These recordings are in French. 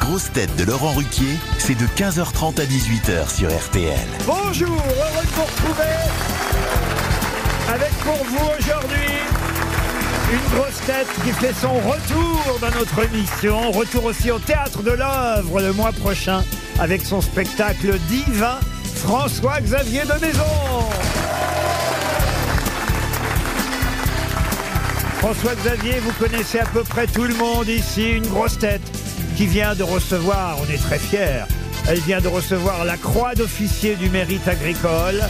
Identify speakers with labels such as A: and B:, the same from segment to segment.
A: grosses têtes de Laurent Ruquier, c'est de 15h30 à 18h sur RTL.
B: Bonjour, heureux de vous retrouver avec pour vous aujourd'hui une grosse tête qui fait son retour dans notre émission. Retour aussi au Théâtre de l'œuvre le mois prochain avec son spectacle divin François-Xavier de Maison. François Xavier, vous connaissez à peu près tout le monde ici, une grosse tête qui vient de recevoir, on est très fiers, elle vient de recevoir la croix d'officier du mérite agricole,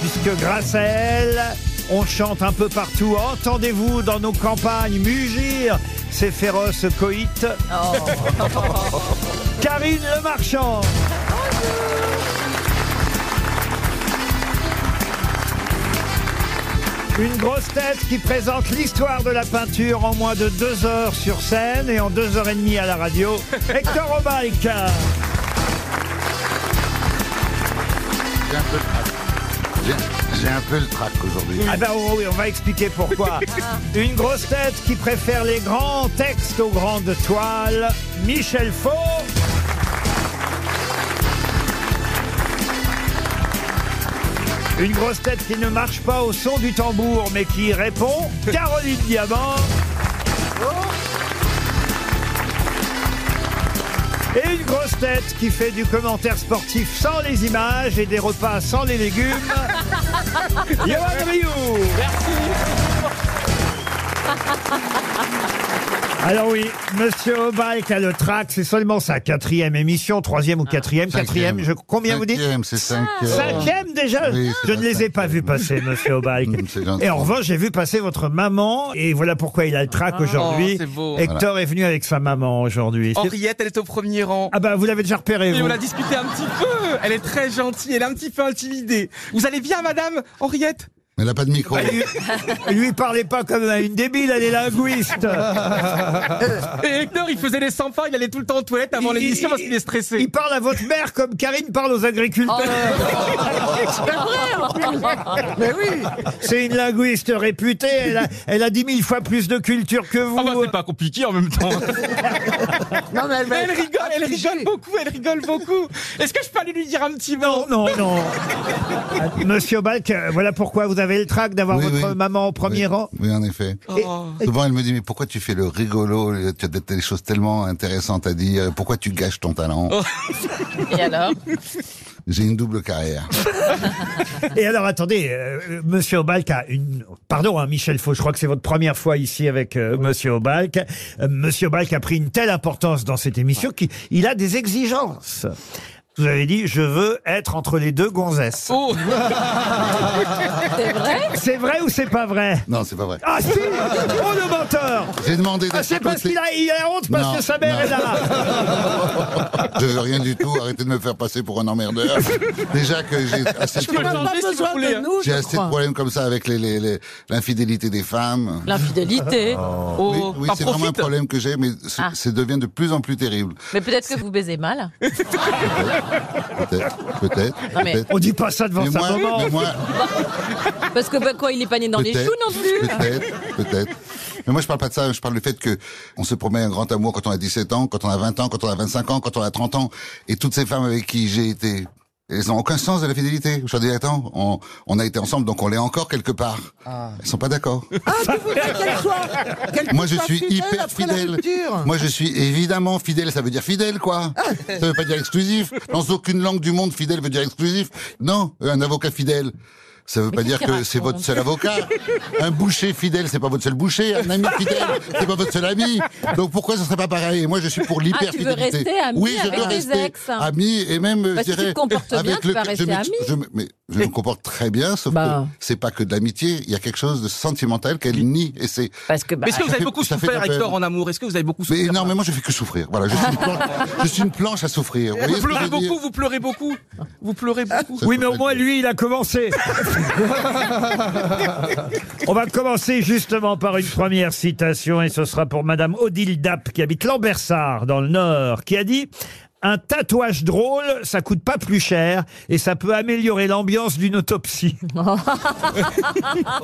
B: puisque grâce à elle, on chante un peu partout. Entendez-vous dans nos campagnes mugir ces féroces coïtes Karine Le Marchand. Une grosse tête qui présente l'histoire de la peinture en moins de deux heures sur scène et en deux heures et demie à la radio. Hector Obalk.
C: J'ai un peu le trac. J'ai- J'ai un peu le trac aujourd'hui.
B: Ah ben oh oui, on va expliquer pourquoi. Une grosse tête qui préfère les grands textes aux grandes toiles. Michel Faux. Une grosse tête qui ne marche pas au son du tambour, mais qui répond. Caroline Diamant. Et une grosse tête qui fait du commentaire sportif sans les images et des repas sans les légumes. Yoann Rioux. Alors oui, Monsieur Obalk a le trac, c'est seulement sa quatrième émission, troisième ou quatrième, quatrième, je, combien vous dites
C: Ah, Cinquième, c'est cinquième.
B: Cinquième déjà
C: Oui, c'est
B: Je
C: la
B: ne les ai pas vus
C: cinquième.
B: passer, Monsieur Obalk.
C: Mm, c'est gentil.
B: Et en revanche, j'ai vu passer votre maman, et voilà pourquoi il a le trac aujourd'hui.
D: Oh, c'est beau.
B: Hector est venu avec sa maman aujourd'hui. C'est-
D: Henriette, elle est au premier rang.
B: Ah bah vous l'avez déjà repéré,
D: Et
B: vous.
D: on a discuté un petit peu. Elle est très gentille, elle est un petit peu intimidée. Vous allez bien, madame Henriette
C: Mais elle n'a pas de
B: Ah,
C: micro.
B: Lui parlez pas comme à une débile, elle est linguiste.
D: Et Hector, il faisait les 100 pas, il allait tout le temps aux toilettes avant
B: Il-
D: l'émission parce qu'il est
B: Il
D: stressé.
B: parle à votre mère comme Karine parle aux agriculteurs.
D: Oh,
B: C'est une linguiste réputée, elle a, elle a 10 000 fois plus de culture que vous.
D: Ah bah c'est pas compliqué en même temps.
E: Non, mais elle va
D: elle
E: être
D: rigole, elle
E: affligée.
D: rigole beaucoup, elle rigole beaucoup. Est-ce que je peux aller lui dire un petit mot
B: Non, non, non. Monsieur Balk, euh, voilà pourquoi vous avez le trac d'avoir
C: Oui,
B: votre
C: oui.
B: maman au premier
C: oui,
B: rang.
C: Oui, en effet.
D: Oh.
C: Souvent, elle me dit, mais pourquoi tu fais le rigolo Tu as des- des choses tellement intéressantes à dire. Pourquoi tu gâches ton talent
B: Oh.
F: Et alors
C: J'ai une double carrière.
B: Et alors, attendez, euh, Monsieur Obalk a une... Pardon, hein, Michel Faux, je crois que c'est votre première fois ici avec euh, Monsieur Obalk. Euh, Monsieur Obalk a pris une telle importance dans cette émission qu'il a des exigences. Vous avez dit, je veux être entre les deux gonzesses.
D: Oh,
F: C'est vrai
B: C'est vrai ou c'est pas vrai
C: Non, c'est pas vrai.
B: Ah si Oh le menteur
C: J'ai demandé
B: Ah,
C: d'être
B: c'est
C: à
B: parce
C: côté.
B: qu'il a, il a honte parce
C: Non,
B: que sa mère
C: non.
B: est là
C: Je veux rien du tout. Arrêtez de me faire passer pour un emmerdeur. euh, Déjà que j'ai assez de
D: je peux le
C: problèmes.
D: changer si vous
E: besoin
D: voulez.
E: de
D: hein.
E: nous,
C: J'ai
E: je
C: assez de
E: crois.
C: problèmes comme ça avec les- les- les- l'infidélité des femmes.
F: L'infidélité.
C: Oui,
D: Oh,
C: oui,
D: t'en
C: c'est vraiment un
D: profites.
C: problème que j'ai, mais c'est
F: Ah.
C: ça devient de plus en plus terrible.
F: Mais peut-être que vous baisez mal.
C: Peut-être, peut-être,
F: Non, mais-
C: peut-être.
B: On dit pas ça devant
C: Mais
B: sa
C: moi,
B: maman
C: mais moi,
F: Parce que bah, quoi, il est pas né dans les
C: peut-être,
F: choux non plus
C: peut-être, peut-être. Mais moi, je parle pas de ça. Je parle du fait que on se promet un grand amour quand on a 17 ans, quand on a 20 ans, quand on a 25 ans, quand on a 30 ans, et toutes ces femmes avec qui j'ai été. Elles n'ont aucun sens de la fidélité. Je leur dis, attends, on, on a été ensemble, donc on l'est encore quelque part. Elles sont pas d'accord.
F: Ah,
E: Qu'elle soit- qu'elle
C: Moi, je
E: soit
C: suis hyper
E: après la
C: fidèle.
E: rupture.
C: Moi, je suis évidemment fidèle. Ça veut dire fidèle, quoi.
F: Ah.
C: Ça veut pas dire exclusif. Dans aucune langue du monde, fidèle veut dire exclusif. Non, euh, un avocat fidèle. Ça veut pas dire
F: qu'est-ce
C: que
F: qu'il
C: c'est
F: raconte
C: votre seul avocat. Un boucher fidèle, c'est pas votre seul boucher. Un ami fidèle, c'est pas votre seul ami. Donc pourquoi ça serait pas pareil Moi, je suis pour l'hyper
F: Ah, tu veux rester ami
C: oui, je
F: avec
C: veux
F: tes
C: rester
F: ex.
C: ami et même, euh,
F: Parce
C: je
F: que tu te
C: dirais,
F: comportes bien,
C: avec
F: tu
C: le
F: vas
C: je
F: rester
C: m'ex-
F: ami.
C: je me- mais je me comporte très bien, sauf
F: Bah.
C: que c'est pas que de l'amitié. Il y a quelque chose de sentimental qu'elle nie et c'est
F: Parce que bah,
D: Mais est-ce que vous
C: Ça fait-
D: avez beaucoup
C: ça fait
D: souffert,
C: la peine.
D: Hector, en amour Est-ce que vous avez beaucoup
C: mais
D: souffert
C: énormément, je fais que souffrir. Voilà, je suis une planche, je suis une planche à souffrir. Vous voyez
D: Vous
C: ce que je
D: pleurez
C: veux dire
D: beaucoup, vous pleurez beaucoup. Vous pleurez beaucoup.
C: Ça
B: Oui,
C: peut
B: mais au
C: être-
B: moins, lui, il a commencé. On va commencer justement par une première citation, et ce sera pour Madame Odile Dapp, qui habite Lambersart, dans le Nord, qui a dit Un tatouage drôle, ça coûte pas plus cher, et ça peut améliorer l'ambiance d'une autopsie.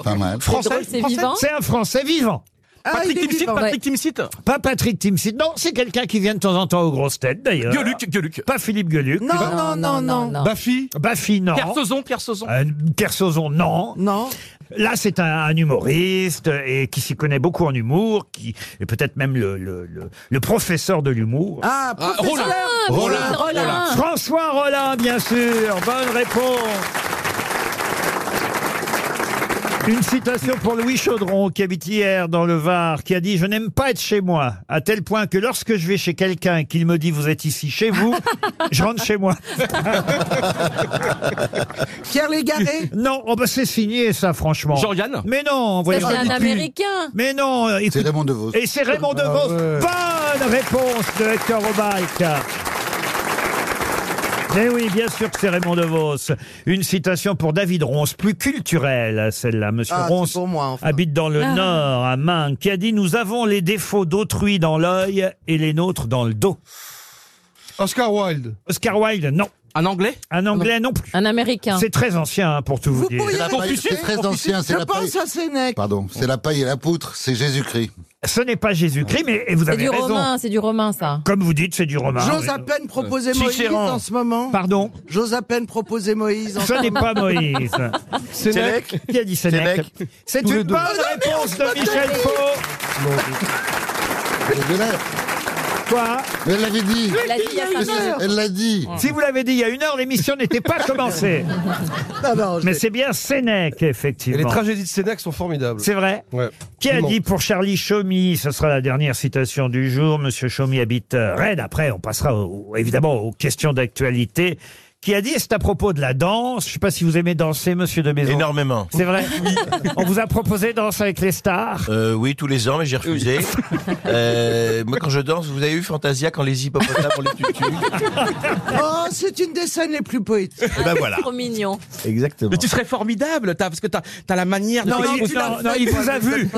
C: Pas mal.
F: c'est drôle, c'est vivant.
B: C'est un Français vivant.
D: Ah, Patrick
E: il est
D: Timsit,
E: vivant, ouais.
D: Patrick Timsit.
B: Pas Patrick Timsit, non, c'est quelqu'un qui vient de temps en temps aux grosses têtes d'ailleurs.
D: Gueuluc, Gueuluc.
B: Pas Philippe Gueluc.
E: Non, non, non, non. Non.
G: Baffy
B: Baffy, non.
D: Pierre Sauzon, Pierre Sauzon.
B: Euh, Kersozon, non. Là, c'est un, un humoriste euh, et qui s'y connaît beaucoup en humour, qui est peut-être même le, le- le- le professeur de l'humour.
E: Ah,
D: Ah,
E: professeur
D: Roland.
F: Roland,
E: Roland,
F: Roland.
B: François Rollin, bien sûr. Bonne réponse. Une citation pour Louis Chaudron, qui habite hier dans le Var, qui a dit « Je n'aime pas être chez moi, à tel point que lorsque je vais chez quelqu'un et qu'il me dit « Vous êtes ici chez vous », je rentre chez moi.
E: Pierre Légaré.
B: Non, oh bah c'est signé ça, franchement.
D: Jean-Yann
B: Mais non,
F: Ça,
B: voyons.
F: c'est un Américain.
B: Mais non, euh, écoute-
C: C'est Raymond DeVos.
B: Et c'est Raymond
G: Ah
B: DeVos. Bonne réponse de Hector Obalk. Eh oui, bien sûr que c'est Raymond DeVos. Une citation pour David Ronce, plus culturelle, celle-là. Monsieur
E: Ah, c'est
B: Ronce
E: pour moi, enfin.
B: habite dans
E: Ah.
B: le Nord, à Main, qui a dit Nous avons les défauts d'autrui dans l'œil et les nôtres dans le dos.
G: Oscar Wilde.
B: Oscar Wilde, non.
D: Un anglais
B: Un anglais, non plus.
F: Un Américain.
B: C'est très ancien, hein, pour tout vous,
E: Vous
B: dire.
E: pourriez
C: C'est la paille-
D: Confucius,
C: C'est très ancien, c'est
E: Je
C: la paille.
E: pense à Sénèque.
C: Pardon, c'est la paille et la poutre, c'est Jésus-Christ.
B: Ce n'est pas Jésus-Christ, mais et vous
F: C'est
B: avez
F: du
B: raison.
F: romain, c'est du romain, ça.
B: Comme vous dites, c'est du romain.
E: J'ose
B: oui.
E: à peine proposer Moïse
D: Cicéron.
E: en ce moment.
B: Pardon
E: J'ose à peine proposer Moïse en ce
B: Ce n'est pas Moïse.
G: Sénèque.
B: Qui a dit Sénèque C'est une
G: les deux.
B: bonne réponse de Michel Faux.
C: Elle est vénère.
B: Quoi
C: Mais elle l'avait dit.
F: Il a dit il y a
C: Mais
F: cinq ans.
C: c'est- Elle l'a dit.
B: Si vous l'avez dit il y a une heure, l'émission n'était pas commencée.
E: moment. Non, non,
B: Mais
E: je-
B: c'est bien Sénèque,
G: Et les
B: effectivement.
G: tragédies de Sénèque sont formidables.
B: C'est vrai
G: Ouais.
B: Qui a
G: Bon.
B: dit pour Charlie Chaumy Ce sera la dernière citation du jour. Monsieur Chaumy habite euh, Rennes. Après, on passera au- évidemment aux questions d'actualité. Qui a dit, et c'est à propos de la danse, je ne sais pas si vous aimez danser, monsieur de Maison.
H: Énormément.
B: C'est vrai On vous a proposé danse avec les stars
H: Euh, oui, tous les ans, mais j'ai refusé. Euh, moi, quand je danse, vous avez eu Fantasia quand les hippopotames ont les tutus
E: Oh, c'est une des scènes les plus poétiques.
H: Et ben voilà.
F: Trop mignon.
H: Exactement.
D: Mais tu serais formidable, t'as- parce que t'as as la manière de
B: Non,
D: t'exprimer.
B: il, non, non, il vous a vu.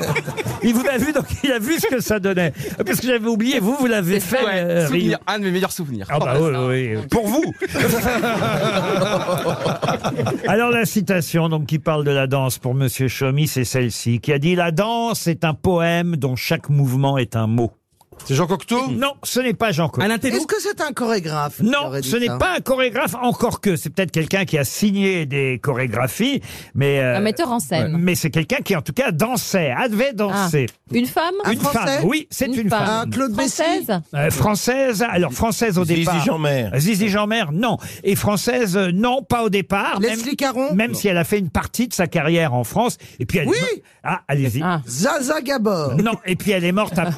B: il vous a vu, donc il a vu ce que ça donnait. Parce que j'avais oublié, vous, vous l'avez fait.
D: Ouais,
B: euh,
D: souvenir,
B: rire.
D: un de mes meilleurs souvenirs.
B: Ah bah oui, oui, oui.
D: Pour vous
B: Alors la citation donc qui parle de la danse pour Monsieur Chomy, c'est celle-ci qui a dit la danse est un poème dont chaque mouvement est un mot.
G: C'est Jean Cocteau
B: Non, ce n'est pas Jean Cocteau.
D: Un intello
E: Est-ce que c'est un chorégraphe qui
B: Non,
E: aurait dit
B: ce n'est
E: ça
B: pas un chorégraphe, encore que c'est peut-être quelqu'un qui a signé des chorégraphies, mais euh,
F: Un metteur en scène. Ah.
B: Mais c'est quelqu'un qui en tout cas dansait, avait dansé.
F: Une femme
E: Un
B: Une
E: Français
B: femme, oui, c'est une,
F: Une
B: femme.
F: femme.
E: Un Claude Bessy
F: française.
B: Euh, française, alors française au
H: Zizi
B: départ. Euh,
H: Jeanmaire.
B: Zizi Jeanmaire, non. Et française, euh, non, pas au départ. même-
E: Leslie Caron
B: Même si elle a fait une partie de sa carrière en France. Et puis elle est
E: Oui.
B: mo- Ah, allez-y.
F: Ah.
E: Zaza Gabor
B: Non, et puis elle est morte à, euh,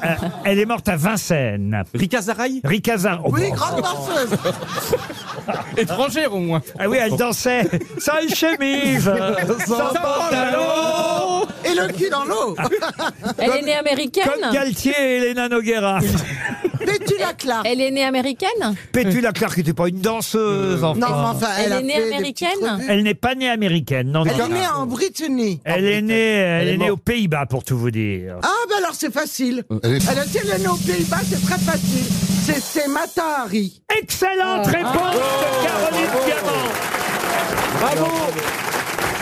B: elle est morte à Vincennes.
D: Rika Zaraï
B: Ricazar. oh,
E: Oui,
B: bon.
E: grande danseuse
D: Étrangère au moins.
B: Ah oui, elle dansait sans chemise, sans pantalon,
E: Et le cul dans l'eau
F: Elle est née
B: comme
F: américaine.
B: Galtier et Elena Noguera.
E: Mais tu la claques
F: Elle est née américaine.
B: Pétula Clark n'était pas une danseuse, enfin.
E: Non, mais enfin,
F: Elle
E: elle, a
F: est née
E: fait des
F: américaine
G: Hein.
E: petites revues.
B: Elle n'est pas née américaine, non, non.
E: Elle est née en Brittany.
B: Elle est née, elle
G: est
B: est née
G: morte.
B: aux Pays-Bas, pour tout vous dire.
E: Ah, bah alors c'est facile.
C: Elle est-
E: Elle a été née aux Pays-Bas, c'est très facile. C'est- C'est Mata Hari.
B: Excellente
F: Ah.
B: réponse
I: Oh.
B: de Caroline
I: Ah
B: Diamant. Bravo.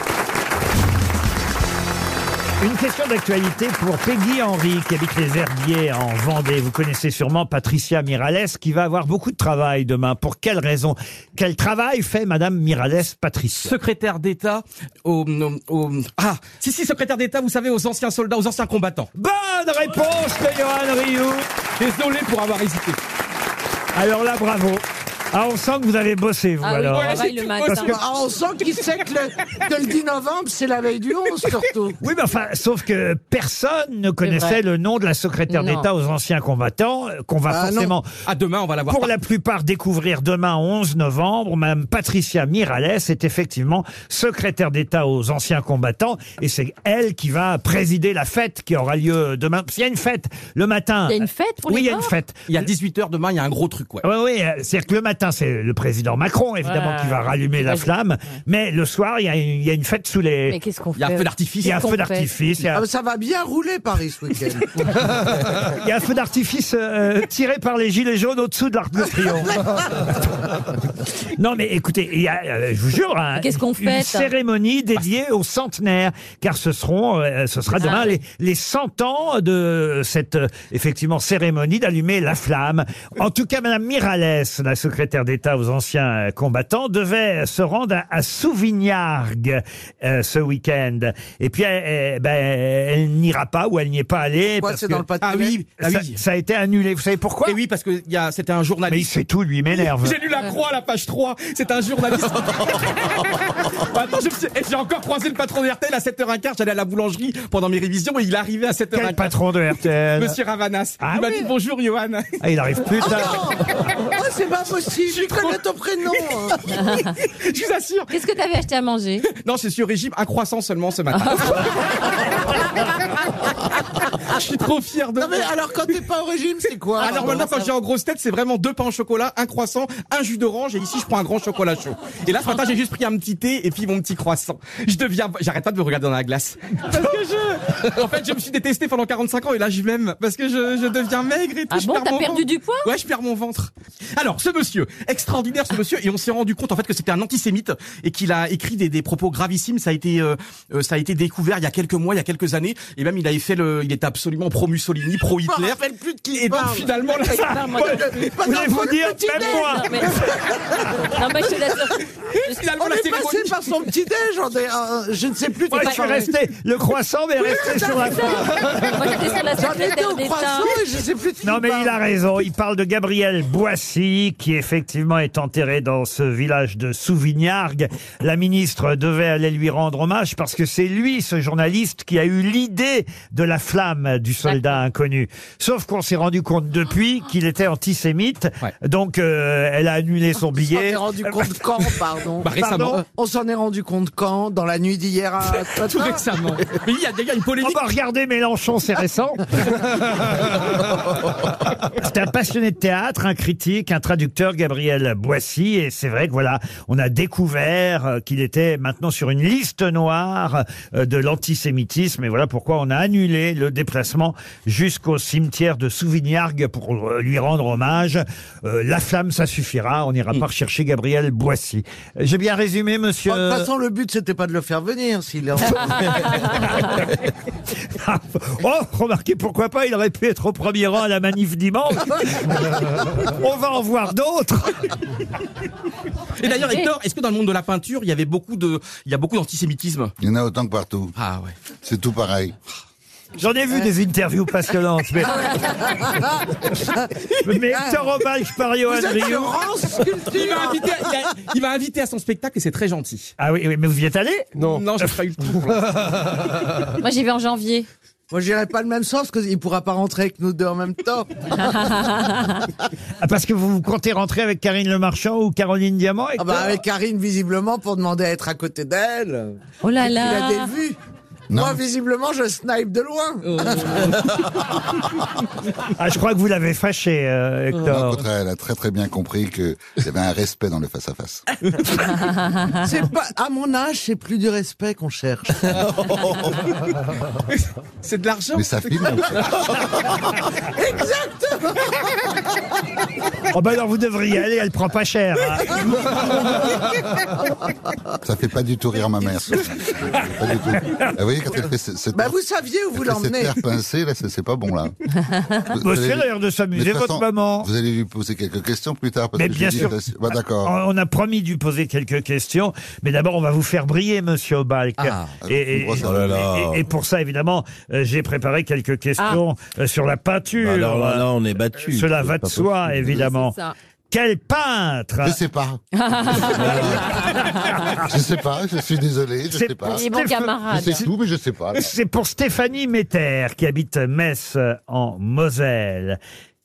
B: Une question d'actualité pour Peggy Henry, qui habite les Herbiers en Vendée. Vous connaissez sûrement Patricia Mirales, qui va avoir beaucoup de travail demain. Pour quelle raison Quel travail fait Madame Mirales Patricia
D: Secrétaire d'État au, au- au- Ah, si, si, secrétaire d'État, vous savez, aux anciens soldats, aux anciens combattants.
B: Bonne réponse de Johan Rioux.
D: Désolé pour avoir hésité.
B: Alors là, bravo. Ah, on sent que vous avez bossé, vous,
F: Ah oui,
B: alors.
F: on travaille le
B: Parce
F: matin.
B: que-
E: Ah, on sent qu'il sait que le, que le 10 novembre, c'est la veille du 11 surtout.
B: Oui, mais enfin, sauf que personne ne connaissait
F: vrai.
B: le nom de la secrétaire
F: Non.
B: d'État aux anciens combattants, euh, qu'on va
E: Ah,
B: forcément,
D: Ah, demain, on va l'avoir.
B: pour la plupart, découvrir demain, 11 novembre. Madame Patricia Mirales est effectivement secrétaire d'État aux anciens combattants, et c'est elle qui va présider la fête qui aura lieu demain. Parce qu'il y a une fête le matin.
F: Il y a une fête pour
B: Oui,
F: les
B: il y a une
F: morts
B: fête.
D: Il y a 18h demain, il y a un gros truc, ouais.
B: Oui, oui, euh, c'est-à-dire que le matin, c'est le président Macron, évidemment,
F: Ouais.
B: qui va rallumer la
F: Ouais.
B: flamme. Mais le soir, il y, a une- il y a une fête sous
F: Mais
B: les...
F: qu'est-ce qu'on fait
D: Il y a un feu
B: Euh, Il
D: d'artifice.
B: y a un
F: qu'on
B: feu
F: fait Ah,
B: d'artifice. Il, y
E: Ah,
B: a-
E: mais ça va bien rouler Paris ce week-end.
B: il y a un feu d'artifice euh, tiré par les gilets jaunes au-dessous de l'Arc de Triomphe. non, mais écoutez, il y a, euh, je vous jure, un-
F: Qu'est-ce qu'on
B: une
F: fête
B: cérémonie dédiée au centenaire, car ce seront, euh, ce sera
F: Ah.
B: demain les, les 100 ans de cette euh, effectivement cérémonie d'allumer la flamme. En tout cas, Madame Miralles, la secrétaire d'État aux anciens euh, combattants, devait se rendre à, à Souvignargues euh, ce week-end. Et puis, elle, elle- ben, elle n'ira pas ou elle n'y est pas allée
E: Quoi,
B: parce
E: c'est
B: que
E: dans le pas de
D: Ah oui, ah
B: ça,
D: oui.
B: ça a été annulé. Vous savez pourquoi
D: Et oui, parce que il y a- c'était un
B: Mais il
D: journaliste.
B: sait tout, lui, il m'énerve.
D: J'ai lu la croix à la page 3, c'est un journaliste. Bah, Attends, je me suis- et j'ai encore croisé le patron de RTL à 7h15, j'allais à la boulangerie pendant mes révisions et il est arrivé à
B: Quel
D: 7h15.
B: patron de RTL
D: Monsieur Ravanas,
B: Ah
D: il m'a
B: oui.
D: dit bonjour Johan.
B: Ah, il arrive plus tard.
E: Oh, c'est pas possible, je connais ton prénom. hein.
D: je vous assure.
F: Qu'est-ce que t'avais acheté à manger
D: Non, je suis au régime, un croissant seulement ce matin. je suis trop fier de
E: Non, mais
D: moi.
E: alors quand t'es pas au régime, c'est quoi
D: Ah, normalement, quand j'ai en grosse tête, c'est vraiment deux pains au chocolat, un croissant, un jus d'orange, et ici, je prends un grand chocolat chaud. Et là, ce matin, j'ai juste pris un petit thé et puis mon petit croissant. Je deviens, j'arrête pas de me regarder dans la glace. Parce que je, en fait, je me suis détesté pendant 45 ans et là, je m'aime. Parce que je, je deviens maigre et tout.
F: Ah
D: je
F: bon,
D: perds
F: t'as
D: mon
F: perdu
D: ventre.
F: du poids
D: Ouais, je perds mon ventre. Alors, ce monsieur, extraordinaire ce monsieur, et on s'est rendu compte, en fait, que c'était un antisémite et qu'il a écrit des, des propos gravissimes. Ça a été, euh, euh, ça a été découvert il y a quelques mois, il y a quelques années. Et même, il avait fait le, il était absolument pro-Mussolini,
E: Je me
D: pro-Hitler.
E: rappelle plus de qui
D: Et donc,
E: parle.
D: finalement, là, ça-
B: Voulez-vous dire, même moi
F: Non, mais... non, mais je te l'assure.
D: Finalement,
E: On
D: la
E: est
D: cérémonie.
E: passé par son petit déj, on est, euh, je ne sais plus.
B: Moi,
E: t'es
B: je suis
E: pas-
B: resté. Le croissant, mais resté sur la fin.
F: Moi, j'étais sur la
E: J'en étais
F: secrétaire
E: au
F: d'État.
E: croissant et je sais plus de qui
B: Non, mais
E: parle.
B: il a raison. Il parle de Gabriel Boissy, qui effectivement est enterré dans ce village de Souvignargues. La ministre devait aller lui rendre hommage parce que c'est lui, ce journaliste, qui a eu l'idée de la flamme du soldat inconnu. Sauf qu'on s'est rendu compte depuis qu'il était antisémite.
D: Ouais.
B: Donc, euh, elle a annulé son
E: On s'en
B: billet.
E: est rendu compte quand, pardon
D: Bah, récemment.
B: Pardon
E: On s'en est rendu compte quand Dans la nuit d'hier à
D: Tout récemment. Mais il y a, il y a une
B: Oh
D: polémique.
B: bah, regardez Mélenchon, c'est récent. c'est un passionné de théâtre, un critique, un traducteur, Gabriel Boissy. Et c'est vrai que voilà, on a découvert euh, qu'il était maintenant sur une liste noire euh, de l'antisémitisme. Et voilà pourquoi on a annulé le déplacement jusqu'au cimetière de Souvignargues pour euh, lui rendre hommage. Euh, la flamme, ça suffira. On n'ira pas rechercher Gabriel Boissy. Euh, J'ai bien résumé, monsieur.
E: Oh, De toute façon, le but, c'était pas de le faire venir. s'il est en-
B: oh, remarquez, pourquoi pas, il aurait pu être au premier rang à la manif dimanche. On va en voir d'autres.
D: Et d'ailleurs, Hector, est-ce que dans le monde de la peinture, il y avait beaucoup de, il y a beaucoup d'antisémitisme
C: Il y en a autant que partout.
D: Ah ouais.
C: C'est tout pareil.
B: J'en ai vu des interviews passionnantes, mais. mais Hector Hommage par Johan
E: Vous êtes
B: Rioux.
E: Laurence
D: Il m'a
E: Culture
D: invité, à, il a- il m'a invité à son spectacle et c'est très gentil.
B: Ah oui, oui, mais vous y êtes allé
G: Non.
D: Non, j'ai pas eu le temps.
F: Moi, j'y vais en janvier.
E: Moi, j'irai pas le même sens, parce qu'il pourra pas rentrer avec nous deux en même temps.
B: Ah, Parce que vous comptez rentrer avec Karine Le Marchand ou Caroline Diamant
E: Ah
B: Hector
E: bah, avec Karine, visiblement, pour demander à être à côté d'elle.
F: Oh là
E: Il a
F: là.
E: des vues.
C: Non.
E: Moi, visiblement, je snipe de loin.
B: Ah, je crois que vous l'avez fâché, euh,
C: Au
B: Hector.
C: contraire, elle a très très bien compris qu'il y avait un respect dans le face-à-face.
E: C'est pas, à mon âge, c'est plus du respect qu'on cherche.
D: C'est de l'argent.
C: Mais ça filme. en fait.
B: Oh, bah alors vous devriez y aller, elle prend pas cher. hein.
C: Ça fait pas du tout rire ma mère. ça. Pas du tout. Ah, vous voyez, quand elle fait ce- cette
E: Bah, vous saviez où vous
C: Elle fait cette
E: l'emmenez.
C: terre pincée, là, c'est c'est pas bon, là. Vous-
B: Bah,
C: vous
B: c'est
C: allez-
B: l'heure de
C: Mais de
B: s'amuser,
C: toute
B: votre
C: façon,
B: maman.
C: Vous allez lui poser quelques questions plus tard. Parce
B: Mais
C: que je
B: bien
C: lui dis-
B: sûr.
C: Bah, d'accord.
H: Ah.
B: On on a promis de lui poser quelques questions, mais d'abord on va vous faire briller, Monsieur Obalk.
H: Ah,
B: et, et-
C: Oh
H: là là.
B: et- et pour ça, évidemment, euh, j'ai préparé quelques questions
F: Ah.
B: euh, sur la peinture. Euh,
H: Bah, alors là, là, on est battu.
B: Cela
H: C'est
B: va
H: pas
B: de soi,
H: possible.
B: évidemment.
F: C'est ça.
B: Quel peintre
C: Je sais pas.
B: Ah.
C: je sais pas, je suis désolé, je
B: C'est
C: sais pas.
B: pour-
F: Et mon
B: Stéphane-
C: Je
F: camarade.
C: sais tout, mais je sais pas.
B: C'est pour Stéphanie Metter, qui habite Metz, euh, en Moselle.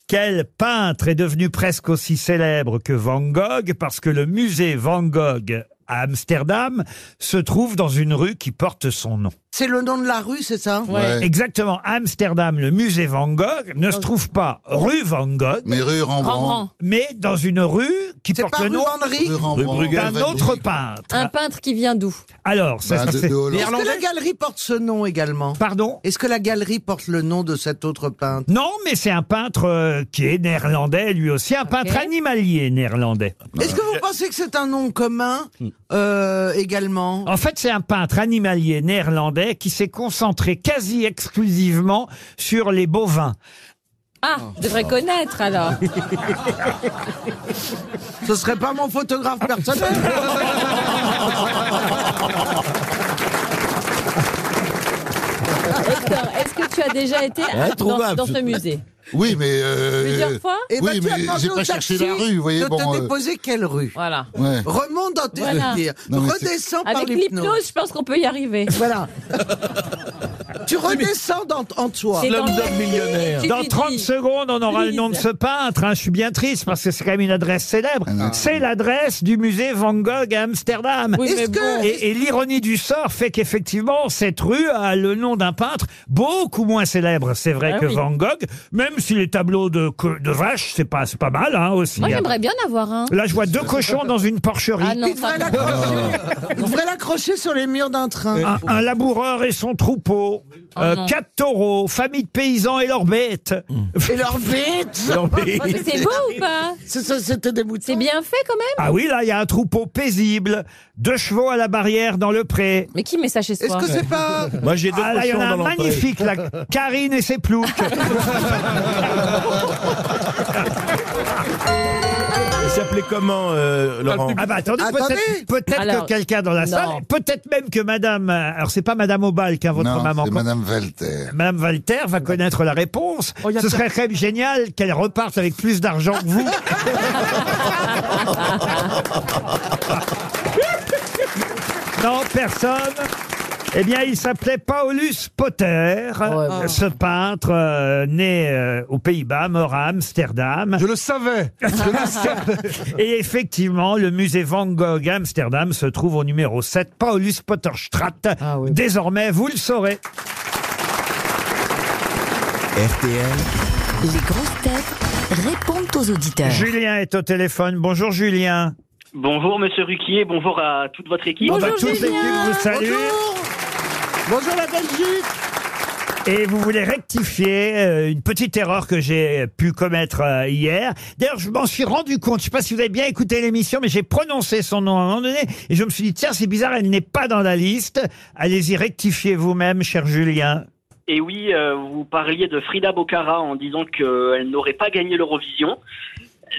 B: Quel peintre est devenu presque aussi célèbre que Van Gogh parce que le musée Van Gogh à Amsterdam se trouve dans une rue qui porte son nom
E: C'est le nom de la rue, c'est ça
C: Ouais.
B: Exactement, Amsterdam, le musée Van Gogh ne se trouve pas rue Van Gogh,
C: Mais rue Rembrandt.
F: Rembrandt.
B: mais dans une rue qui
E: C'est
B: porte
E: pas rue
B: le nom
E: Henri
C: Rue Rembrandt.
B: d'un autre
C: pas.
B: peintre.
F: Un peintre qui vient d'où
B: Alors, ça,
C: Bah,
E: Bah,
B: ça, c'est-
E: Est-ce que la galerie porte ce nom également
B: Pardon
E: Est-ce que la galerie porte le nom de cet autre peintre
B: Non, mais c'est un peintre euh, qui est néerlandais, lui aussi, un peintre animalier néerlandais.
E: Est-ce que vous pensez que c'est un nom commun euh, également
B: En fait, c'est un peintre animalier néerlandais qui s'est concentré quasi exclusivement sur les bovins.
F: Ah, je devrais connaître alors.
E: Ce serait pas mon photographe personnel
F: Hector, est-ce que tu as déjà été dans,
H: Introuvable.
F: dans ce musée
C: Oui, mais. euh,
F: Plusieurs fois
E: Eh ben,
C: Oui,
E: tu as
C: mais
E: demandé
C: j'ai
E: au
C: pas cherché
E: taxi
C: la rue, vous voyez,
E: De
C: bon,
E: te
C: euh,
E: déposer quelle rue
F: Voilà.
C: Ouais.
E: Remonte dans tes
F: Voilà.
E: souvenirs.
C: Non, mais c'est-
E: Redescends par
F: Avec l'hypnose, je pense qu'on peut y arriver.
E: Voilà. tu redescends dans, en toi.
F: C'est dans-
H: Slumdog millionnaire.
F: tu
B: Dans
F: lui
B: 30
F: dis.
B: secondes, on aura le nom de
F: Please.
B: ce peintre. hein. Je suis bien triste parce que c'est quand même une adresse célèbre. C'est l'adresse du musée Van Gogh à Amsterdam.
F: Oui, mais
E: Est-ce que-
F: bon.
B: Et, et l'ironie du sort fait qu'effectivement, cette rue a le nom d'un peintre beaucoup moins célèbre, c'est vrai,
F: Ah
B: que
F: oui.
B: Van Gogh, même si les tableaux de, co- de vaches, c'est pas, c'est pas mal hein, aussi.
F: Moi,
B: hein.
F: j'aimerais bien en avoir un.
B: Là, je vois deux cochons dans une porcherie.
F: Ah non,
E: Il devrait
F: pardon.
E: l'accrocher- il devrait l'accrocher sur les murs d'un train.
B: Un, un laboureur et son troupeau, euh,
F: Oh non.
B: quatre taureaux, famille de paysans et leurs bêtes.
E: Et leur bête
F: Mais c'est beau ou pas
E: C'est ça, C'était des boutons.
F: C'est bien fait quand même
B: Ah oui, là, il y a un troupeau paisible, deux chevaux à la barrière dans le pré.
F: Mais qui met ça chez
E: Est-ce
F: soi
E: que c'est pas.
H: Moi, j'ai deux
B: Ah là, il y en
H: cochons
B: a
H: dans
B: un
H: l'entrée.
B: magnifique, là, Karine et ses ploucs. Ah
H: Il s'appelait comment, euh, Laurent
B: Ah bah attendez,
E: Attendez.
B: peut-être peut-être
F: Alors,
B: que quelqu'un dans la
F: non.
B: salle, peut-être même que madame, euh, alors c'est pas madame Aubalc, hein, votre
C: non,
B: maman.
C: c'est
B: quand-
C: Madame Walter.
B: Madame Walter va connaître la réponse.
F: Oh,
B: Ce serait quand même génial qu'elle reparte avec plus d'argent que vous. non, personne. Eh bien, il s'appelait Paulus Potter, ce peintre euh, né euh, aux Pays-Bas, mort à Amsterdam.
G: Je le savais.
B: Et effectivement, le musée Van Gogh à Amsterdam se trouve au numéro 7, Paulus Potterstraat. Désormais, vous le saurez.
A: RTL,
J: Les grosses têtes répondent aux auditeurs.
B: Julien est au téléphone. Bonjour Julien.
K: Bonjour Monsieur Ruquier, bonjour à toute votre équipe.
B: On va
F: Bonjour,
B: toute
F: Julien.
B: l'équipe vous salue.
E: Bonjour Bonjour la Belgique
B: Et vous voulez rectifier euh, une petite erreur que j'ai pu commettre euh, hier. D'ailleurs, je m'en suis rendu compte. Je sais pas si vous avez bien écouté l'émission, mais j'ai prononcé son nom à un moment donné. Et je me suis dit, tiens, c'est bizarre, elle n'est pas dans la liste. Allez-y, rectifiez vous-même, cher Julien.
K: Et oui, euh, vous parliez de Frida Bocara en disant qu'elle n'aurait pas gagné l'Eurovision.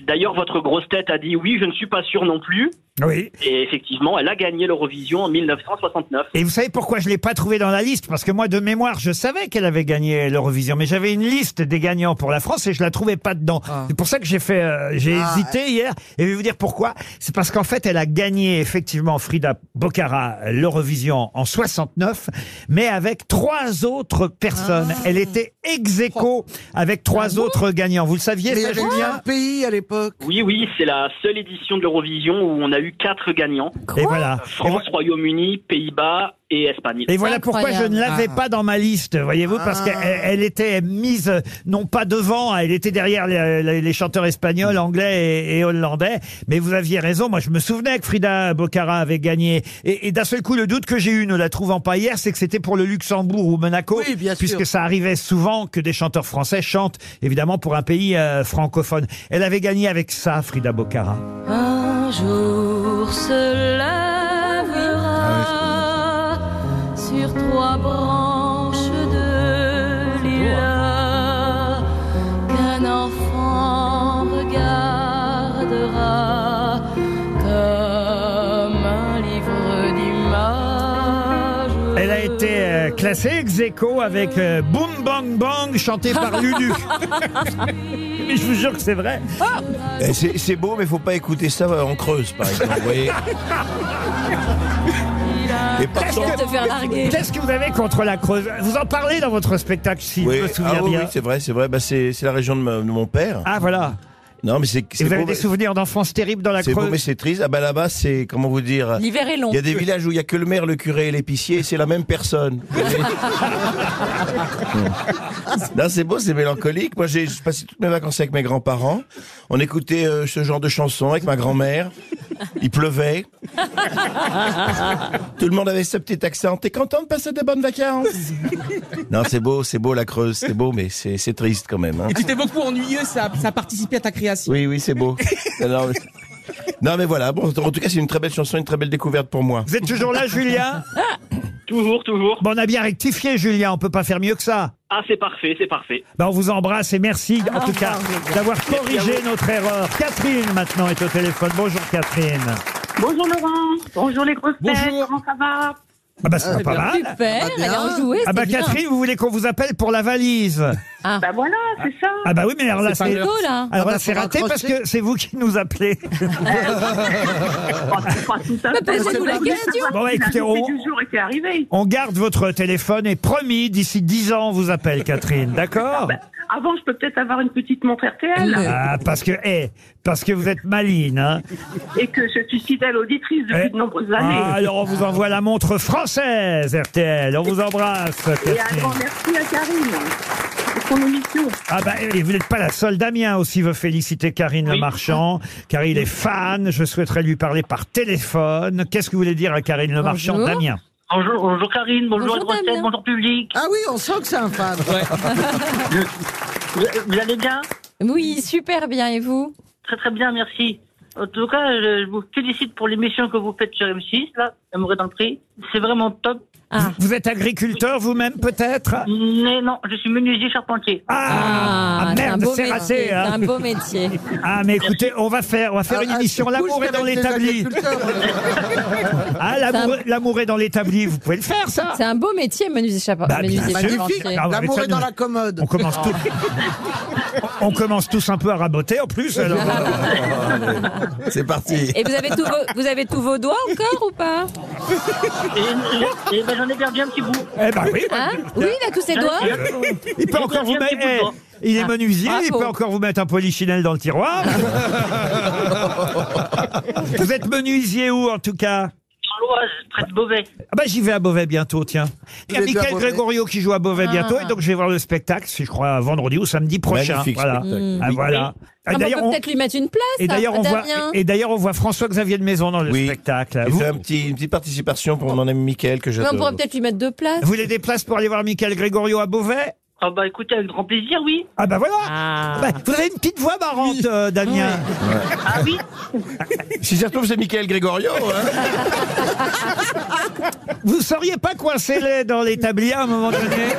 K: D'ailleurs, votre grosse tête a dit oui, je ne suis pas sûr non plus.
B: Oui.
K: Et effectivement, elle a gagné l'Eurovision en 1969.
B: Et vous savez pourquoi je l'ai pas trouvée dans la liste Parce que moi, de mémoire, je savais qu'elle avait gagné l'Eurovision, mais j'avais une liste des gagnants pour la France et je la trouvais pas dedans. C'est pour ça que j'ai fait, euh, j'ai
E: Ah,
B: hésité hier. Et je vais vous dire pourquoi. C'est parce qu'en fait, elle a gagné effectivement Frida Bocara euh, l'Eurovision en 69, mais avec trois autres personnes.
E: Ah.
B: Elle était ex aequo avec trois autres gagnants. Vous le saviez,
E: Mais il y
B: ça,
E: avait
B: Julien
E: bien un pays à l'époque.
K: Oui, oui, c'est la seule édition de l'Eurovision où on a eu quatre gagnants.
B: Et voilà. Et vo-
K: France, Royaume-Uni, Pays-Bas et Espagne.
B: Et voilà pourquoi je
F: Incroyable.
B: ne l'avais
E: Ah.
B: pas dans ma liste, voyez-vous, parce
E: Ah.
B: qu'elle elle était mise euh, non pas devant, elle était derrière les, les- les chanteurs espagnols, anglais et, et hollandais. Mais vous aviez raison, moi je me souvenais que Frida Bocara avait gagné. Et, et d'un seul coup, le doute que j'ai eu ne la trouvant pas hier, c'est que c'était pour le Luxembourg ou Monaco,
E: Oui, bien sûr.
B: puisque ça arrivait souvent que des chanteurs français chantent, évidemment, pour un pays euh, francophone. Elle avait gagné avec ça, Frida Bocara.
J: Un jour se lèvera sur trois branches de lilas qu'un enfant regardera comme un livre d'images.
B: Elle a été euh, classée ex aequo avec euh, Boom Bang Bang chanté par Lulu. Mais je vous jure que c'est vrai.
H: Eh, C'est c'est beau, mais faut pas écouter ça euh, en creuse, par exemple. vous voyez. Et par
F: Je vais te faire larguer.
B: Qu'est-ce que vous avez contre la Creuse Vous en parlez dans votre spectacle, si
H: Oui,
B: je me
H: ah
B: souviens
H: oui,
B: bien.
H: oui, c'est vrai, c'est vrai. Bah, c'est c'est la région de, ma- de mon père.
B: ah voilà.
H: Non, mais c'est.
B: Et vous avez des souvenirs d'enfance terribles dans la
H: C'est beau,
B: Creuse
H: mais c'est triste. Ah ben là-bas, c'est comment vous dire
F: L'hiver est long.
H: Il y a des villages où il y a que le maire, le curé et l'épicier, et c'est la même personne. Là, c'est beau, c'est mélancolique. Moi, j'ai j'ai passé toutes mes vacances avec mes grands-parents. On écoutait euh, ce genre de chansons avec ma grand-mère. Il pleuvait. Tout le monde avait ce petit accent. T'es content de passer de bonnes vacances Non, c'est beau, c'est beau la Creuse, c'est beau, mais c'est c'est triste quand même. hein.
D: Et tu t'es beaucoup ennuyeux, ça, ça a participé à ta création.
H: Oui, oui, c'est beau. Alors, non, mais voilà. Bon, en tout cas, c'est une très belle chanson, une très belle découverte pour moi.
B: Vous êtes toujours là, Julien
K: Toujours, toujours.
B: Bon, on a bien rectifié, Julien. On peut pas faire mieux que ça.
K: Ah, c'est parfait, c'est parfait.
B: Ben, on vous embrasse et merci, en tout cas,
F: Ah,
B: d'avoir corrigé notre erreur. Catherine, maintenant, est au téléphone. Bonjour, Catherine.
I: Bonjour Laurent, bonjour les grosses têtes,
D: Bonjour.
I: comment ça va
B: Ah, bah, c'est pas mal.
F: Super, elle est enjouée.
B: Ah,
F: c'est
B: bah,
F: bien.
B: Catherine, vous voulez qu'on vous appelle pour la valise
I: Bah voilà, c'est ça.
B: Ah, bah oui, mais alors là,
D: C'est pas
B: c'est. hein.
D: grave.
F: Go, là.
B: Alors
E: Ah
B: là,
E: bah,
B: c'est
E: faudra
B: raté parce
E: accrocher.
B: que c'est vous qui nous appelez.
I: Pas- pas tout à fait.
F: Posez-vous la
I: Je voulais
F: question.
I: savoir
B: Bon, bah,
I: si
B: écoutez,
I: l'invité
B: on-
I: du jour était arrivé.
B: On garde votre téléphone et promis, d'ici 10 ans, on vous appelle, Catherine. D'accord
I: Ah, bah, Avant, je peux peut-être avoir une petite montre RTL
B: Ah, parce que, eh, parce que vous êtes maline, hein.
I: et que je suis fidèle auditrice depuis
B: Eh.
I: de nombreuses
B: Ah,
I: années.
B: alors on vous envoie la montre française, RTL. On vous embrasse,
I: et un grand
B: Catherine.
I: merci à Karine pour son émission.
B: Ah bah, et vous n'êtes pas la seule. Damien aussi veut féliciter Karine Le Marchand, car il est fan. Je souhaiterais lui parler par téléphone. Qu'est-ce que vous voulez dire à Karine Le Marchand,
F: Bonjour.
B: Damien
K: Bonjour, bonjour Karine, bonjour,
F: Bonjour,
K: les grosses têtes,
F: Damien.
K: bonjour public.
E: Ah bah. oui, on sent que c'est un fan.
K: Vous, vous allez bien
F: Oui, super bien. Et vous
I: Très très bien, merci. En tout cas, je je vous félicite pour l'émission que vous faites sur M6, là, Amoureux dans le prix. C'est vraiment top.
F: Ah.
B: Vous êtes agriculteur vous-même peut-être
I: Mais non, je suis menuisier charpentier.
B: ah,
F: c'est un
B: merde,
F: beau
B: c'est
F: métier,
B: raté.
F: C'est
B: hein.
F: un beau métier.
B: Ah mais écoutez, on va faire, on va
H: Ah,
B: faire une émission. L'amour est dans l'établi. Ah, l'amour- l'amour est dans l'établi. Vous pouvez le faire ça.
F: C'est un beau métier, menuisier chapeau.
B: Bah,
F: menuisier
B: bien sûr.
F: charpentier.
B: Ah, mais
E: L'amour
B: ça,
E: est dans
B: nous-
E: la commode. Ah.
B: On commence tous. On commence tous un peu à raboter en plus. alors.
H: C'est parti.
F: Et vous avez, tous vos, vous avez tous vos doigts encore ou pas
I: Et, et ben, j'en ai perdu un petit bout. Ah,
B: Eh ben oui.
F: hein Oui, il a tous ses doigts.
B: Il peut
I: Il
B: encore
I: doit
B: vous
I: bien
B: mettre.
I: qu'il vous doit.
B: eh, il
F: Ah.
B: est menuisier. Il
F: Bravo.
B: peut encore vous mettre un polichinelle dans le tiroir. vous êtes menuisier où en tout cas
I: Dans l'Oise, près de Beauvais.
B: ah bah j'y vais à Beauvais bientôt, tiens. Il y a
E: Vous êtes à
B: Michael
E: Beauvais
B: Gregorio qui joue à Beauvais
F: Ah.
B: bientôt, et donc je vais voir le spectacle, si je crois, vendredi ou samedi prochain.
H: Magnifique
B: Voilà.
H: spectacle.
B: Ah, voilà. Ah,
F: Ah, bah,
B: d'ailleurs,
F: on peut
B: on-
F: peut-être lui mettre une place.
B: et d'ailleurs, on voit,
F: Damien.
B: et d'ailleurs, on voit François-Xavier de Maison dans le
H: Oui.
B: spectacle.
H: Il
B: Vous,
H: fait un petit, une petite participation pour mon ami Mickaël que
F: Mais on
H: j'adore.
F: pourrait peut-être lui mettre deux places.
B: vous voulez des places pour aller voir Michael Gregorio à Beauvais
I: Ah bah écoutez, avec grand plaisir, oui.
B: Ah bah voilà
F: Ah.
B: Bah, Vous avez une petite voix marrante, euh, Damien.
I: Ah oui,
H: Si ça se trouve, c'est Mickaël Gregorio. Hein
B: Vous seriez pas coincé les- dans l'établi à un moment donné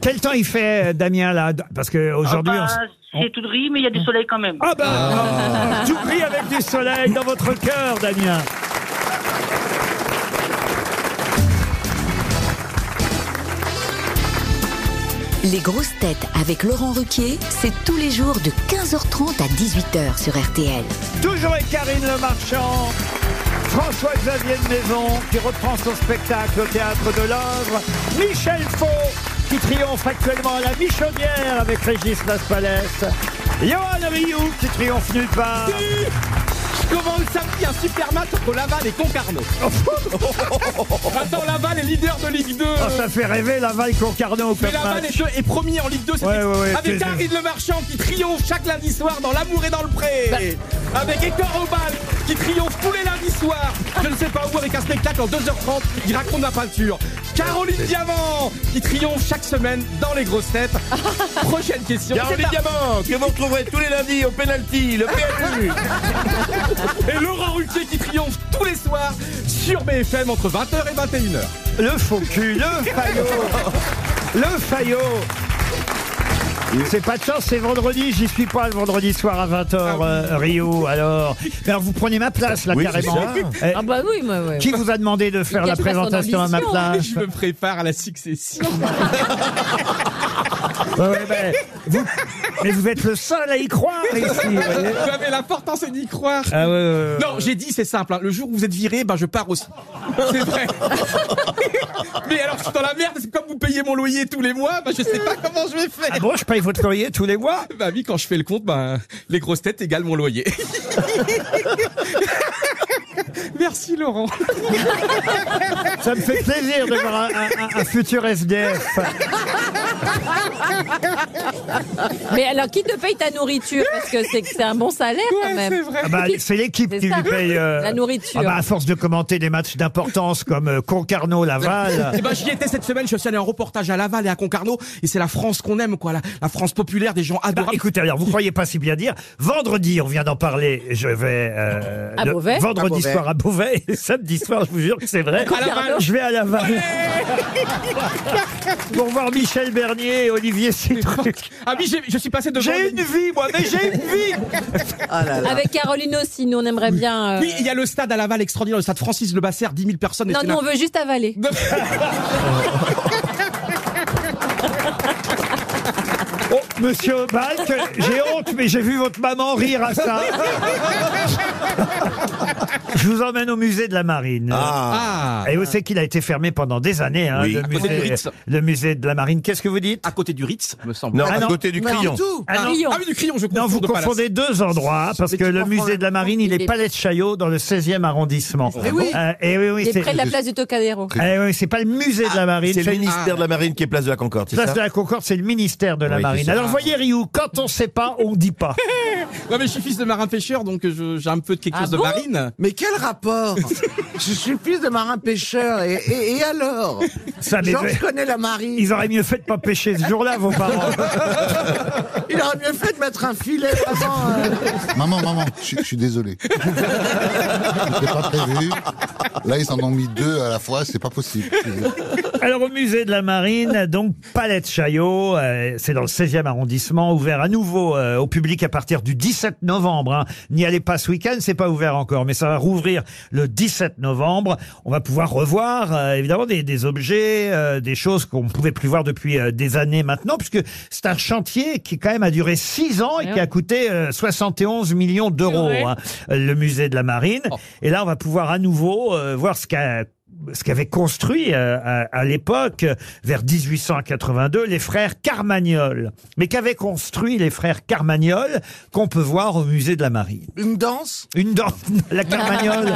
B: Quel temps il fait, euh, Damien, là Parce qu'aujourd'hui...
I: Ah bah, c'est tout gris, mais il y a du soleil quand même.
B: Ah bah Tout pris avec du soleil dans votre cœur, Damien
J: Les grosses têtes avec Laurent Ruquier, c'est tous les jours de 15h30 à 18h sur RTL.
B: Toujours avec Karine Le Marchand, François-Xavier de Maison qui reprend son spectacle au théâtre de l'œuvre, Michel Faux qui triomphe actuellement à la Michaudière avec Régis Laspalès, Johan Rioux qui triomphe nulle part.
D: Je commande samedi un super match entre Laval et Concarneau. Attends, Laval est leader de Ligue 2.
B: Oh, ça fait rêver Laval Concarneau
D: Mais
B: comme
D: Laval
B: match.
D: est, est premier en Ligue 2 c'est
B: Ouais,
D: ex-
B: ouais, ouais,
D: avec
B: c'est-
D: Karine Le Marchand qui triomphe chaque lundi soir dans L'amour et dans le pré.
H: Bah.
D: Avec Hector Obal qui triomphe tous les lundis soirs. Je ne sais pas où avec un spectacle en 2h30, il raconte la peinture. Caroline Diamant qui triomphe chaque semaine dans les grosses têtes. Prochaine question.
H: Caroline
D: C'est
H: Diamant, que vous retrouverez tous les lundis au penalty, le PNU.
D: parti. Et Laurent Ruquier qui triomphe tous les soirs sur BFM entre 20h et 21h.
B: Le faux cul, le faillot, le faillot. C'est pas de chance, c'est vendredi, j'y suis pas le vendredi soir à 20h,
D: Ah
B: euh, Rio, alors. Mais alors vous prenez ma place là
H: Oui, c'est
B: carrément. Eh,
F: Ah bah oui, moi, ouais.
B: Qui vous a demandé de faire
F: Quelle
B: la
F: est son
B: présentation à ma
F: ambition hein.
B: place
D: Je me prépare à la succession.
B: Ouais, ouais, ben, vous- Mais vous êtes le seul à y croire ici. vous voyez.
D: J'avais l'importance d'y croire.
B: Ah ouais, ouais, ouais.
D: Non, j'ai dit, c'est simple. hein. Le jour où vous êtes viré, ben je pars aussi. C'est vrai. Mais alors, je suis dans la merde. parce que Comme vous payez mon loyer tous les mois, ben je sais pas comment je vais faire.
B: Ah bon, je paye votre loyer tous les mois
D: Bah oui, quand je fais le compte, ben, les grosses têtes égalent mon loyer. Merci Laurent.
B: Ça me fait plaisir de voir un, un- un- un futur SDF.
F: Mais alors, qui te paye ta nourriture Parce que c'est c'est un bon salaire quand même.
B: Ah bah, c'est l'équipe
F: C'est
B: qui
F: ça.
B: lui paye. euh,
F: La nourriture.
B: ah bah, à force de commenter des matchs d'importance comme euh, Concarneau-Laval.
D: Eh ben, j'y étais cette semaine, je suis allé en reportage à Laval et à Concarneau, et c'est la France qu'on aime, quoi, la, la France populaire, des gens adorables.
B: Bah, écoutez, alors, vous croyez pas si bien dire. Vendredi, on vient d'en parler, je vais... euh,
D: À
B: le-
D: Beauvais
B: Vendredi
D: À Beauvais.
B: soir à Beauvais et samedi soir, je vous jure que c'est vrai.
D: À Laval.
B: Je vais à Laval. Pour voir Michel Bernier et Olivier Citron.
D: Ah oui, j'ai- je suis passé devant.
B: J'ai une vie, moi, mais j'ai une vie
F: Avec Caroline aussi, nous on aimerait bien. euh,
D: Oui, il y a le stade à Laval extraordinaire, le stade Francis Le Basser, 10 000 personnes. et
F: Non,
D: c'est
F: nous
D: là-
F: on veut juste avaler.
B: Ah Oh, monsieur Balk, j'ai honte, mais j'ai vu votre maman rire à ça. Je vous emmène au musée de la marine.
D: Ah.
B: Et vous savez qu'il a été fermé pendant des années, hein,
D: Oui.
B: le,
D: À côté du
B: musée,
D: Ritz.
B: le musée de la marine. Qu'est-ce que vous dites
D: À côté du Ritz, me semble. Non,
B: Ah Ah, non.
D: Ah oui, du crayon, je
B: Non,
D: confonds
B: vous
D: de palace.
B: confondez deux endroits, parce
D: Mais
B: que
D: tu
B: le
D: confonds
B: musée
D: le-
B: de la marine, il est Palais de Chaillot, dans le 16e arrondissement.
F: Mais oui.
B: Euh, et oui, oui,
F: Il est
B: c'est-
F: près de la place du Tocadéro.
B: Eh oui, c'est pas le musée de la marine.
H: C'est le ministère de la Marine qui est place de la Concorde, c'est
B: Place
H: ça
B: de la Concorde, c'est le ministère de la
H: Oui, c'est
B: marine.
H: ça.
B: Alors voyez, Ryu, quand on sait pas, on dit pas.
D: Ouais, mais je suis fils de marin pêcheur, donc je- j'ai un peu de quelque
F: Ah
D: chose de marine.
E: Mais quel rapport Je suis fils de marin-pêcheur, et, et- et alors
B: Ça, mais-
E: Genre, je connais la marine.
B: Ils auraient mieux fait de pas pêcher ce jour-là, vos parents.
E: Il aurait mieux fait de mettre un filet avant... euh.
C: Maman, maman, je suis- je suis désolé. C'était pas prévu. Là, ils en ont mis deux à la fois, c'est pas possible.
B: Alors au musée de la marine, donc Palais de Chaillot, euh, c'est dans le 16e arrondissement, ouvert à nouveau euh, au public à partir du 17 novembre. hein. N'y allez pas ce week-end, c'est pas ouvert encore, mais ça va rouvrir le 17 novembre. On va pouvoir revoir euh, évidemment des, des objets, euh, des choses qu'on ne pouvait plus voir depuis euh, des années maintenant, puisque c'est un chantier qui quand même a duré 6 ans et
L: Eh
B: qui a
L: oui.
B: coûté euh, 71 millions d'euros.
L: Ouais.
B: hein, le musée de la marine. Et là, on va pouvoir à nouveau euh, voir ce qu'a ce qu'avaient construit euh, à, à l'époque, euh, vers 1882, les frères Carmagnol. Mais qu'avaient construit les frères Carmagnol qu'on peut voir au musée de la Marine
E: Une danse
B: Une danse La Carmagnole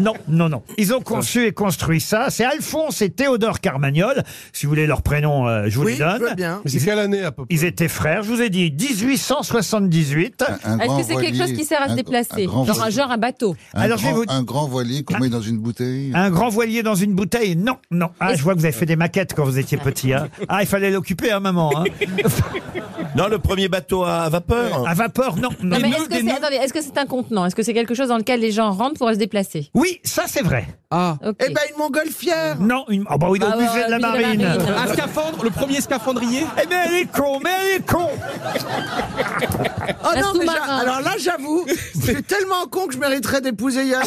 B: Non, non, non. Ils ont conçu et construit ça. C'est Alphonse et Théodore Carmagnol. Si vous voulez leur prénom, euh, je vous
G: Oui,
B: les donne.
G: je veux bien. Mais
B: Ils-
G: c'est quelle année, à peu près
B: Ils étaient frères, je vous ai dit, 1878.
F: Est-ce que c'est quelque chose qui sert à se déplacer Genre un, genre un bateau.
B: Alors, je vais vous-
C: Un grand voilier qu'on met dans une bouteille.
B: Un grand voilier dans une bouteille Non, non. Ah, je vois que vous avez fait des maquettes quand vous étiez petit. hein. Ah, il fallait l'occuper, hein, maman. hein.
H: Non, le premier bateau à vapeur.
B: À vapeur, non. non.
F: Non, mais est-ce que c'est attendez, est-ce que c'est un contenant Est-ce que c'est quelque chose dans lequel les gens rentrent pour se déplacer
B: Oui, ça c'est vrai.
D: Ah.
F: Ok.
E: Eh ben, une montgolfière
B: Non, une... ah bah oui,
F: Bah,
B: au musée
F: bah,
B: de la
F: au musée
B: marine.
F: de la marine.
D: Un scaphandre, le premier scaphandrier.
B: Eh ben elle est con, mais elle est con
E: Oh
F: Un
E: non, mais j'a-
F: sous-marin.
E: alors là, j'avoue, je suis tellement con que je mériterais d'épouser Yann.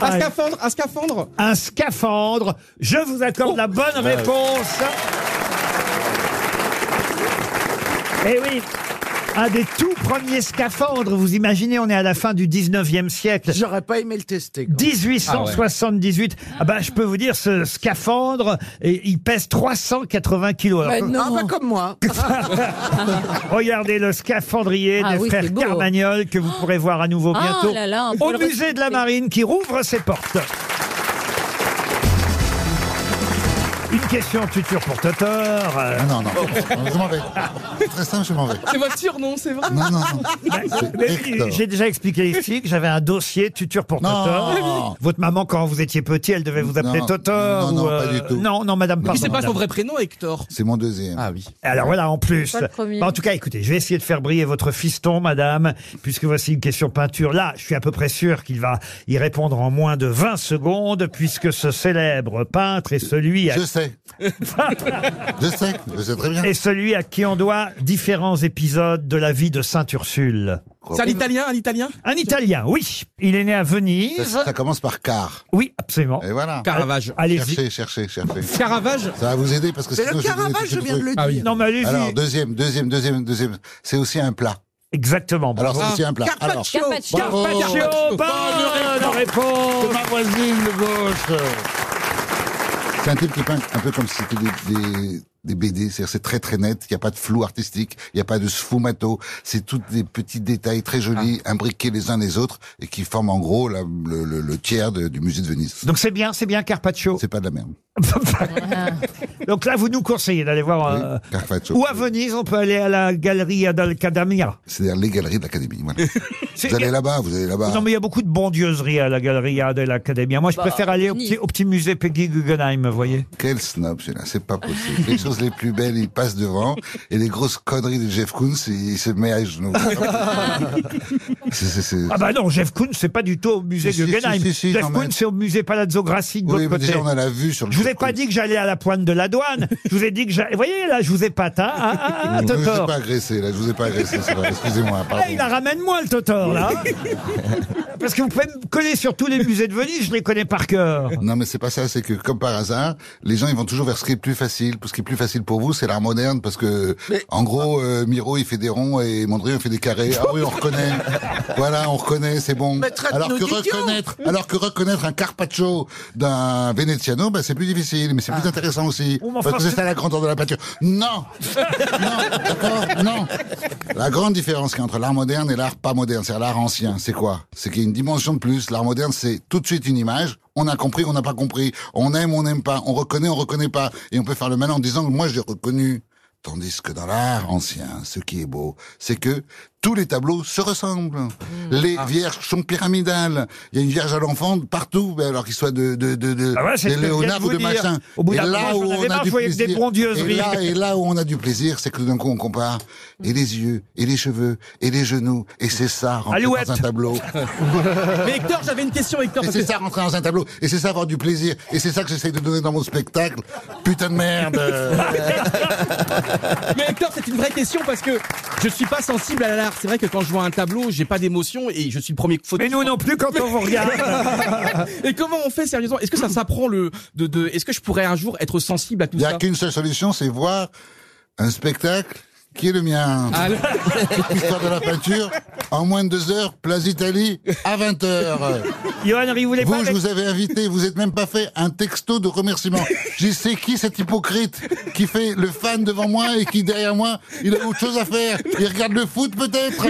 D: Un scaphandre, un scaphandre. Oh.
B: Un scaphandre. Je vous accorde la bonne réponse. Eh oui un des tout premiers scaphandres, vous imaginez, on est à la fin du 19e siècle.
E: J'aurais pas aimé le tester. quoi.
B: 1878. Ah bah, je peux vous dire, ce scaphandre, et il pèse 380 kilos. Alors,
E: Ah, bah, comme moi.
B: regardez le scaphandrier
F: Ah
B: des
F: oui,
B: frères
F: c'est beau.
B: Carmagnol que vous pourrez voir à nouveau
F: Ah
B: bientôt
F: là là, on peut le
B: au musée de la Marine qui rouvre ses portes. Une question tuture pour Totor. euh,
C: Non, non, non. Je m'en vais. C'est Très simple, je m'en vais.
D: C'est votre surnom, c'est vrai.
C: Non, non, non.
B: Mais
C: Hector.
B: J'ai déjà expliqué ici que j'avais un dossier tuture pour
C: Non.
B: Totor. Votre maman, quand vous étiez petit, elle devait vous appeler
C: Non.
B: Totor.
C: Non, non,
B: ou, euh,
C: pas du tout.
B: Non, non, madame,
D: Mais
B: pardon.
D: c'est pas son
B: madame.
D: vrai prénom, Hector.
C: C'est mon deuxième.
D: Ah oui.
B: Alors voilà, en plus. Bah,
F: Pas le premier.
B: En tout cas, écoutez, je vais essayer de faire briller votre fiston, madame, puisque voici une question peinture. Là, je suis à peu près sûr qu'il va y répondre en moins de 20 secondes, puisque ce célèbre peintre est celui à,
C: Je sais. je sais. Je sais très bien.
B: est celui à qui on doit différents épisodes de la vie de Sainte Ursule.
D: C'est un italien, un italien.
B: Un Italien, oui. Il est né à
C: Ça,
B: Venise.
C: ça commence par car.
B: Oui, absolument.
C: Et voilà.
D: Caravage.
B: Allez-y.
C: Cherchez, cherchez, cherchez.
D: Caravage.
C: Hein. Ça va vous aider parce que
E: C'est
C: sinon
E: le
C: je vais vous donner
E: Caravage,
C: tout
E: je viens de le
D: Ah oui.
E: dire.
B: Non, mais allez-y.
C: Alors, deuxième, deuxième, deuxième, deuxième. C'est aussi un plat.
B: Exactement.
C: Alors, c'est
D: Ah.
C: aussi un plat. Alors,
E: Carpaccio.
F: Carpaccio.
C: Bravo.
B: Carpaccio, bonne réponse.
C: ma voisine de gauche. C'est un type qui peint un peu comme si c'était des, des- des BD, c'est-à-dire c'est très très net, il n'y a pas de flou artistique, il n'y a pas de sfumato, c'est tous des petits détails très jolis,
B: Ah.
C: imbriqués les uns les autres, et qui forment en gros la- le, le- le tiers de- du musée de Venise.
B: Donc c'est bien, c'est bien Carpaccio.
C: C'est pas de la merde.
B: Donc là, vous nous conseillez d'aller voir. euh,
C: Carpaccio.
B: Ou à Venise, on peut aller à la galerie Adalcadamia.
C: C'est-à-dire les galeries de l'Académie. voilà.
B: C'est-
C: vous allez là-bas, vous allez là-bas.
B: Non, mais il y a beaucoup de bondieuseries à la galerie Adalcadamia. Moi, je
C: Bah,
B: préfère aller au
C: ni.
B: petit, au petit musée Peggy Guggenheim, vous voyez.
C: Quel snob, celui-là, c'est pas possible. les choses les plus belles, il passe devant, et les grosses conneries de Jeff Koons, il, il se met à genoux. C'est- c'est- c'est-
B: Ah bah non, Jeff Koons, c'est pas du tout au musée
C: Si, si,
B: Guggenheim.
C: si, si, si,
B: Jeff
C: non, mais-
B: Koons, c'est au musée Palazzo Grassi de
C: Oui,
B: l'autre
C: mais
B: côté.
C: déjà, on a la vue sur le
B: Je vous ai pas dit que j'allais à la pointe de la douane. Je vous ai dit que j'allais... Vous voyez, là, je vous ai pas... hein, hein, hein, hein,
C: Je vous ai
B: Totor.
C: pas agressé, là, je vous ai pas agressé, c'est vrai. Excusez-moi,
B: Ah,
C: pardon.
B: il la ramène moi, le Totor, là. hein, Parce que vous pouvez me coller sur tous les musées de Venise, je les connais par cœur.
C: Non, mais c'est pas ça, c'est que, comme par hasard, les gens, ils vont toujours vers ce qui est plus facile. Parce que ce qui est plus facile pour vous, c'est l'art moderne, parce que, en gros, euh, Miro, il fait des ronds et Mondrian, il fait des carrés. Ah oui, on reconnaît. voilà, on reconnaît, c'est bon.
L: traite-nous
C: Alors que,
L: d'idiots.
C: reconnaître, alors que reconnaître un Carpaccio d'un Veneziano, bah, c'est plus difficile, mais c'est plus intéressant aussi.
L: Oh, mais enfin,
C: parce que c'est
L: c'est-
C: ça la grandeur de la peinture. Non! D'accord Non. La grande différence qu'il y a entre l'art moderne et l'art pas moderne, c'est-à-dire l'art ancien, c'est quoi C'est qu'il y a une dimension de plus. L'art moderne, c'est tout de suite une image. On a compris, on n'a pas compris. On aime, on n'aime pas. On reconnaît, on reconnaît pas. Et on peut faire le malin en disant, moi, j'ai reconnu. Tandis que dans l'art ancien, ce qui est beau, c'est que tous les tableaux se ressemblent.
B: Hmm.
C: Les
B: Ah.
C: vierges sont pyramidales. Il y a une vierge à l'enfant partout, ben, alors qu'il soit de, de, de, de,
B: Ah voilà, c'est
C: des
B: ce que je viens de
C: Léonard
B: vous
C: ou de
B: dire.
C: machin.
B: Au bout
C: Et
B: d'un
C: là
B: moment,
C: où
B: j'en avais
C: on
B: marre,
C: a
B: je
C: du
B: voyais que des
C: plaisir,
B: bondieuseries.
C: et là- et là où on a du plaisir, c'est que d'un coup on compare et les yeux, et les cheveux, et les genoux, et c'est ça rentrer
D: Alouette.
C: dans un tableau.
D: Mais Hector, j'avais une question, Hector.
C: Et
D: parce
C: c'est
D: que-
C: ça rentrer dans un tableau, et c'est ça avoir du plaisir, et c'est ça que j'essaie de donner dans mon spectacle. Putain de
B: Ah,
C: merde.
B: bah,
D: Mais Hector, c'est une vraie question parce que je suis pas sensible à l'art. C'est vrai que quand je vois un tableau, j'ai pas d'émotion et je suis le premier photo. Mais
B: nous non plus quand
D: on
B: vous regarde.
D: et comment on fait sérieusement Est-ce que ça s'apprend le de, de Est-ce que je pourrais un jour être sensible à tout
C: Il n'y
D: ça
C: a qu'une seule solution, c'est voir un spectacle qui est le mien.
B: Ah,
D: Allez.
C: Toute l'histoire de la peinture, en moins de deux heures, Place Italie, à 20 heures.
B: Johan voulait
C: vous, je vous avais invité, vous n'êtes même pas fait un texto de remerciement. Je sais qui cet hypocrite qui fait le fan devant moi et qui derrière moi, il a autre chose à faire. Il regarde le foot peut-être.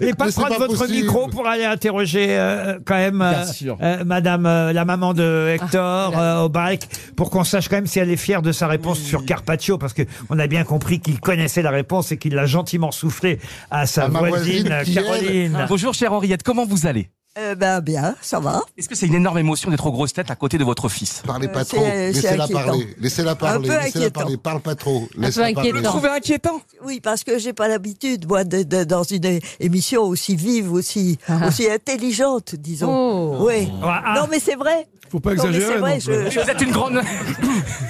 B: Et pas
C: Mais c'est
B: prendre
C: pas
B: votre
C: possible.
B: micro pour aller interroger euh, quand même euh,
D: Bien sûr.
B: euh, Madame euh, la maman de Hector euh, au bac pour qu'on sache quand même si elle est fière de sa réponse sur Carpaccio parce que on a bien compris qu'il connaissait la réponse et qu'il l'a gentiment soufflé à sa
D: À ma
B: voisine,
D: voisine qui, elle-
B: Caroline.
M: Bonjour chère Henriette, comment vous allez
N: Euh, ben bien, ça va.
M: Est-ce que c'est une énorme émotion d'être aux grosses têtes à côté de votre fils
C: Parlez
N: pas Euh, trop, c'est- c'est laissez-la inquiétant. parler,
C: laissez-la
N: parler, laissez-la parler,
C: parle pas trop.
N: inquiétant Oui, parce que j'ai pas l'habitude, moi, d'être dans une é- émission aussi vive, aussi, aussi intelligente, disons.
M: Ah Oh.
N: Oui.
M: Ah, ah.
N: Non, mais c'est vrai.
M: Faut
N: pas Non, mais
D: hein,
N: exagérer c'est vrai, non plus. je- je-
M: Vous êtes une grande.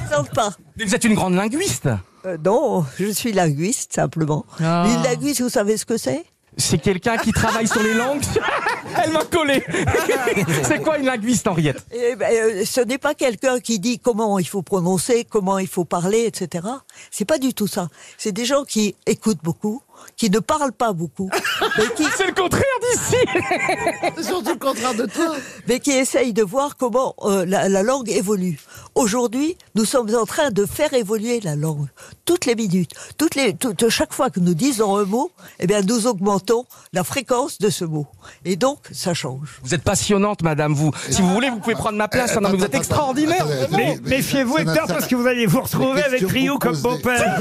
N: Je ne pas.
M: Mais Vous êtes une grande linguiste.
N: Euh, non, je suis linguiste, simplement.
M: Ah.
N: Une linguiste, vous savez ce que c'est
M: C'est quelqu'un qui travaille sur les langues. Elle m'a collé. c'est quoi une linguiste, Henriette
N: Eh ben, euh, ce n'est pas quelqu'un qui dit comment il faut prononcer, comment il faut parler, etc. C'est pas du tout ça. C'est des gens qui écoutent beaucoup, qui ne parlent pas beaucoup, mais qui
M: C'est le contraire d'ici.
E: C'est surtout le contraire de toi.
N: mais qui essayent de voir comment euh, la, la langue évolue. Aujourd'hui, nous sommes en train de faire évoluer la langue toutes les minutes, toutes les, toutes- chaque fois que nous disons un mot, eh bien, nous augmentons la fréquence de ce mot, et donc ça change.
M: Vous êtes passionnante, madame. Vous, si vous voulez, vous pouvez prendre ma
C: Euh,
M: place. hein. Non, mais vous êtes extraordinaire. vraiment.
B: Mais- Méfiez-vous Hector parce que vous allez vous retrouver avec
M: questions
B: Rio
M: qu'on
B: comme
M: pose
B: beau père.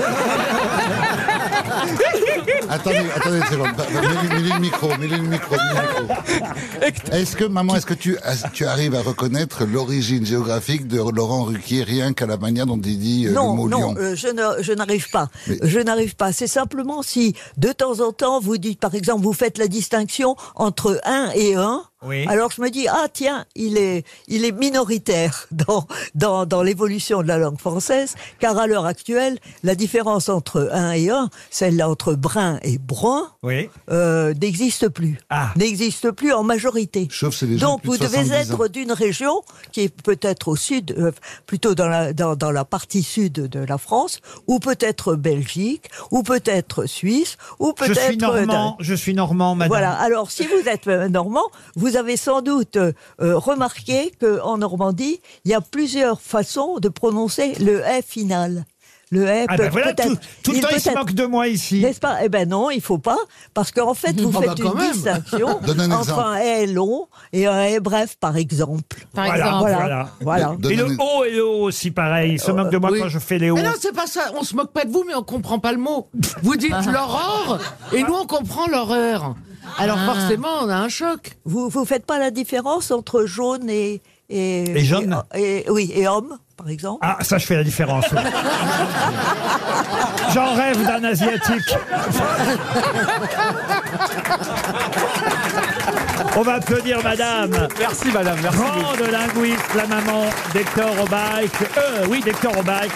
C: Attendez, attendez une seconde. Va- va- Mets-lui mets-lui le micro, mets-lui le micro, mets-lui le micro. Est-ce que, maman, est-ce que tu, as- tu arrives à reconnaître l'origine géographique de Laurent Ruquier rien qu'à la manière dont il dit euh, le
N: non,
C: mot
N: non,
C: lion
N: euh, je ne- je n'arrive pas. Je n'arrive pas. C'est simplement si de temps en temps vous dites, par exemple, vous faites la distinction entre un et un.
O: Oui.
N: Alors je me dis ah tiens il est il est minoritaire dans dans dans l'évolution de la langue française car à l'heure actuelle la différence entre un et un celle là entre brun et brun
B: Oui.
N: euh, n'existe plus n'existe plus en majorité
C: les gens
N: donc
C: de
N: vous
C: plus de
N: devez
C: 70 ans.
N: être d'une région qui est peut-être au sud, euh, plutôt dans la, dans, dans la partie sud de la France, ou peut-être Belgique, ou peut-être Suisse, ou
B: Je
N: peut-être...
B: suis
N: euh,
B: normand, je suis normand, madame.
N: Voilà, alors si vous êtes euh, normand, vous Vous avez sans doute euh, euh, remarqué qu'en Normandie, il y a plusieurs façons de prononcer le « f » final. Le « f »
B: Ah
N: peut,
B: ben voilà,
N: peut-être-
B: tout- tout le temps, il se
N: peut-être-
B: moque de moi ici.
N: N'est-ce pas Eh ben non, il faut pas, parce qu'en fait, vous
B: Ah
N: faites
B: bah quand
N: une
B: même.
N: distinction
B: Donne un
N: entre
B: exemple.
N: un « est long » et un « est bref », par exemple.
B: Voilà.
N: Voilà.
B: Et le haut et le haut aussi, pareil. Il se moque de moi
E: Oui.
B: quand je fais les hauts.
E: Mais non, c'est pas ça. On se moque pas de vous, mais on comprend pas le mot. Vous dites
B: Ah.
E: l'aurore, et nous on comprend l'horreur. Alors
N: Ah.
E: forcément, on a un choc.
N: Vous vous faites pas la différence entre jaune et et,
B: Et jaune
N: et- et- oui et homme par exemple.
B: Ah, ça, je fais la différence. oui. J'en rêve d'un asiatique. On va applaudir madame.
D: Merci madame, merci.
B: Grande linguiste, la maman d'Hector Robac. Euh, oui, d'Hector Robac.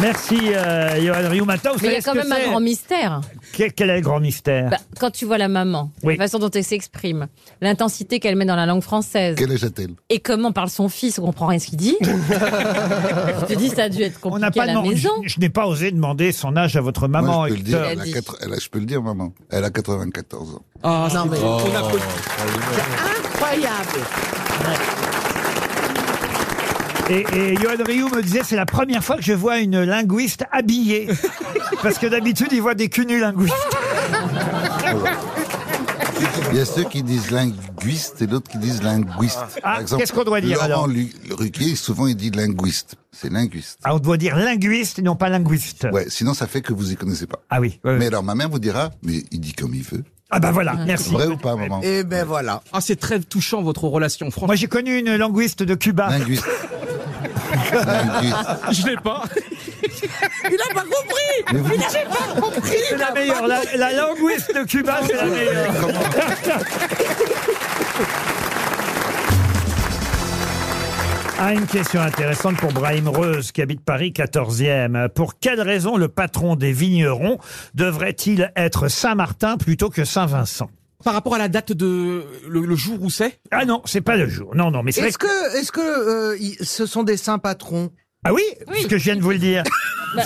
B: Merci, euh, Johan Rioux. Maintenant, vous
F: Mais il y a
B: savez ce
F: quand
B: que
F: même un
B: c'est
F: grand mystère.
B: Que- Quel est le grand mystère
F: Bah, quand tu vois la maman,
B: Oui.
F: la façon dont elle s'exprime, l'intensité qu'elle met dans la langue française,
C: Quelle âge a-t-elle
F: et comment parle son fils, on comprend rien de ce qu'il dit. je te dis, ça a dû être
B: On
F: compliqué
B: n'a pas
F: à la
B: demandé-
F: maison.
B: Je, je n'ai pas osé demander son âge à votre maman,
C: Moi, je peux le dire,
B: Hector.
C: elle a quatre- elle a- je peux le dire, maman. Elle a 94 ans.
D: Ah,
E: non, mais
C: on a
E: incroyable.
B: Et, et Johan Rioux me disait, c'est la première fois que je vois une linguiste habillée. Parce que d'habitude, il voit des cunilinguistes.
C: Il y a ceux qui disent linguiste et d'autres qui disent linguiste. Par
B: Ah,
C: exemple,
B: qu'est-ce qu'on doit dire,
C: Laurent
B: alors
C: Lu- Ruquier, souvent il dit linguiste. C'est linguiste.
B: Ah, on doit dire linguiste et non pas linguiste.
C: Ouais, sinon ça fait que vous y connaissez pas.
B: Ah oui.
C: Mais alors ma mère vous dira, mais il dit comme il veut.
B: Ah bah voilà, merci.
C: Vrai ou pas, maman
N: Eh
E: Et ben voilà.
D: ben Ah, c'est très touchant votre relation, franchement.
B: Moi, j'ai connu une linguiste de Cuba.
C: Linguiste.
D: Je l'ai pas.
E: Il a pas compris.
B: vous-
E: Il a pas compris.
B: C'est la meilleure. La, la linguiste de Cuba, c'est la meilleure. Ah, une question intéressante pour Brahim Reuse, qui habite Paris 14e. Pour quelle raison le patron des vignerons devrait-il être Saint-Martin plutôt que Saint-Vincent
D: Par rapport à la date de le, le jour où c'est
B: Ah non, c'est pas le jour. Non, non, mais c'est vrai
E: Est-ce que, est-ce que euh, ils- ce sont des saints patrons
B: Ah oui, ce que je viens de vous le dire. Bah,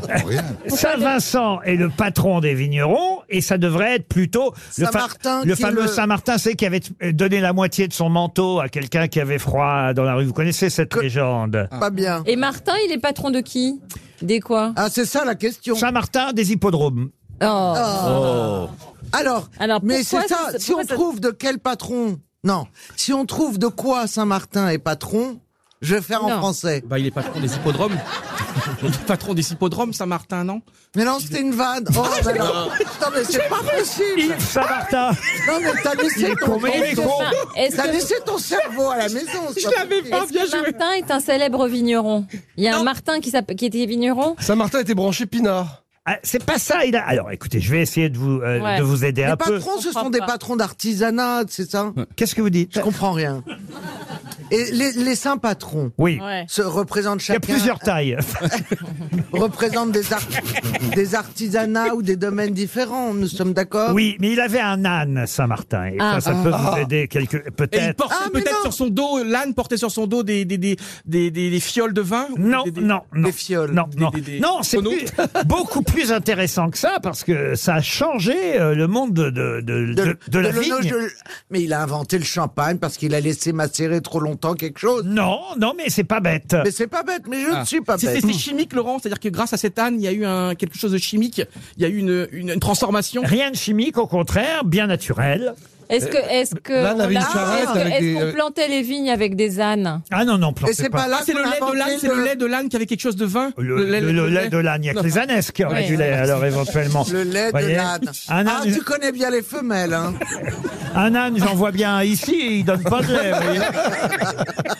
B: Saint-Vincent est le patron des vignerons et ça devrait être plutôt le, fa-
E: Saint-Martin
B: le
E: qui
B: fameux
E: le-
B: Saint-Martin, c'est qui avait donné la moitié de son manteau à quelqu'un qui avait froid dans la rue. Vous connaissez cette légende
E: Ah, Pas bien.
F: Et Martin, il est patron de qui Des quoi
E: Ah, c'est ça la question.
B: Saint-Martin des hippodromes.
F: Oh.
E: Alors,
F: Alors,
E: mais
F: pourquoi
E: c'est ça,
F: ça-
E: si on
F: pourquoi ça-
E: trouve de quel patron Non, si on trouve de quoi Saint-Martin est patron, je vais faire en
D: Non.
E: français.
D: Bah, il est patron des hippodromes. il est patron des hippodromes, Saint-Martin, non
E: Mais non, c'était une vanne. Oh,
F: Ah,
E: bah non. Non, mais c'est pas possible.
B: Saint-Martin.
E: Non, mais t'as laissé ton,
F: Est-ce que Mar- est-ce
E: t'as
F: que-
E: laissé ton cerveau à la maison. c'est pas possible.
F: Est-ce que Martin est un célèbre vigneron. Il y a un Martin qui, s'appelle- qui était vigneron.
G: Saint-Martin était branché Pinard.
B: Ah, c'est pas ça, il a... Alors écoutez, je vais essayer de vous, euh,
F: Ouais.
B: de vous aider
E: Les
B: un peu.
E: patrons, ce
F: Comprends
E: sont des
F: pas.
E: patrons d'artisanat, c'est ça
B: Qu'est-ce que vous dites
E: Je comprends rien. Et les, les saints patrons
B: Oui,
F: Ouais.
E: se représentent
B: il y a
E: chacun.
B: plusieurs tailles.
E: représentent des, ar- des artisanats ou des domaines différents, nous sommes d'accord
B: Oui, mais il avait un âne, Saint-Martin. Et
E: Ah.
B: ça, ça peut vous
E: Ah.
B: aider quelque...
D: Et il
B: peut-être.
D: portait
E: Ah, mais
D: peut-être
E: non.
D: sur son dos, euh, l'âne portait sur son dos des, des, des, des, des- des fioles de vin ou
B: Non,
D: des- des-
B: non, non.
E: Des fioles.
B: Non, non,
D: des- des-
B: non c'est
D: tonneaux.
B: plus- beaucoup plus intéressant que ça parce que ça a changé euh, le monde de, de, de,
E: De-
B: de- de la
E: de l'ono-
B: vigne.
E: de l- Mais il a inventé le champagne parce qu'il a laissé macérer trop longtemps quelque chose.
B: Non, non, mais c'est pas bête.
E: Mais c'est pas bête, mais je
D: Ah.
E: ne suis pas
D: C'est-
E: bête.
D: C'est c'est chimique, Laurent. C'est-à-dire que grâce à cette âne, il y a eu un, quelque chose de chimique. Il y a eu une, une, une transformation.
B: Rien de chimique, au contraire, bien naturel.
F: Est-ce que, est-ce que,
G: Là, on avait
F: on
G: une
F: a-
G: charrette
F: est-ce que-
G: avec
F: est-ce
G: des-
F: qu'on
G: avec-
F: plantait les vignes avec des ânes
B: Ah non, non,
E: Et
B: plantez
E: c'est pas
D: Ah,
E: là
D: c'est
E: qu'on
D: le
E: a
D: lait de l'âne,
E: inventé
D: c'est le lait de l'âne qui avait quelque chose de vin.
B: Le, le- le lait de l'âne, il y a que les ânesses qui auraient
F: Oui.
B: du lait, alors éventuellement.
E: le lait de
B: Voyez
E: l'âne.
B: Un
E: Ah,
B: âne,
E: tu connais bien les femelles, hein
B: un âne, j'en vois bien ici, il donne pas de lait. vous voyez.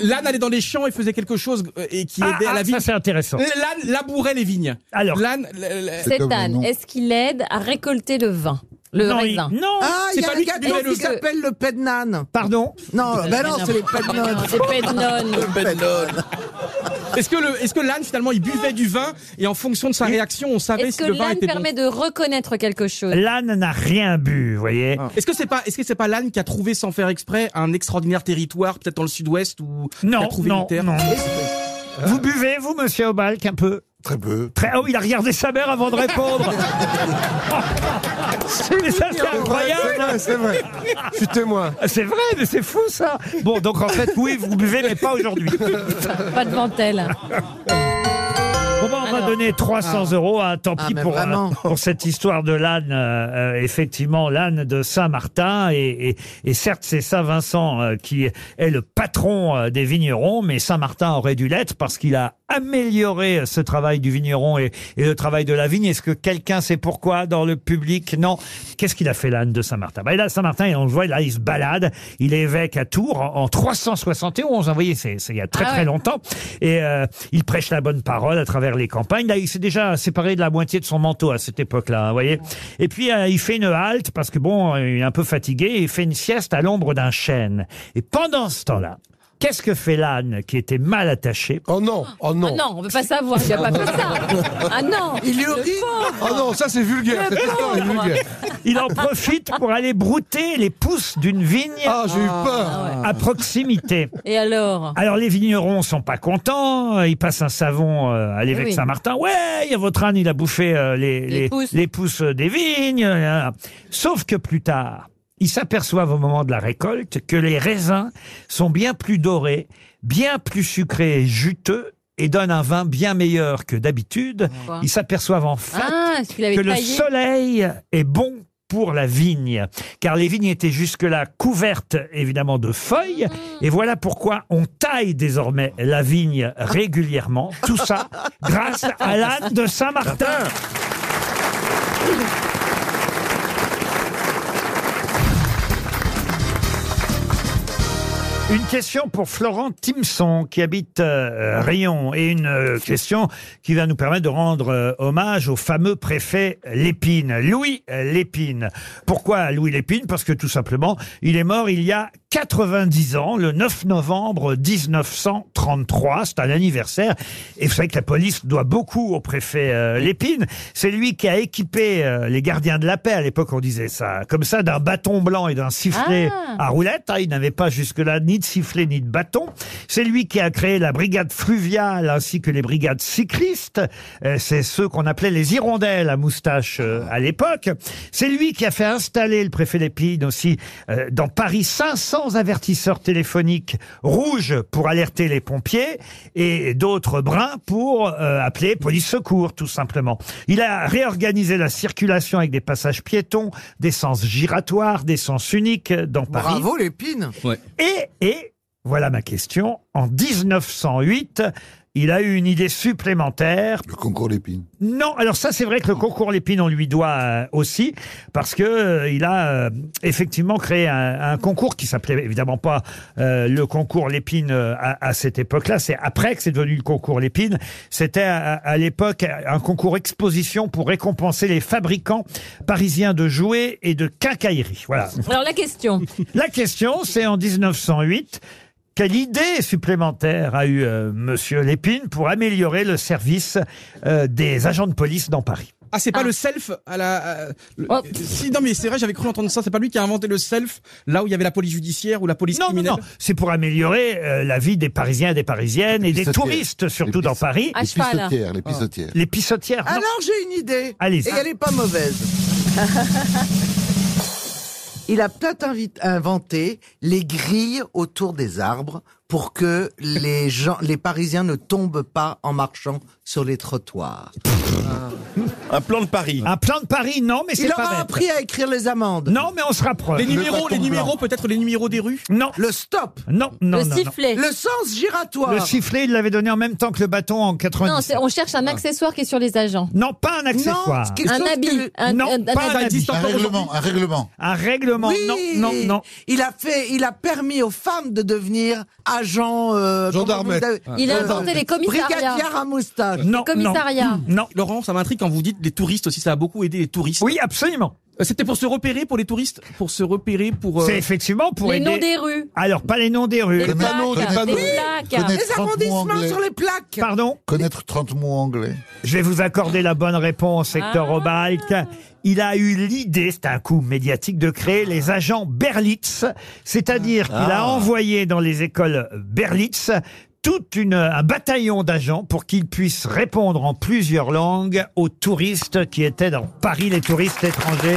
D: L'âne allait dans les champs et faisait quelque chose euh, et qui
B: Ah,
D: aidait à
B: ah,
D: la vigne.
B: ça c'est intéressant.
D: L'âne labourait les vignes.
B: Alors.
D: L'âne. le-
E: Eh,
D: le-
C: C'est comme
F: Cet
C: le nom.
F: âne, est-ce qu'il aide à récolter le vin Le
B: non, il-
F: raisin
B: non,
E: Ah, il y
D: c'est
E: a
D: pas
E: un
D: lui qui
E: gâteau
D: buvait le-
E: qui s'appelle le pednan.
B: pardon.
E: Non, ben non, c'est les
F: Euh, Non,
E: pednans.
F: C'est pas de nonne.
D: Est-ce que le, est-ce que l'âne finalement il buvait du vin et en fonction de sa réaction on savait
F: Est-ce
D: si
F: que
D: le vin
F: l'âne
D: était bon.
F: permet de reconnaître quelque chose
B: L'âne n'a rien bu, vous voyez.
D: Est-ce que c'est pas est-ce que c'est pas l'âne qui a trouvé sans faire exprès un extraordinaire territoire peut-être dans le sud-ouest ou
B: Non,
D: trouvé
B: non,
D: une terre
B: non. Vous buvez, vous, monsieur Obalk, un peu
C: Très peu.
B: Très... Oh, il a regardé sa mère avant de répondre. mais ça,
G: mignon.
B: c'est incroyable.
G: C'est vrai,
B: Je suis témoin. C'est vrai, mais c'est fou, ça. Bon, donc en fait, oui, vous buvez, mais pas aujourd'hui.
F: Pas de ventelle.
B: Bon, bah, on va donner 300 euros à tant
F: Ah,
B: pis
F: mais
B: pour, euh,
F: vraiment.
B: pour cette histoire de l'âne, euh, euh, effectivement, l'âne de Saint-Martin. Et, et- et certes, c'est ça, Vincent, euh, qui est le patron euh, des vignerons, mais Saint-Martin aurait dû l'être parce qu'il a amélioré euh, ce travail du vigneron et, et le travail de la vigne. Est-ce que quelqu'un sait pourquoi dans le public Non. Qu'est-ce qu'il a fait l'âne de Saint-Martin bah, Là, Saint-Martin, on le voit, là, il se balade. Il est évêque à Tours en, en 371. Hein, Vous voyez, c'est c'est il y a très
L: Ah
B: très
L: ouais.
B: longtemps longtemps. Et euh, il prêche la bonne parole à travers les campagnes. Là, il s'est déjà séparé de la moitié de son manteau à cette époque-là, hein, vous voyez. Et puis, euh, il fait une halte parce que bon, euh, il est un peu fatigué. et Il fait une sieste à l'ombre d'un chêne. Et pendant ce temps-là, qu'est-ce que fait l'âne qui était mal attaché Oh non, oh
F: Ah non, on veut pas savoir, il a pas fait ça. Ah non. le pauvre.
E: Ah
B: ça c'est vulgaire.
F: Le cette histoire est pauvre. vulgaire.
B: Il en profite pour aller brouter les pousses d'une vigne.
F: j'ai eu peur. Ah
B: À proximité.
F: Et alors
B: Alors les vignerons sont pas contents, euh, ils passent un savon euh, à l'évêque
F: Oui.
B: Saint-Martin. Ouais, il y a votre âne, il a bouffé euh, les, les-
F: pousses.
B: les pousses des vignes. euh, Sauf que plus tard, ils s'aperçoivent au moment de la récolte que les raisins sont bien plus dorés, bien plus sucrés et juteux et donnent un vin bien meilleur que d'habitude.
F: Pourquoi
B: Ils s'aperçoivent enfin
F: Ah, est-ce qu'il avait
B: que le
F: taillé
B: soleil est bon pour la vigne, car les vignes étaient jusque-là couvertes évidemment de feuilles, et voilà pourquoi on taille désormais la vigne régulièrement, tout ça grâce à l'âne de Saint-Martin. Une question pour Florent Timson qui habite euh, Rion et une euh, question qui va nous permettre de rendre euh, hommage au fameux préfet Lépine, Louis Lépine. Pourquoi Louis Lépine Parce que tout simplement, il est mort il y a 90 ans, le 9 novembre 1933. C'est un anniversaire et vous savez que la police doit beaucoup au préfet euh, Lépine. C'est lui qui a équipé euh, les gardiens de la paix à l'époque, on disait ça, comme ça, d'un bâton blanc et d'un sifflet
L: Ah.
B: à roulette. hein. il n'avait pas jusque-là ni de sifflet ni de bâton. C'est lui qui a créé la brigade fluviale ainsi que les brigades cyclistes. Euh, C'est ceux qu'on appelait les hirondelles à moustache euh, à l'époque. C'est lui qui a fait installer le préfet Lépine aussi euh, dans Paris 500 avertisseurs téléphoniques rouges pour alerter les pompiers et d'autres bruns pour euh, appeler police secours tout simplement. Il a réorganisé la circulation avec des passages piétons, des sens giratoires, des sens uniques euh, dans Paris.
E: Bravo l'épine.
B: Et, et, voilà ma question, en 1908, il a eu une idée supplémentaire.
C: Le concours d'épines.
B: Non, alors ça c'est vrai que le concours Lépine on lui doit euh, aussi parce que euh, il a euh, effectivement créé un, un concours qui s'appelait évidemment pas euh, le concours Lépine euh, à, à cette époque-là, c'est après que c'est devenu le concours Lépine. C'était à, à l'époque un concours exposition pour récompenser les fabricants parisiens de jouets et de quincaillerie. Voilà.
F: Alors la question.
B: La question, c'est en 1908, quelle idée supplémentaire a eu euh, Monsieur Lépine pour améliorer le service euh, des agents de police dans Paris
D: Ah, c'est pas le self à la. euh, le-
F: Oh.
D: Si, non, mais c'est vrai, j'avais cru entendre ça. C'est pas lui qui a inventé le self là où il y avait la police judiciaire ou la police criminelle. Non, non,
B: c'est pour améliorer euh, la vie des Parisiens et des Parisiennes et des
D: pissotières.
B: touristes, surtout dans Paris. Oh.
E: À Les cheval. pissotières, les
C: pissotières.
B: Les pissotières, non.
E: Alors j'ai une idée.
B: Allez-y.
E: Et elle n'est pas mauvaise. Il a peut-être invi- inventé les grilles autour des arbres pour que les gens, les Parisiens ne tombent pas en marchant sur les trottoirs.
H: Ah. Un plan de Paris.
B: Un plan de Paris, non, mais
E: Il aura appris à écrire les amendes.
B: Non, mais on se rapproche.
D: Les numéros, les numéros, peut-être les numéros des rues
B: Non.
E: Le stop
B: Non, non, non, non.
E: Le sens giratoire.
B: Le sifflet, il l'avait donné en même temps que le bâton en
F: Non,
B: 90.
F: c'est- on cherche
C: Ah.
F: un accessoire qui est sur les agents.
B: Non, pas un accessoire.
F: un habit. Un,
B: non,
F: un- un
B: pas un
F: habit.
B: habit.
C: un règlement.
B: Un règlement, non, non, non.
E: Il a fait, il a permis aux femmes de devenir agents. euh,
D: Gendarmerie.
E: comment vous-
F: Il a
E: euh,
F: inventé les commissariats.
E: Brigadières à moustache.
B: Non,
F: commissariats.
B: Non.
D: Laurent, ça m'intrigue quand vous dites les touristes aussi, ça a beaucoup aidé les touristes. Euh,
B: Oui, absolument.
D: C'était pour se repérer pour les touristes Pour se repérer pour. euh,
B: C'est effectivement pour
F: Les
B: aider-
F: noms des rues.
B: Alors, pas les noms des rues.
F: Des Les plaques, panneaux, des des panneaux. plaques. Connaître
E: Les
B: 30 mots
E: arrondissements
B: anglais.
E: sur les plaques.
B: Pardon
C: Connaître 30 mots anglais.
B: Je vais vous accorder la bonne réponse, Hector Obalt. Il a eu l'idée, c'est un coup médiatique, de créer les agents Berlitz, c'est-à-dire qu'il a envoyé dans les écoles Berlitz tout un bataillon d'agents pour qu'ils puissent répondre en plusieurs langues aux touristes qui étaient dans Paris, les touristes étrangers.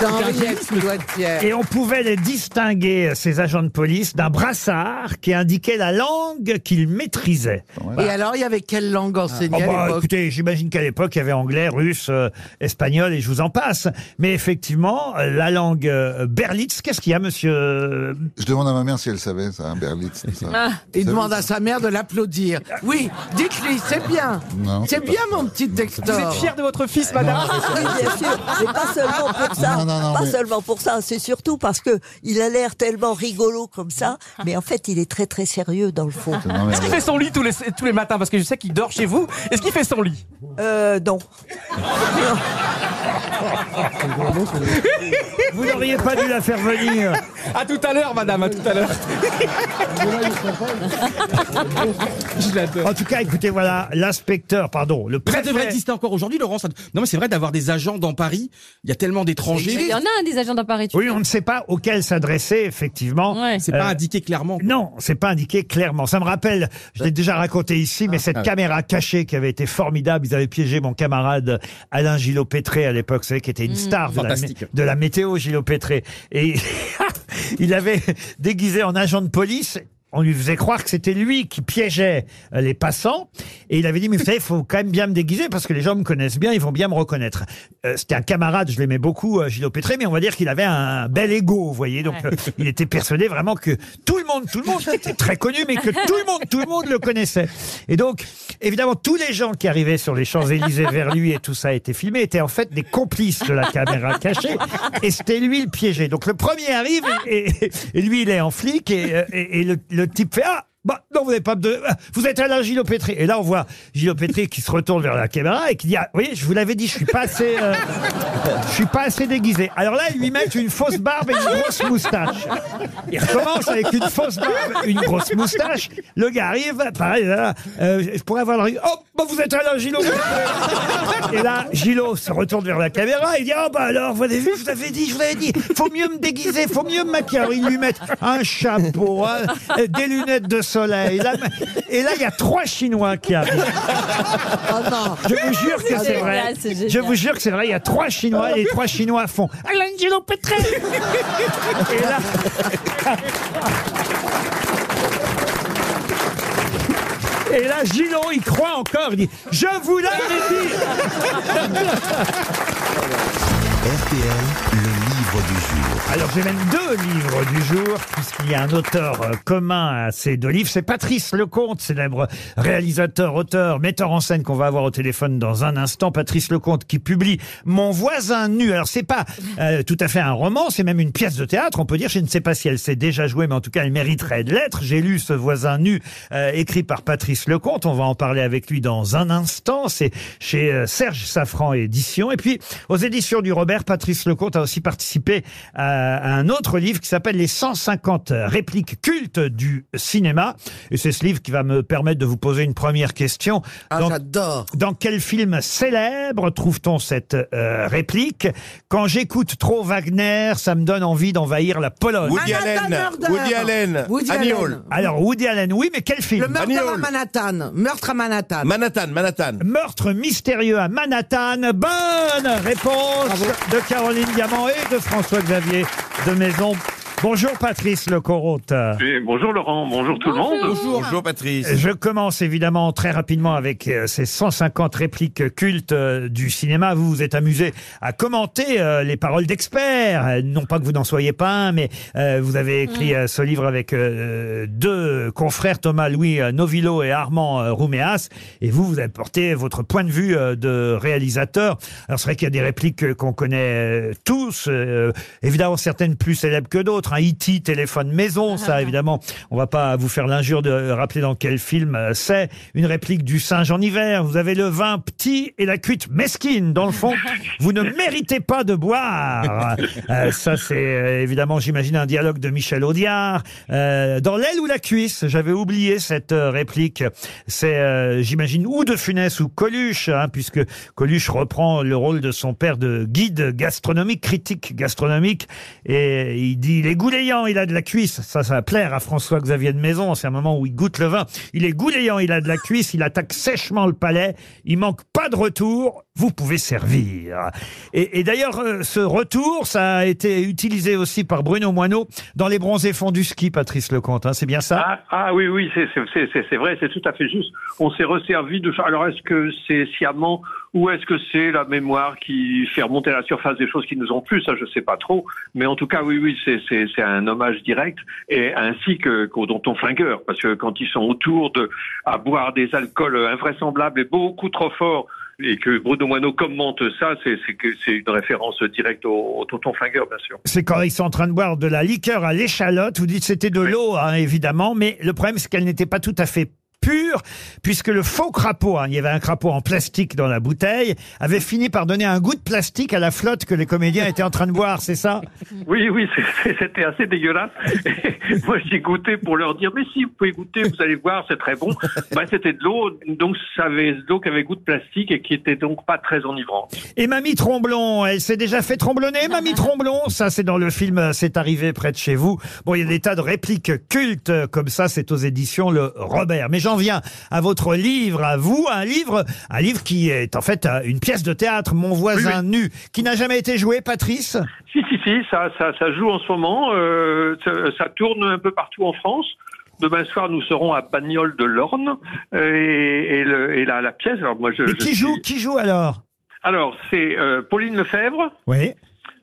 E: C'est Henriette qui doit être fière.
B: Et on pouvait les distinguer, ces agents de police, d'un brassard qui indiquait la langue qu'ils maîtrisaient.
E: Et alors, il y avait quelle langue enseignée
B: Ah bah,
E: à l'époque
B: Écoutez, j'imagine qu'à l'époque, il y avait anglais, russe, euh, espagnol, et je vous en passe. Mais effectivement, euh, la langue euh, berlitz, qu'est-ce qu'il y a, monsieur
C: Je demande à ma mère si elle savait ça, un Berlitz. ça.
E: Ah,
C: Vous savez
E: Il demande
C: ça
E: à sa mère de l'applaudir. Oui, dites-lui, c'est bien.
C: Non,
E: C'est
C: c'est pas-
E: bien, mon petit Textor.
M: Vous êtes fier de votre fils,
C: Ah
M: madame
N: Oui, bien sûr, mais pas seulement pour ça.
C: Non, non, non,
N: pas
C: mais-
N: seulement pour ça, c'est surtout parce que il a l'air tellement rigolo comme ça, mais en fait, il est très très sérieux dans le fond.
C: Non, mais
M: Est-ce qu'il fait son lit tous les, tous les matins Parce que je sais qu'il dort chez vous. Est-ce qu'il fait son lit
N: Euh, non.
B: Vous n'auriez pas dû la faire venir.
M: À tout à l'heure, madame, à tout à l'heure. Je l'adore.
B: En tout cas, écoutez, voilà, l'inspecteur, pardon, le
D: Ça
B: préfet.
D: devrait exister encore aujourd'hui, Laurent. ça- Non, mais c'est vrai d'avoir des agents dans Paris. Il y a tellement
F: Il
D: d'étrangers.
F: y en a un des agents dans Paris. tu
B: Oui,
F: sais.
B: on ne sait pas auquel s'adresser, effectivement.
F: Ouais.
D: C'est pas
B: Euh,
D: indiqué clairement.
B: Non, c'est pas indiqué clairement. Ça me rappelle, je l'ai déjà raconté ici, mais cette
D: ah oui.
B: caméra cachée qui avait été formidable, ils avaient piégé mon camarade Alain Gillot-Pétré à l'époque, vous savez, qui était
F: Mm.
B: une star de la, mé-
D: Fantastique.
B: de la météo, Gillot-Pétré. Et il avait déguisé en agent de police. On lui faisait croire que c'était lui qui piégeait euh, les passants. Et il avait dit, mais vous savez, il faut quand même bien me déguiser parce que les gens me connaissent bien, ils vont bien me reconnaître. Euh, c'était un camarade, je l'aimais beaucoup, euh, Gilles Pétré, mais on va dire qu'il avait un bel ego, vous voyez. Donc, euh, il était persuadé vraiment que tout le monde, tout le monde, était très connu, mais que tout le monde, tout le monde le connaissait. Et donc, évidemment, tous les gens qui arrivaient sur les Champs-Élysées vers lui et tout ça a été filmé étaient en fait des complices de la caméra cachée. Et c'était lui le piégé. Donc, le premier arrive et, et- et lui, il est en flic et, euh, et- et le, le type fait Ah! Bah, non, vous n'avez pas de. ah, Vous êtes Alain Gilopétré. Et là, on voit Gilopétré qui se retourne vers la caméra et qui dit Ah, vous voyez, je vous l'avais dit, je suis pas assez. euh, je suis pas assez déguisé. Alors là, ils lui mettent une fausse barbe et une grosse moustache. Il recommence avec une fausse barbe, une grosse moustache. Le gars arrive, pareil, là, euh, je pourrais avoir le... Oh, bah vous êtes Alain Gillot Et là, Gillot se retourne vers la caméra et dit Oh, bah alors, vous avez vu, je vous avais dit, je vous avais dit, faut mieux me déguiser, faut mieux me maquiller. Alors, ils lui mettent un chapeau, un- des lunettes de soleil. Là, et là, il y a trois Chinois qui arrivent.
E: Oh non.
B: Je vous jure que
F: Ah C'est
B: c'est
F: génial,
B: vrai.
F: c'est génial.
B: Je vous jure que c'est vrai. Il y a trois Chinois et les trois Chinois font Alain Gillot Pétré. Et là. Et là, Gillot, il croit encore. Il dit Je vous l'avais dit
A: RTL, le livre du jour.
B: Alors j'ai même deux livres du jour, puisqu'il y a un auteur euh, commun à ces deux livres. C'est Patrice Lecomte, célèbre réalisateur, auteur, metteur en scène qu'on va avoir au téléphone dans un instant. Patrice Lecomte qui publie Mon voisin nu. Alors c'est pas euh, tout à fait un roman, c'est même une pièce de théâtre. On peut dire, je ne sais pas si elle s'est déjà jouée, mais en tout cas elle mériterait de l'être. J'ai lu ce voisin nu euh, écrit par Patrice Lecomte. On va en parler avec lui dans un instant. C'est chez euh, Serge Safran Édition. Et puis aux éditions du Robert, Patrice Lecomte a aussi participé à un autre livre qui s'appelle Les 150 répliques cultes du cinéma. Et c'est ce livre qui va me permettre de vous poser une première question.
E: Ah,
B: Dans,
E: j'adore.
B: dans quel film célèbre trouve-t-on cette euh, réplique Quand j'écoute trop Wagner, ça me donne envie d'envahir la Pologne.
H: Woody
E: Manhattan
H: Allen,
E: Murder.
H: Woody Allen,
E: Woody
H: Annie
E: Allen.
H: Hall,
B: Alors Woody Allen, oui, mais quel film
E: Le meurtre
H: Annie
E: à
H: Hall.
E: Manhattan. Meurtre à Manhattan.
H: Manhattan, Manhattan.
B: Meurtre mystérieux à Manhattan. Bonne réponse de Caroline Diamant et de François-Xavier de Maison. Bonjour Patrice Lecorote.
L: Et bonjour Laurent, bonjour tout le monde.
H: Bonjour, Bonjour Patrice.
B: Je commence évidemment très rapidement avec euh, ces 150 répliques cultes euh, du cinéma. Vous vous êtes amusé à commenter euh, les paroles d'experts. Euh, Non pas que vous n'en soyez pas un, mais euh, vous avez écrit euh, ce livre avec euh, deux confrères, Thomas Louis euh, Novillo et Armand euh, Rouméas. Et vous, vous apportez votre point de vue euh, de réalisateur. Alors c'est vrai qu'il y a des répliques euh, qu'on connaît euh, tous. euh, évidemment, certaines plus célèbres que d'autres. Hein. E.T., téléphone maison, ça évidemment, on va pas vous faire l'injure de euh, rappeler dans quel film euh, c'est. Une réplique du singe en hiver. Vous avez le vin petit et la cuite mesquine. Dans le fond, vous ne méritez pas de boire. Euh, ça, c'est euh, évidemment, j'imagine, un dialogue de Michel Audiard. Euh, dans l'aile ou la cuisse, j'avais oublié cette euh, réplique. C'est, euh, j'imagine, ou de Funès ou Coluche, hein, puisque Coluche reprend le rôle de son père de guide gastronomique, critique gastronomique, et il dit les gouléant, il a de la cuisse. Ça, ça va plaire à François-Xavier de Maison. C'est un moment où il goûte le vin. Il est gouléant, il a de la cuisse. Il attaque sèchement le palais. Il manque pas de retour. Vous pouvez servir. Et, et d'ailleurs, euh, ce retour, ça a été utilisé aussi par Bruno Moineau dans Les Bronzés fonds du ski, Patrice Lecomte. hein. c'est bien ça
L: Ah, ah oui, oui, c'est- c'est- c'est c'est- c'est vrai, c'est tout à fait juste. On s'est resservi de ça. Alors est-ce que c'est sciemment ou est-ce que c'est la mémoire qui fait remonter à la surface des choses qui nous ont plu Ça, je sais pas trop. Mais en tout cas, oui, oui, c'est- c'est c'est un hommage direct et ainsi que qu'au Danton Flingueur. Parce que quand ils sont autour de à boire des alcools invraisemblables et beaucoup trop forts, et que Bruno Moineau commente ça, c'est c'est que- c'est une référence directe au, au Tonton Flingueur, bien sûr.
B: C'est quand ils sont en train de boire de la liqueur à l'échalote. Vous dites c'était de l'eau, hein, évidemment, mais le problème, c'est qu'elle n'était pas tout à fait pure, puisque le faux crapaud, hein, il y avait un crapaud en plastique dans la bouteille, avait fini par donner un goût de plastique à la flotte que les comédiens étaient en train de boire, c'est ça
L: Oui, oui, c'est- c'est- c'était assez dégueulasse. Et moi, j'ai goûté pour leur dire, mais si vous pouvez goûter, vous allez voir, c'est très bon. Bah, c'était de l'eau, donc ça avait de l'eau qui avait goût de plastique et qui était donc pas très enivrante.
B: Et Mamie Tromblon, elle s'est déjà fait tromblonner, Mamie Tromblon. Ça, c'est dans le film euh, C'est arrivé près de chez vous. Bon, il y a des tas de répliques cultes euh, comme ça. C'est aux éditions Le Robert. Mais j'en viens à votre livre, à vous, un livre, un livre qui est en fait euh, une pièce de théâtre, Mon voisin nu, qui n'a jamais été joué, Patrice.
L: Si, si, si, ça, ça, ça joue en ce moment, euh, ça, ça tourne un peu partout en France. Demain soir, nous serons à Bagnoles de l'Orne euh, et, et, le- et la, la pièce. Alors moi, je,
B: Mais
L: je
B: qui
L: suis-
B: joue, qui joue alors
L: Alors, c'est euh, Pauline Lefebvre,
B: Oui.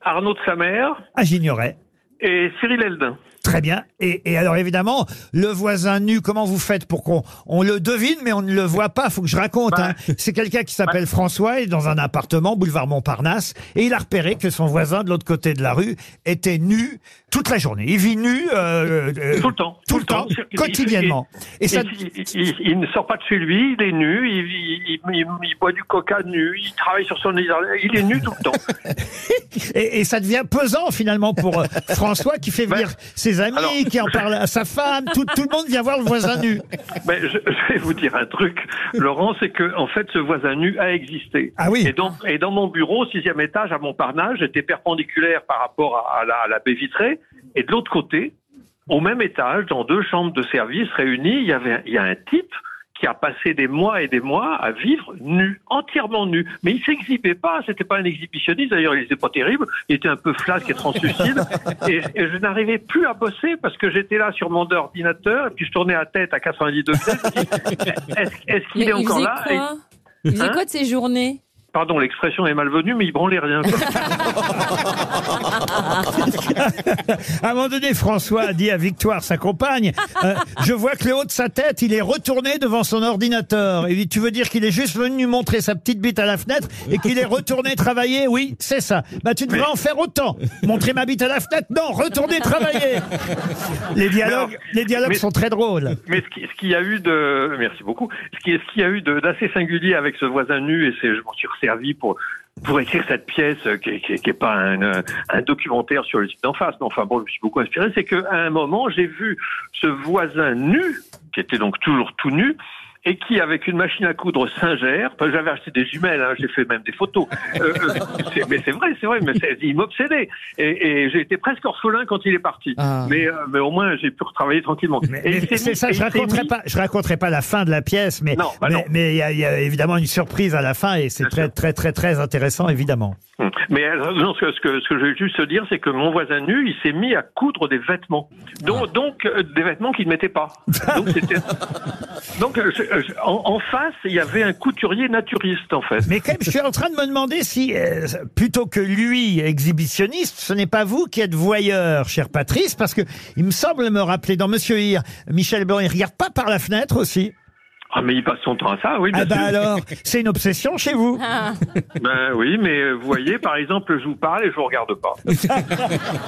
L: Arnaud de sa mère
B: Ah, j'ignorais.
L: et Cyril Eldin.
B: Très bien. Et, et alors évidemment, le voisin nu, comment vous faites pour qu'on on le devine, mais on ne le voit pas Faut que je raconte. hein. C'est quelqu'un qui s'appelle François, il est dans un appartement, boulevard Montparnasse, et il a repéré que son voisin de l'autre côté de la rue était nu toute la journée. Il vit nu euh, euh,
L: Tout le temps.
B: tout le temps, quotidiennement. Et, ça,
L: il, il- il ne sort pas de chez lui, il est nu, il, il- il- il boit du coca nu, il travaille sur son énergie, il est nu tout le temps.
B: et, et ça devient pesant finalement pour euh, François qui fait venir ses amis, qui en parle à sa femme. Tout, tout le monde vient voir le voisin nu.
L: Mais je, je vais vous dire un truc, Laurent, c'est que en fait, ce voisin nu a existé.
B: Ah oui.
L: Et dans, et dans mon bureau, sixième étage à Montparnasse, j'étais perpendiculaire par rapport à, à la, à la baie vitrée, et de l'autre côté, au même étage, dans deux chambres de service réunies, il y avait, un- il y a un type qui a passé des mois et des mois à vivre nu, entièrement nu. Mais il s'exhibait pas, c'était pas un exhibitionniste, d'ailleurs il n'était pas terrible, il était un peu flasque et translucide, et, et je n'arrivais plus à bosser parce que j'étais là sur mon ordinateur, et puis je tournais la tête à 90 degrés, je me dis, est-ce est-ce qu'il
F: Mais
L: est
F: il
L: encore
F: faisait
L: là Et-
F: quoi Il faisait
L: Hein
F: quoi de ses journées
L: Pardon, l'expression est malvenue, mais il branlait rien. quoi.
B: À un moment donné, François a dit à Victoire, sa compagne, euh, je vois que le haut de sa tête, il est retourné devant son ordinateur. Il dit, tu veux dire qu'il est juste venu montrer sa petite bite à la fenêtre et qu'il est retourné travailler Oui, c'est ça. Bah, tu devrais en faire autant. Montrer ma bite à la fenêtre Non, retourner travailler. Les dialogues,
L: Mais alors-
B: les dialogues
L: mais-
B: sont très drôles.
L: Mais ce qui- ce qu'il y a eu de, merci beaucoup, ce qui- ce qu'il y a eu de- d'assez singulier avec ce voisin nu, et c'est, je m'en suis resservi pour, pour écrire cette pièce euh, qui, est- qui est- qui est pas un, euh, un documentaire sur le site d'en face, mais enfin bon, je me suis beaucoup inspiré, c'est qu'à un moment, j'ai vu ce voisin nu, qui était donc toujours tout nu, et qui, avec une machine à coudre Singer, enfin, j'avais acheté des jumelles, hein, j'ai fait même des photos, Euh, euh, c'est- mais c'est vrai, c'est vrai, mais c'est- il m'obsédait. Et, et j'ai été presque orphelin quand il est parti.
B: Ah.
L: Mais, euh, mais au moins, j'ai pu retravailler tranquillement. Et il s'est
B: C'est
L: mis-
B: ça,
L: et
B: je
L: il s'est
B: raconterai
L: mis-
B: pas, je raconterai pas la fin de la pièce, mais
L: Non, bah
B: mais-
L: non.
B: mais il y, a- il y a évidemment une surprise à la fin et c'est très, très, très, très intéressant, évidemment.
L: Hum. Mais euh, non, ce que, ce que, ce que je veux juste dire, c'est que mon voisin nu, il s'est mis à coudre des vêtements. Donc,
B: Ah.
L: donc euh, des vêtements qu'il ne mettait pas. Donc, c'était- donc, euh, je- je- en, en face, il y avait un couturier naturiste, en fait.
B: Mais quand même, je suis en train de me demander si, euh, plutôt que lui, exhibitionniste, ce n'est pas vous qui êtes voyeur, cher Patrice, parce que il me semble me rappeler dans Monsieur Hir, Michel Blanc, il regarde pas par la fenêtre aussi.
L: Ah, mais il passe son temps à ça, oui, bien
B: Ah bah
L: sûr.
B: alors, c'est une obsession chez vous.
L: Ben oui, mais euh, vous voyez, par exemple, je vous parle et je vous regarde pas.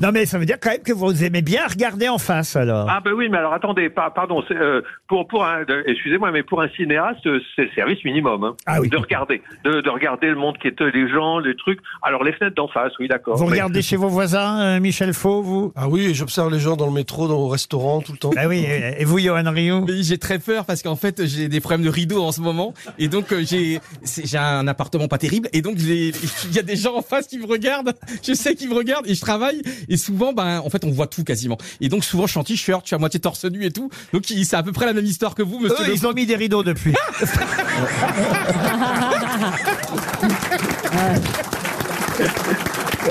B: Non mais ça veut dire quand même que vous aimez bien regarder en face alors.
L: Ah ben oui, mais alors attendez, pa- pardon, c'est, euh, pour pour un, de- excusez-moi, mais pour un cinéaste, euh, c'est le service minimum, hein,
B: Ah
L: de regarder, de, de regarder le monde qui est euh, les gens, les trucs. Alors les fenêtres d'en face, oui, d'accord.
B: Vous
L: Oh, mais-
B: regardez chez vos voisins, euh, Michel Faux, vous Bah
G: Ah oui, et j'observe les gens dans le métro, dans le restaurant, tout le temps.
B: euh, Ah oui, et vous, Johan Rioux
G: J'ai très
D: très peur parce qu'en fait j'ai des problèmes de rideaux en ce moment et donc euh, j'ai c'est- j'ai un appartement pas terrible et donc j'ai- il y a des gens en face qui me regardent. Je sais qu'ils me regardent et je travaille et souvent ben en fait on voit tout quasiment et donc souvent je suis en t-shirt, je suis à moitié torse nu et tout donc il- c'est à peu près la même histoire que vous monsieur.
B: Eux, ils ont mis des rideaux depuis.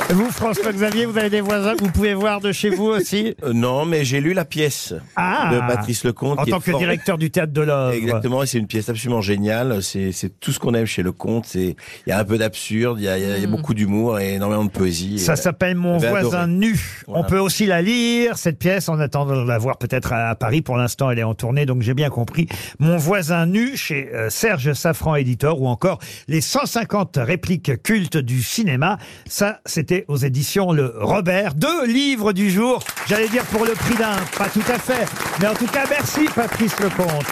B: Vous, François-Xavier, vous avez des voisins que vous pouvez voir de chez vous aussi
H: Euh, Non, mais j'ai lu la pièce
B: Ah
H: de Patrice Lecomte.
B: En
H: qui est
B: tant que
H: formidable.
B: directeur du théâtre de l'œuvre.
H: Exactement, et c'est une pièce absolument géniale. C'est c'est tout ce qu'on aime chez Lecomte. C'est il y a un peu d'absurde, il y a, il y a- il y a beaucoup d'humour et énormément de poésie.
B: Hmm. Ça
H: Et,
B: s'appelle Mon
H: j'avais
B: voisin
H: adoré.
B: nu.
H: Voilà.
B: On peut aussi la lire, cette pièce, en attendant de la voir peut-être à à Paris. Pour l'instant, elle est en tournée, donc j'ai bien compris. Mon voisin nu chez euh, Serge Safran, éditeur, ou encore les 150 répliques cultes du cinéma. Ça, c'était aux éditions Le Robert. Deux livres du jour, j'allais dire pour le prix d'un, pas tout à fait. Mais en tout cas, merci Patrice Lecomte.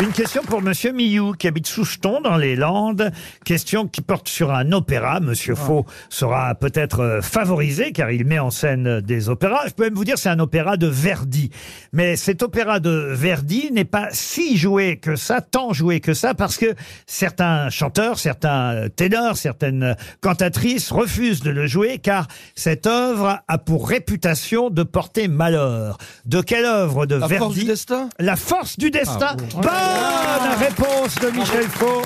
B: Une question pour Monsieur Millou, qui habite Soucheton, dans les Landes. Question qui porte sur un opéra.
G: Ah.
B: Monsieur Faux sera peut-être euh, favorisé, car il met en scène euh, des opéras. Je peux même vous dire, c'est un opéra de Verdi. Mais cet opéra de Verdi n'est pas si joué que ça, tant joué que ça, parce que certains chanteurs, certains euh, ténors, certaines euh, cantatrices refusent de le jouer, car cette œuvre a pour réputation de porter malheur. De quelle œuvre de
G: La
B: Verdi
G: force du destin
B: La force du destin.
G: Ah, bon.
B: Bonne réponse de Michel Faux.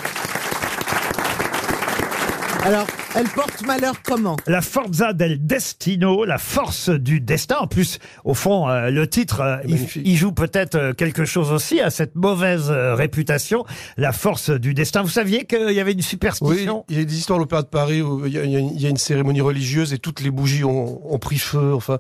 E: Alors, elle porte malheur comment
B: La Forza del Destino, la force du destin. En plus, au fond, euh, le titre, euh, il, il joue peut-être euh, quelque chose aussi à cette mauvaise euh, réputation, la force du destin. Vous saviez qu'il y avait une
G: Oui,
B: superstition
G: il y a des histoires à l'Opéra de Paris où il y, a- il y a une- il y a une cérémonie religieuse et toutes les bougies ont, ont pris feu. Enfin,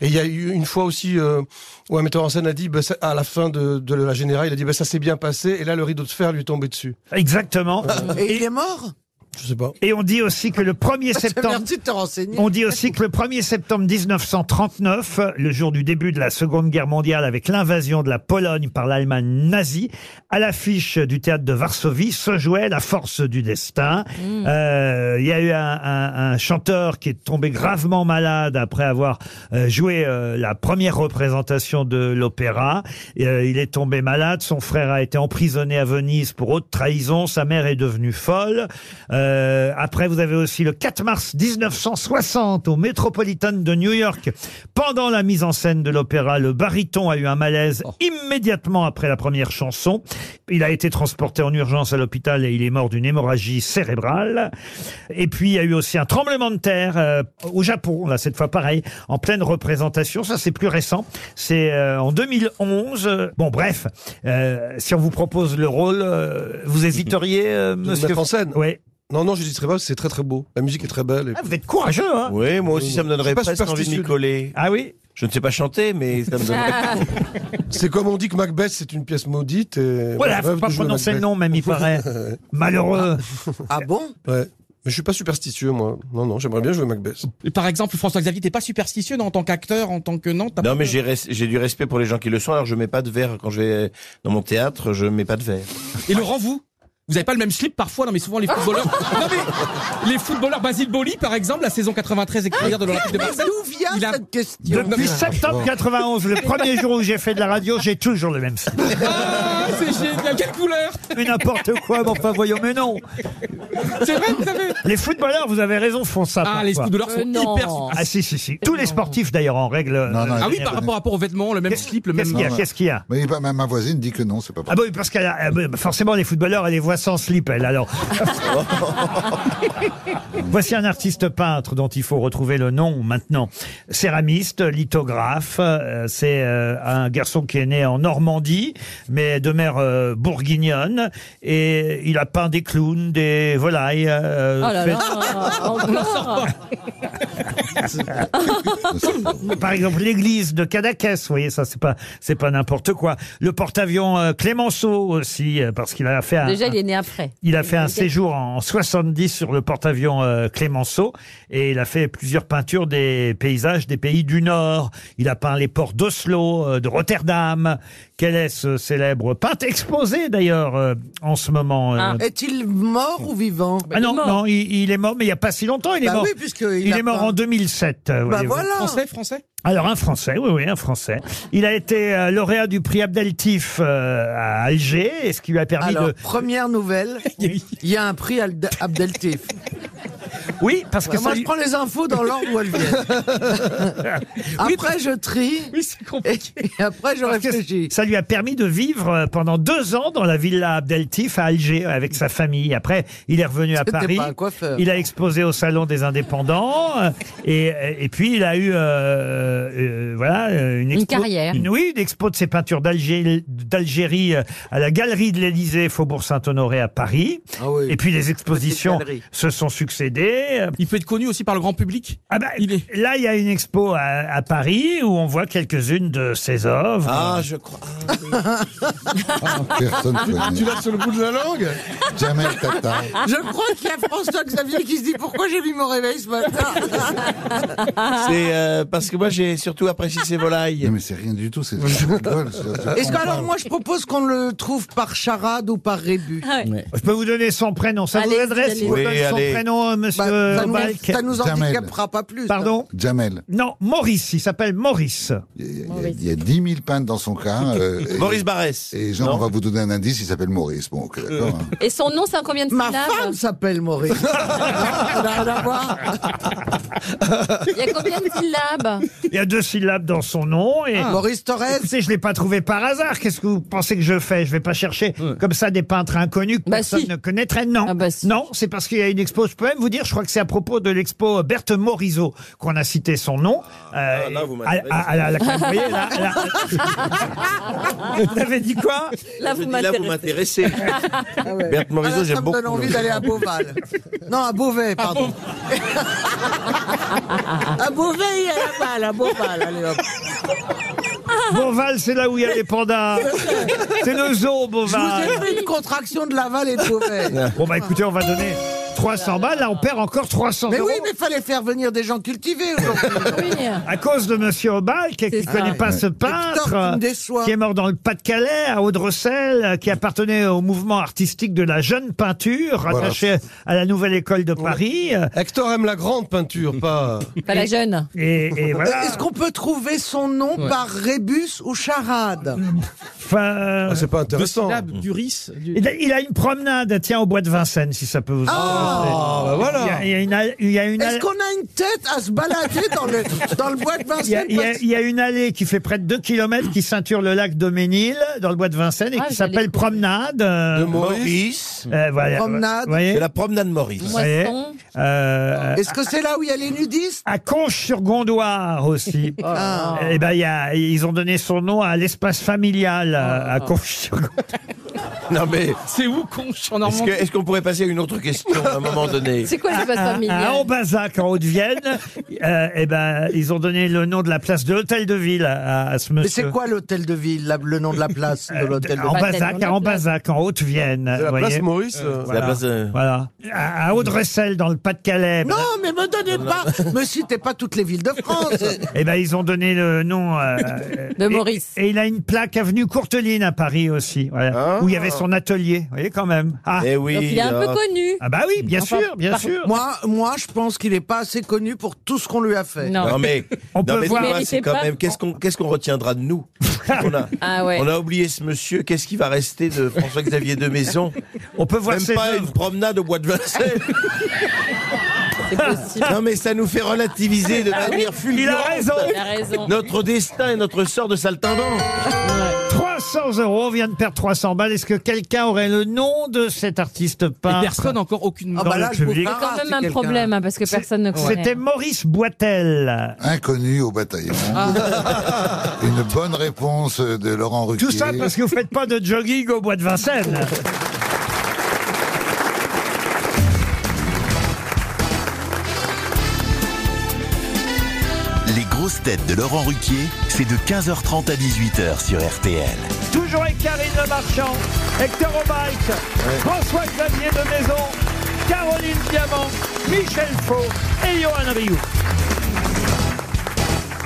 G: et il y a eu une fois aussi euh, où un metteur en scène a dit, bah, ça- à la fin de, de la générale, il a dit, bah, ça s'est bien passé. Et là, le rideau de fer lui est tombé dessus. Euh,
B: Exactement.
E: Et il est mort
G: Je sais pas.
B: Et on dit aussi que le 1er septembre...
E: Merci de te renseigner.
B: On dit aussi que le 1er septembre 1939, le jour du début de la Seconde Guerre mondiale avec l'invasion de la Pologne par l'Allemagne nazie, à l'affiche du théâtre de Varsovie se jouait la force du destin. Euh, Il y a eu un, un- un chanteur qui est tombé gravement malade après avoir euh, joué euh, la première représentation de l'opéra. Et, euh, il est tombé malade, son frère a été emprisonné à Venise pour haute trahison, sa mère est devenue folle. Euh, après, vous avez aussi le 4 mars 1960 au Metropolitan de New York. Pendant la mise en scène de l'opéra, le baryton a eu un malaise
G: Oh.
B: immédiatement après la première chanson. Il a été transporté en urgence à l'hôpital et il est mort d'une hémorragie cérébrale. Et puis, il y a eu aussi un tremblement de terre euh, au Japon, là, cette fois pareil, en pleine représentation. Ça, c'est plus récent. C'est euh, en 2011. Bon, bref, euh, si on vous propose le rôle, euh, vous hésiteriez, euh,
G: De le
B: monsieur
G: mettre en scène
B: Oui.
G: Non, non, je n'hésiterai pas, parce que c'est très très beau. La musique est très belle. et-
B: Ah, vous êtes courageux, hein
H: Oui, moi aussi, ça me donnerait
G: Je suis pas
H: presque envie de m'y
G: superstitieux.
H: coller.
B: Ah oui
H: Je ne sais pas chanter, mais ça me donnerait.
G: C'est comme on dit que Macbeth, c'est une pièce maudite. Et Moi, je
B: Voilà, faut
G: rêve
B: pas
G: de jouer
B: prononcer le
G: Macbeth.
B: nom, même, il paraît. Malheureux.
E: Ah bon
G: Ouais. Mais je suis pas superstitieux, moi. Non, non, j'aimerais bien jouer Macbeth.
D: Et par exemple François Xavier t'es pas superstitieux non, en tant qu'acteur en tant que non t'as
H: Non,
D: pas
H: mais
D: peur
H: j'ai res- j'ai du respect pour les gens qui le sont. Alors, je mets pas de verre quand je vais dans mon théâtre. Je mets pas de verre.
D: Et Laurent, vous Vous avez pas le même slip parfois Non, mais souvent les footballeurs. non, mais les footballeurs. Basile Boli, par exemple, la saison 93 et carrière de l'Olympique de Marseille.
E: D'où vient
D: Il a-
E: cette question
D: Ah,
B: Depuis septembre 91, le premier jour où j'ai fait de la radio, j'ai toujours le même slip.
D: Ah, c'est génial. Quelle couleur
B: Mais n'importe quoi, mais enfin voyons, mais non
D: C'est vrai, vous avez.
B: Les footballeurs, vous avez raison, font ça.
D: Ah, les
B: parfois.
D: footballeurs sont
F: Euh, non.
D: hyper. super-
B: Ah si, si, si. Tous les sportifs, d'ailleurs, en règle.
C: Non, non,
B: euh,
D: Ah oui,
B: générale.
D: par rapport, à- aux vêtements, le même slip, le même.
B: Qu'est-ce qu'il y a,
C: Non,
B: qu'est-ce qu'il y a
C: Mais bah, ma, ma voisine dit que non, c'est pas vrai.
B: ah bon, parce qu'elle a- euh, forcément les footballeurs, elle les voit sans slip, elle alors. Voici un artiste peintre dont il faut retrouver le nom maintenant. Céramiste, lithographe, euh, c'est euh, un garçon qui est né en Normandie, mais de mère euh, bourguignonne, et il a peint des clowns, des volailles. euh,
F: Oh là
B: fait-
F: là, encore.
B: Par exemple, l'église de Cadaquès, vous voyez, ça c'est pas c'est pas n'importe quoi. Le porte-avions euh, Clémenceau aussi, euh, parce qu'il a fait un,
F: Déjà,
B: un-
F: il est né après.
B: Il a fait un
F: Ok.
B: séjour en 70 sur le porte-avions euh, Clémenceau et il a fait plusieurs peintures des paysages des pays du Nord. Il a peint les ports d'Oslo, euh, de Rotterdam. Quel est ce célèbre peintre exposé d'ailleurs euh, en ce moment euh.
E: Ah. Est-il mort ou vivant
B: Ah non, non, Ah il, il est mort, mais il n'y a pas si longtemps, il est
E: Bah
B: mort.
E: oui, puisque il
B: il
E: a
B: est mort
E: peint
B: en 2007.
E: Bah
B: euh, voyez-vous.
D: Français, français
B: Alors un Français, oui, oui, un Français. Il a été euh, lauréat du prix Abdeltif euh, à Alger, et ce qui lui a permis
E: Alors,
B: de...
E: première nouvelle, il y a un prix Ald- Abdeltif.
B: Oui, parce que
E: moi,
B: ça lui-
E: je prends les infos dans l'ordre où elles viennent. Après, je trie.
D: Oui, c'est compliqué.
E: Et après, je
B: Parce que
E: réfléchis.
B: Ça lui a permis de vivre euh, pendant deux ans dans la villa Abdeltif à Alger euh, avec sa famille. Après, il est revenu à
E: C'était
B: Paris.
E: pas un coiffeur.
B: Il a exposé au salon des indépendants euh, et, et puis il a eu euh, euh, voilà euh, une, expo-
F: carrière.
B: une- oui, une expo de ses peintures d'Algé- d'Algérie euh, à la galerie de l'Élysée, faubourg Saint-Honoré à Paris.
E: Ah
B: Et puis les expositions
D: Petite galerie.
B: se sont succédées.
D: Il peut être connu aussi par le grand public.
B: Ah bah, Là, il y a une expo à, à Paris où on voit quelques-unes de ses œuvres.
H: Ah, je crois.
C: Personne
D: Ah,
G: Tu l'as sur le bout de la langue
C: Jamel Tata.
E: Je crois qu'il y a François Xavier qui se dit pourquoi j'ai mis mon réveil ce matin.
H: C'est euh, parce que moi j'ai surtout apprécié ces volailles. Non
C: mais c'est rien du tout, c'est.
E: Est-ce que alors moi je propose qu'on le trouve par charade ou par rébut
B: Je peux vous donner son prénom. Ça vous
E: Allez-y,
B: aiderait si je vous
E: allez-y.
B: donne
E: Oui,
B: son
E: allez.
B: prénom, euh, monsieur
E: Bah, ça nous-
B: Balk
E: ça nous Jamel. handicapera pas plus. hein.
B: Pardon
C: Jamel.
B: Non, Maurice. Il s'appelle Maurice.
C: Il y a 10 000 peintres dans son cas. Maurice Barès. Et Jean, on va vous donner un indice, il s'appelle Maurice. Bon, ok, d'accord. hein.
F: Et son nom, c'est en combien de
E: Ma
F: syllabes
E: femme s'appelle Maurice. Non, ça n'a rien à voir.
F: Il y a combien de syllabes
B: Il y a deux syllabes dans son nom. Et
E: Ah. Maurice Torres
B: Écoutez, je ne l'ai pas trouvé par hasard. Qu'est-ce que vous pensez que je fais Je vais pas chercher comme ça des peintres inconnus que personne ne connaîtrait. Non. Non, c'est parce qu'il y a une expo. Je peux même vous dire, je crois que c'est à propos de l'expo Berthe Morisot qu'on a cité son nom. Euh,
H: Ah, là, vous
B: à-
H: m'avez-
B: à- à la- à la- vous voyez, là, là, vous avez dit quoi
F: Ah, Là,
H: Je
F: vous
H: dis, là, vous m'intéressez. Berthe Morisot, j'aime beaucoup.
E: Ah Ça me donne envie d'aller à Beauval. Non, à Beauvais, pardon.
F: Ah,
E: À Beauvais et à
F: hein,
E: Laval, à Beauval, allez hop.
B: Bonval, c'est là où il y a les pandas. C'est le zoo,
E: Je
B: Bonval.
E: vous ai fait une contraction de Laval et de Beauvais.
B: Bon, bah écoutez, on va donner 300 balles. Là, on perd encore 300
E: Mais
B: euros.
E: oui, mais fallait faire venir des gens cultivés aujourd'hui.
B: À cause de Monsieur Obal, qui ne
E: ça.
B: connaît pas
E: Ouais.
B: ce
E: Hector, tu
B: peintre, euh,
E: me déçois.
B: qui est mort dans le Pas-de-Calais, à Audressel, euh, qui appartenait au mouvement artistique de la jeune peinture,
G: Voilà.
B: rattaché à la Nouvelle École de Paris.
G: Hector aime la grande peinture, pas.
F: Pas la jeune.
B: Et, et voilà.
E: Euh, Est-ce qu'on peut trouver son nom
G: Ouais.
E: par rébus ou charade
B: Enfin, euh,
G: Ah, c'est pas intéressant.
D: du riz. du-
B: il a- il a une promenade, tiens, au bois de Vincennes, si ça peut vous intéresser.
E: Ah,
G: bah voilà.
B: Il y a- Il y a une, al- il y a une
E: Est-ce
B: al-
E: qu'on a une tête à se balader dans le, dans le bois de
B: Il y, a,
E: Vincennes
B: il y a- il y a une allée qui fait près de 2 km qui ceinture le lac Doménil dans le bois de Vincennes et
F: Ah,
B: qui
F: j'allais
B: s'appelle Promenade. euh,
G: De Maurice.
B: euh, voilà,
E: Promenade.
B: vous voyez
H: C'est la promenade Maurice.
B: Vous voyez
F: Moisson.
B: Euh,
E: Est-ce que c'est là où il y a les nudistes Oh.
B: à Conches-sur-Gondoire aussi. Eh ben, il y a- ils ont donné son nom à l'espace familial euh,
E: Ah.
B: à Conches-sur-Gondoire.
H: Non mais
D: C'est où, conche, en
H: est-ce
D: Normandie
H: que- est-ce qu'on pourrait passer à une autre question à un moment donné
F: C'est hein quoi le
B: À-
F: passe
B: À
F: familial
B: Ambazac, en Haute-Vienne, Euh, eh ben, ils ont donné le nom de la place de l'hôtel de ville à, à ce monsieur. Euh,
E: Mais c'est quoi l'hôtel de ville, la- le nom de la place de l'hôtel de
B: En
E: ville
B: Bazac, à Ambazac, en Haute-Vienne.
G: C'est la
B: voyez.
G: place Maurice. euh,
H: C'est la place de-
B: Voilà. À, à Audressel, dans le Pas-de-Calais.
E: Non, mais me donnez pas Me citez pas toutes les villes de France
B: Eh ben, ils ont donné le nom euh, euh,
F: De
B: et-
F: Maurice.
B: Et, il a une plaque avenue Courteline à Paris aussi, voilà,
H: Ah.
B: où il y avait son atelier. Vous voyez quand même. Ah,
H: Eh oui.
F: Donc, il est un peu
H: ah.
F: connu.
B: ah bah oui, bien
F: Enfin,
B: sûr, bien
F: par-
B: sûr.
E: Moi, moi, je pense qu'il n'est pas assez connu pour tout ce qu'on lui a fait.
F: Non.
H: Non mais,
B: On
H: non,
B: peut voir-
H: mais tu vois,
F: Méritez
H: c'est quand
F: pas.
H: même qu'est-ce qu'on qu'est-ce qu'on retiendra de nous on a,
F: Ah ouais.
H: on a oublié ce monsieur. Qu'est-ce qui va rester de François-Xavier de Maison
B: On peut voir
H: Même
B: ses
H: pas
B: œuvres.
H: une promenade au bois de Vincennes.
F: C'est possible. Ah
H: Non mais ça nous fait relativiser de manière
B: Il a
H: fulgurante
B: raison.
F: Il a raison.
H: notre destin et notre sort de saltimbanque.
B: 300 euros, on vient de perdre 300 balles. Est-ce que quelqu'un aurait le nom de cet artiste
D: Et
B: peintre
D: personne encore, aucune.
E: Ah
B: Dans
E: bah
B: le
E: là, je vous
B: public.
E: parle,
F: C'est quand
E: c'est
F: même un
E: quelqu'un.
F: problème, hein, parce que personne ne connaît.
B: C'était Maurice Boitel.
C: Inconnu au bataillon. Une bonne réponse de Laurent Ruquier.
B: Ah. Tout ça parce que vous faites pas de jogging au bois de Vincennes.
A: Les grosses têtes de Laurent Ruquier, c'est de 15h30 à 18h sur RTL.
B: Toujours avec Karine Le Marchand, Hector Obalt, François-Xavier de Maison, Caroline Diamant, Michel Faux et Johan Rioux.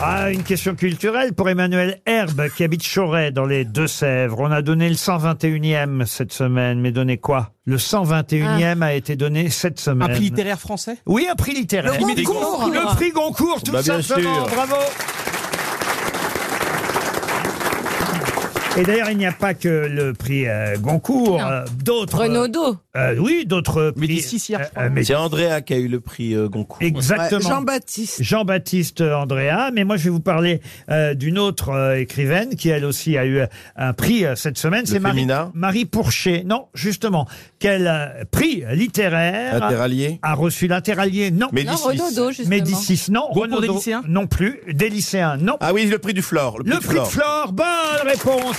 B: Ah, une question culturelle pour Emmanuel Herbe, qui habite Choret, dans les Deux-Sèvres. On a donné le 121e cette semaine, mais donné quoi Le 121e a été donné cette semaine.
D: Ah. Un prix littéraire français
B: Oui, un prix littéraire.
D: Le
B: Qui met
D: Goncourt.
B: des- Le prix Goncourt, tout
D: Bah, bien
B: simplement,
D: sûr.
B: bravo Et d'ailleurs, il n'y a pas que le prix euh, Goncourt,
F: Non.
B: euh, d'autres...
F: Renaudot.
B: euh, oui, d'autres prix... euh, euh, mais-
H: C'est Andrea qui a eu le prix euh, Goncourt.
B: Exactement. Jean-Baptiste. Jean-Baptiste euh, Andrea. Mais moi, je vais vous parler euh, d'une autre euh, écrivaine qui, elle aussi, a eu euh, un prix euh, cette semaine. C'est Marie,
H: Femina
B: Marie Pourchet. Non, justement. Quel euh, prix littéraire
H: Interallié
B: a reçu l'Interallier Non.
H: Médicis. Non, Renaudot, justement.
B: Médicis, non.
H: Goncourt des
B: Renaudot,
H: lycéens
B: Non plus. Des lycéens, non.
H: Ah oui, le prix du Flore. Le prix,
B: Le
H: du
B: prix de
H: Flore.
B: Flore, bonne réponse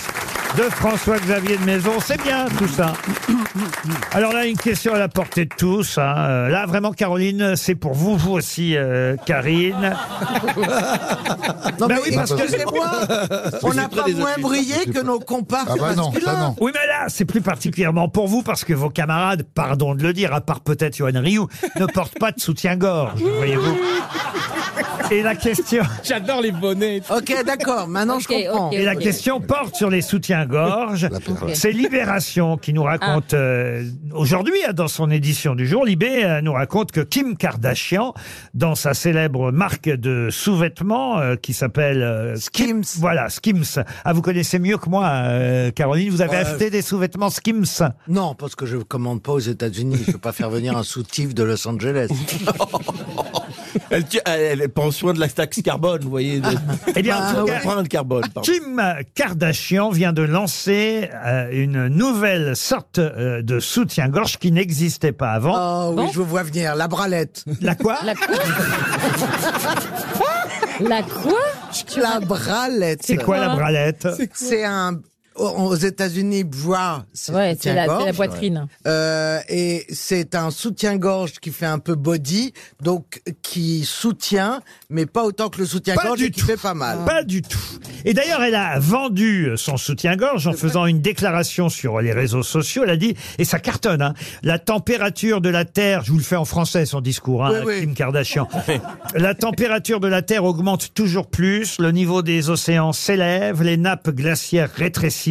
B: de François-Xavier de Maison. C'est bien tout ça. Alors là, une question à la portée de tous. hein. Euh, Là, vraiment, Caroline, c'est pour vous, vous aussi, euh, Karine.
E: Non,
B: Ben
E: mais
B: oui, parce que-
E: excusez-moi, on n'a
B: C'est très
E: pas moins
B: désopilant.
E: brillé que nos
H: Ah
E: compas
H: bah
E: masculins.
B: Oui, mais là, c'est plus particulièrement pour vous parce que vos camarades, pardon de le dire, à part peut-être Johan Rioux, ne portent pas de soutien-gorge, voyez-vous. Et la question.
D: J'adore les bonnets.
E: Ok, d'accord, maintenant je comprends.
B: Et la question porte sur les soutiens-gorge.
E: perle.
B: C'est Libération qui nous
E: Ah.
B: raconte euh, aujourd'hui, euh, dans son édition du jour, Libé euh, nous raconte que Kim Kardashian, dans sa célèbre marque de sous-vêtements euh, qui s'appelle euh, Skims, voilà Skims. Ah, vous connaissez mieux que moi, euh, Caroline. Vous avez
E: Euh,
B: acheté des sous-vêtements Skims
E: Non, parce que je ne commande pas aux États-Unis. Je ne veux pas faire venir un soutif de Los Angeles.
H: Elle, tient- elle, elle prend soin de la taxe carbone, vous
E: Ah,
H: voyez. de-
B: Eh bien,
H: Ah,
B: en tout cas-
H: Empreinte carbone, pardon.
B: Kim Kardashian vient de lancer euh, une nouvelle sorte euh, de soutien-gorge qui n'existait pas avant.
E: Oh oui, je vous vois venir. La bralette.
B: La quoi
E: La quoi
F: La quoi Ah.
E: La bralette.
B: C'est quoi, la bralette C'est quoi
E: C'est un... Aux aux États-Unis, bra, c'est
F: Ouais, c'est la-
E: soutien-gorge.
F: c'est la poitrine.
E: Euh, et c'est un soutien-gorge qui fait un peu body, donc qui soutient, mais pas autant que le soutien-gorge et qui fait pas mal.
B: Pas du tout. Et d'ailleurs, elle a vendu son soutien-gorge en faisant une déclaration sur les réseaux sociaux. Elle a dit, et ça cartonne, hein, la température de la Terre, je vous le fais en français son discours, hein,
E: Oui, oui.
B: Kim Kardashian, la température de la Terre augmente toujours plus, le niveau des océans s'élève, les nappes glaciaires rétrécissent,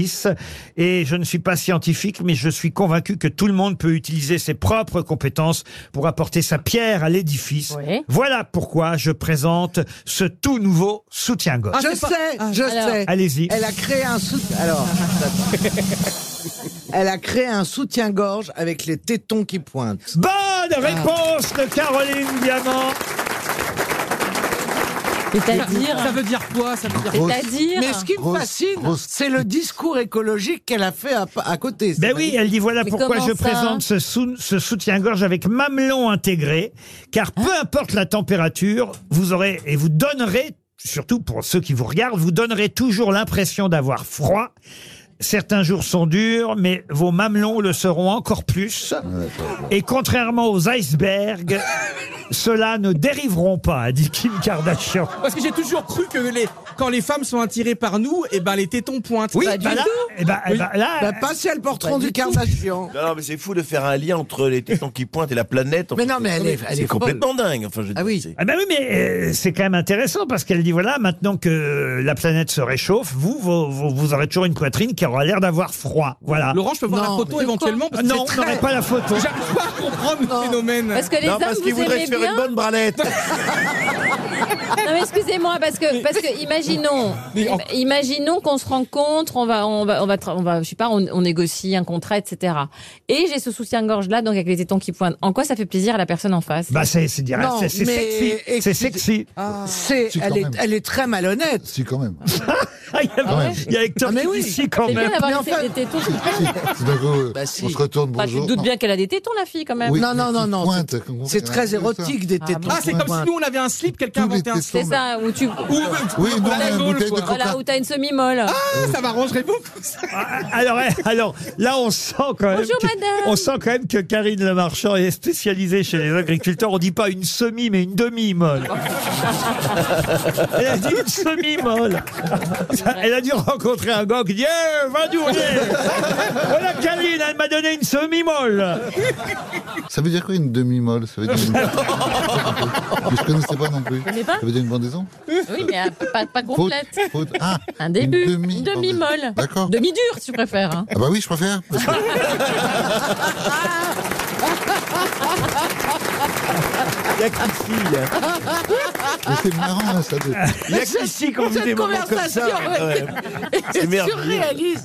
B: et je ne suis pas scientifique, mais je suis convaincu que tout le monde peut utiliser ses propres compétences pour apporter sa pierre à l'édifice. Voilà pourquoi je présente ce tout nouveau soutien-gorge.
E: je sais, je sais.
B: Allez-y.
E: Elle a créé un soutien. Alors, elle a créé un soutien-gorge avec les tétons qui pointent. Ah.
B: Bonne réponse de Caroline Diamant.
D: Ça veut dire quoi Ça veut dire
E: Mais ce qui me fascine, c'est le discours écologique qu'elle a fait à, à côté.
B: Ben oui, elle dit voilà pourquoi je présente ce, sou- ce soutien-gorge avec mamelon intégré, car peu importe la température, vous aurez et vous donnerez, surtout pour ceux qui vous regardent, vous donnerez toujours l'impression d'avoir froid. Certains jours sont durs, mais vos mamelons le seront encore plus. Et contrairement aux icebergs, ceux-là ne dériveront pas, a dit Kim Kardashian.
D: Parce que j'ai toujours cru que les, quand les femmes sont attirées par nous, et ben les tétons pointent.
B: Oui, Pas bah du là- tout. eh ben- eh ben là- Bah,
E: pas si elles porteront du Kardashian.
H: Non, non, mais c'est fou de faire un lien entre les tétons qui pointent et la planète. en
E: Mais
H: fait.
E: non, mais elle est- elle
H: C'est
E: est
H: complètement dingue. Enfin, je ah oui.
B: Ah ben oui, mais euh, c'est quand même intéressant parce qu'elle dit voilà, maintenant que la planète se réchauffe, vous, vous, vous- vous aurez toujours une poitrine qui aura l'air d'avoir froid. Voilà.
D: Laurent, je peux voir la photo éventuellement parce que
B: Non,
D: c'est
B: on n'aurait
D: très-
B: pas la photo.
D: J'arrive pas à comprendre le phénomène.
F: Parce que les hommes, vous aimez bien.
H: bralette.
F: Non, mais excusez-moi, parce que, parce que imaginons, im- imaginons qu'on se rencontre, on va, on va, on va, tra- on va je sais pas, on, on négocie un contrat, etc. Et j'ai ce soutien-gorge là, donc avec les tétons qui pointent. En quoi ça fait plaisir à la personne en face
B: Bah c'est c'est dire
E: Non,
B: c'est c'est
E: mais
B: sexy, c'est
E: excusez-
B: sexy.
E: C'est,
B: Si, quand
E: elle, est,
B: même.
E: elle est très malhonnête.
C: Si, quand même.
B: Ah, il y a,
C: Ah ouais.
B: il y a Hector
E: Ah, mais
B: qui
E: oui.
B: dit si quand
F: C'est bien
B: même.
F: d'avoir
E: Mais
F: une
E: en
F: tête
E: fait-
F: des tétons.
C: Tout d'un coup, euh,
E: Bah, si.
C: on se retourne,
F: Enfin, tu
C: bonjour.
F: te doutes bien qu'elle a des tétons, la fille, quand même.
E: non, non, non, non. c'est- C'est très érotique des tétons.
D: Ah, c'est
E: qui
D: comme si
E: pointent.
D: nous on avait un slip, quelqu'un inventait un
F: C'est
D: slip.
F: ça, où tu.
D: Oui,
F: non,
D: la
F: mais une
D: gaule,
F: bouteille de
D: quoi.
F: coca. Voilà, où t'as une semi-molle.
D: Ah, ça m'arrangerait beaucoup. ça.
B: Alors eh, alors là on sent quand même
F: Bonjour,
B: que-
F: madame.
B: on sent quand même que Karine Le Marchand est spécialisée chez les agriculteurs, on dit pas une semi mais une demi molle. Elle a dit une semi-molle. Elle a dû rencontrer un gars qui dit Eh, va durer Voilà Kaline, elle m'a donné une semi-molle
C: Ça veut dire quoi une demi-molle Ça veut dire une... Mais je connaissais pas non plus.
F: connais
C: Ça
F: pas
C: veut dire une bandaison
F: Oui, mais euh, pas, pas complète.
C: Faute. Ah,
F: un début.
C: une
F: Une demi-molle.
C: D'accord.
F: Demi-dure, si tu préfères. hein.
C: Ah bah oui, je préfère. parce que-
B: Il y a qu'ici.
C: Ah, Mais c'est marrant, hein, ça. de-
B: Ah,
H: Il y a qu'ici qu'on vit des moments comme ça. Ouais. C'est merveilleux.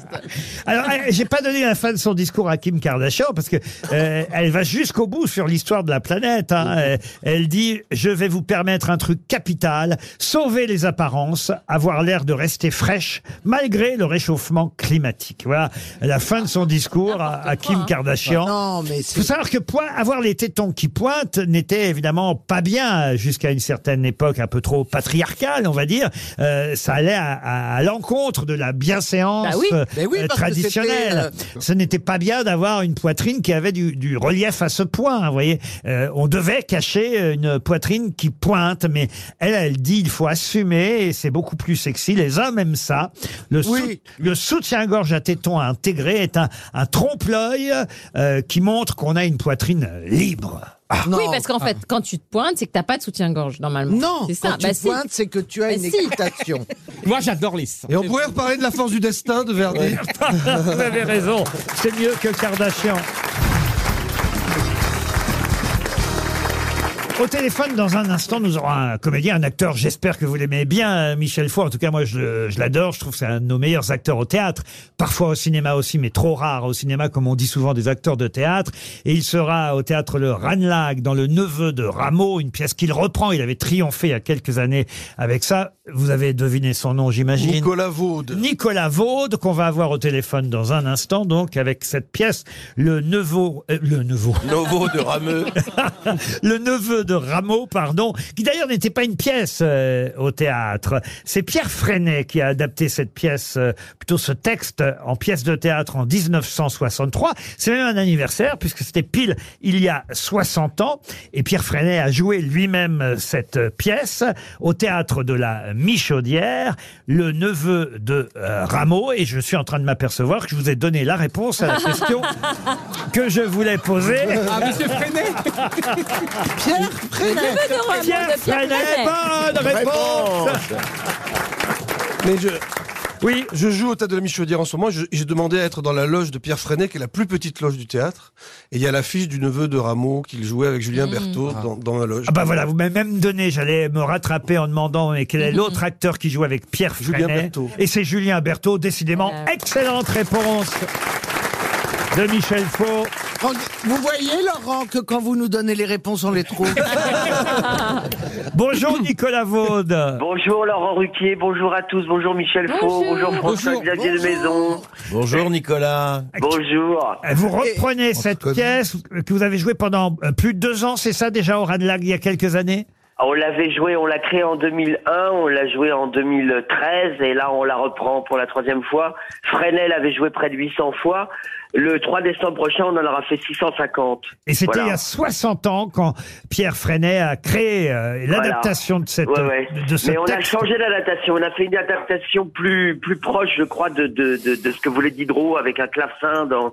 B: Alors, euh, j'ai pas donné la fin de son discours à Kim Kardashian parce que euh, elle va jusqu'au bout sur l'histoire de la planète. hein. Euh, Elle dit je vais vous permettre un truc capital, sauver les apparences, avoir l'air de rester fraîche malgré le réchauffement climatique. Voilà la fin de son discours à, à Kim Kardashian.
E: hein. Ah Non, mais
B: faut savoir que point, avoir les tétons qui pointent n'était évidemment pas bien jusqu'à une certaine époque un peu trop patriarcale, on va dire. Euh, ça allait à, à- à l'encontre de la bienséance
E: Bah oui,
B: euh,
E: mais oui,
B: euh,
E: parce que euh,
B: traditionnelle. Ce n'était pas bien d'avoir une poitrine qui avait du, du relief à ce point. hein, vous voyez, Euh, on devait cacher euh, une poitrine qui pointe, mais elle, elle dit il faut assumer et c'est beaucoup plus sexy. Les hommes aiment ça. Le, sou- le soutien-gorge à téton intégré est un, un trompe-l'œil euh, qui montre qu'on a une poitrine libre.
F: oui, parce qu'en fait, quand tu te pointes, c'est que t'as pas de soutien-gorge, normalement.
E: Non,
F: c'est ça.
E: quand tu
F: Bah,
E: te
F: si.
E: pointes, c'est que tu as
F: Bah,
E: une
F: si.
E: excitation.
D: Moi, j'adore les seins.
G: Et on pourrait reparler de la force du destin de Verdi.
B: Vous avez raison, c'est mieux que Kardashian. Au téléphone, dans un instant, nous aurons un comédien, un acteur. J'espère que vous l'aimez bien, euh, Michel Faux. En tout cas, moi, je, le- je l'adore. Je trouve que c'est un de nos meilleurs acteurs au théâtre. Parfois au cinéma aussi, mais trop rare au cinéma, comme on dit souvent des acteurs de théâtre. Et il sera au théâtre Le Ranelagh, dans Le Neveu de Rameau, une pièce qu'il reprend. Il avait triomphé il y a quelques années avec ça. Vous avez deviné son nom, j'imagine.
G: Nicolas Vaud.
B: Nicolas Vaude, qu'on va avoir au téléphone dans un instant, donc, avec cette pièce, le neveu, euh, le neveu.
H: Novo de Rameux.
B: le neveu de Rameau, pardon, qui d'ailleurs n'était pas une pièce euh, au théâtre. C'est Pierre Freinet qui a adapté cette pièce, euh, plutôt ce texte, euh, en pièce de théâtre en 1963. C'est même un anniversaire, puisque c'était pile il y a 60 ans. Et Pierre Freinet a joué lui-même euh, cette euh, pièce au théâtre de la Michaudière, le neveu de euh, Rameau. Et je suis en train de m'apercevoir que je vous ai donné la réponse à la question que je voulais poser.
M: Ah, monsieur Freinet Pierre
B: Freinet. Le neveu de Rameau, de Pierre Freinet. Bonne réponse.
G: Mais je. Oui, je joue au théâtre de la Michaudière en ce moment. je- J'ai demandé à être dans la loge de Pierre Freinet, qui est la plus petite loge du théâtre. Et il y a l'affiche du neveu de Rameau qu'il jouait avec Julien Berthaud dans, dans la loge.
B: Ah bah voilà, vous m'avez même donné, j'allais me rattraper en demandant mais quel est l'autre acteur qui joue avec Pierre
G: Julien
B: Freinet
G: Berthaud.
B: Et c'est Julien Berthaud, décidément, excellente réponse de Michel Faux.
E: Vous voyez, Laurent, que quand vous nous donnez les réponses, on les trouve.
B: Bonjour Nicolas Vaude.
O: Bonjour Laurent Ruquier, bonjour à tous, bonjour Michel Faux, bonjour François Xavier de Maison.
H: Bonjour Nicolas.
O: Bonjour.
B: Eh, Vous reprenez cette pièce que vous avez jouée pendant euh, plus de deux ans, c'est ça déjà au Radelag il y a quelques années
O: Ah, On l'avait joué, on l'a créé en 2001, on l'a joué en 2013 et là on la reprend pour la troisième fois. Fresnel avait joué près de 800 fois. Le 3 décembre prochain, on en aura fait 650.
B: Et c'était
O: Voilà.
B: il y a 60 ans quand Pierre Freinet a créé euh, l'adaptation de cette
O: Ouais, ouais.
B: de ce
O: Mais on
B: texte.
O: a changé l'adaptation. On a fait une adaptation plus plus proche, je crois, de de, de, de ce que voulait Diderot avec un clavecin dans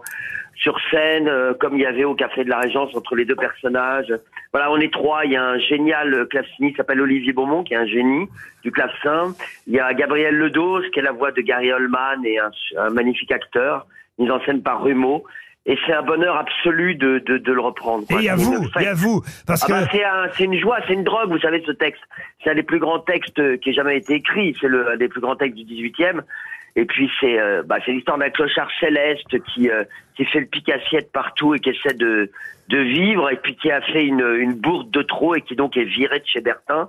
O: sur scène, euh, comme il y avait au Café de la Régence entre les deux personnages. Voilà, on est trois. Il y a un génial euh, claveciniste qui s'appelle Olivier Beaumont, qui est un génie du clavecin. Il y a Gabriel Ledos, qui est la voix de Gary Oldman et un, un magnifique acteur, mis en scène par Rumeau. Et c'est un bonheur absolu de, de, de le reprendre.
B: Et
O: quoi.
B: il y a
O: C'est une
B: vous,
O: fête.
B: il y a vous, parce
O: Ah
B: que
O: bah, c'est un- c'est une joie, c'est une drogue, vous savez, ce texte. C'est un des plus grands textes euh, qui ait jamais été écrit. C'est le- un des plus grands textes du 18e. Et puis, c'est euh, bah, c'est l'histoire d'un clochard céleste qui, euh, qui fait le pique-assiette partout et qui essaie de, de vivre, et puis qui a fait une, une bourde de trop et qui donc est viré de chez Bertin.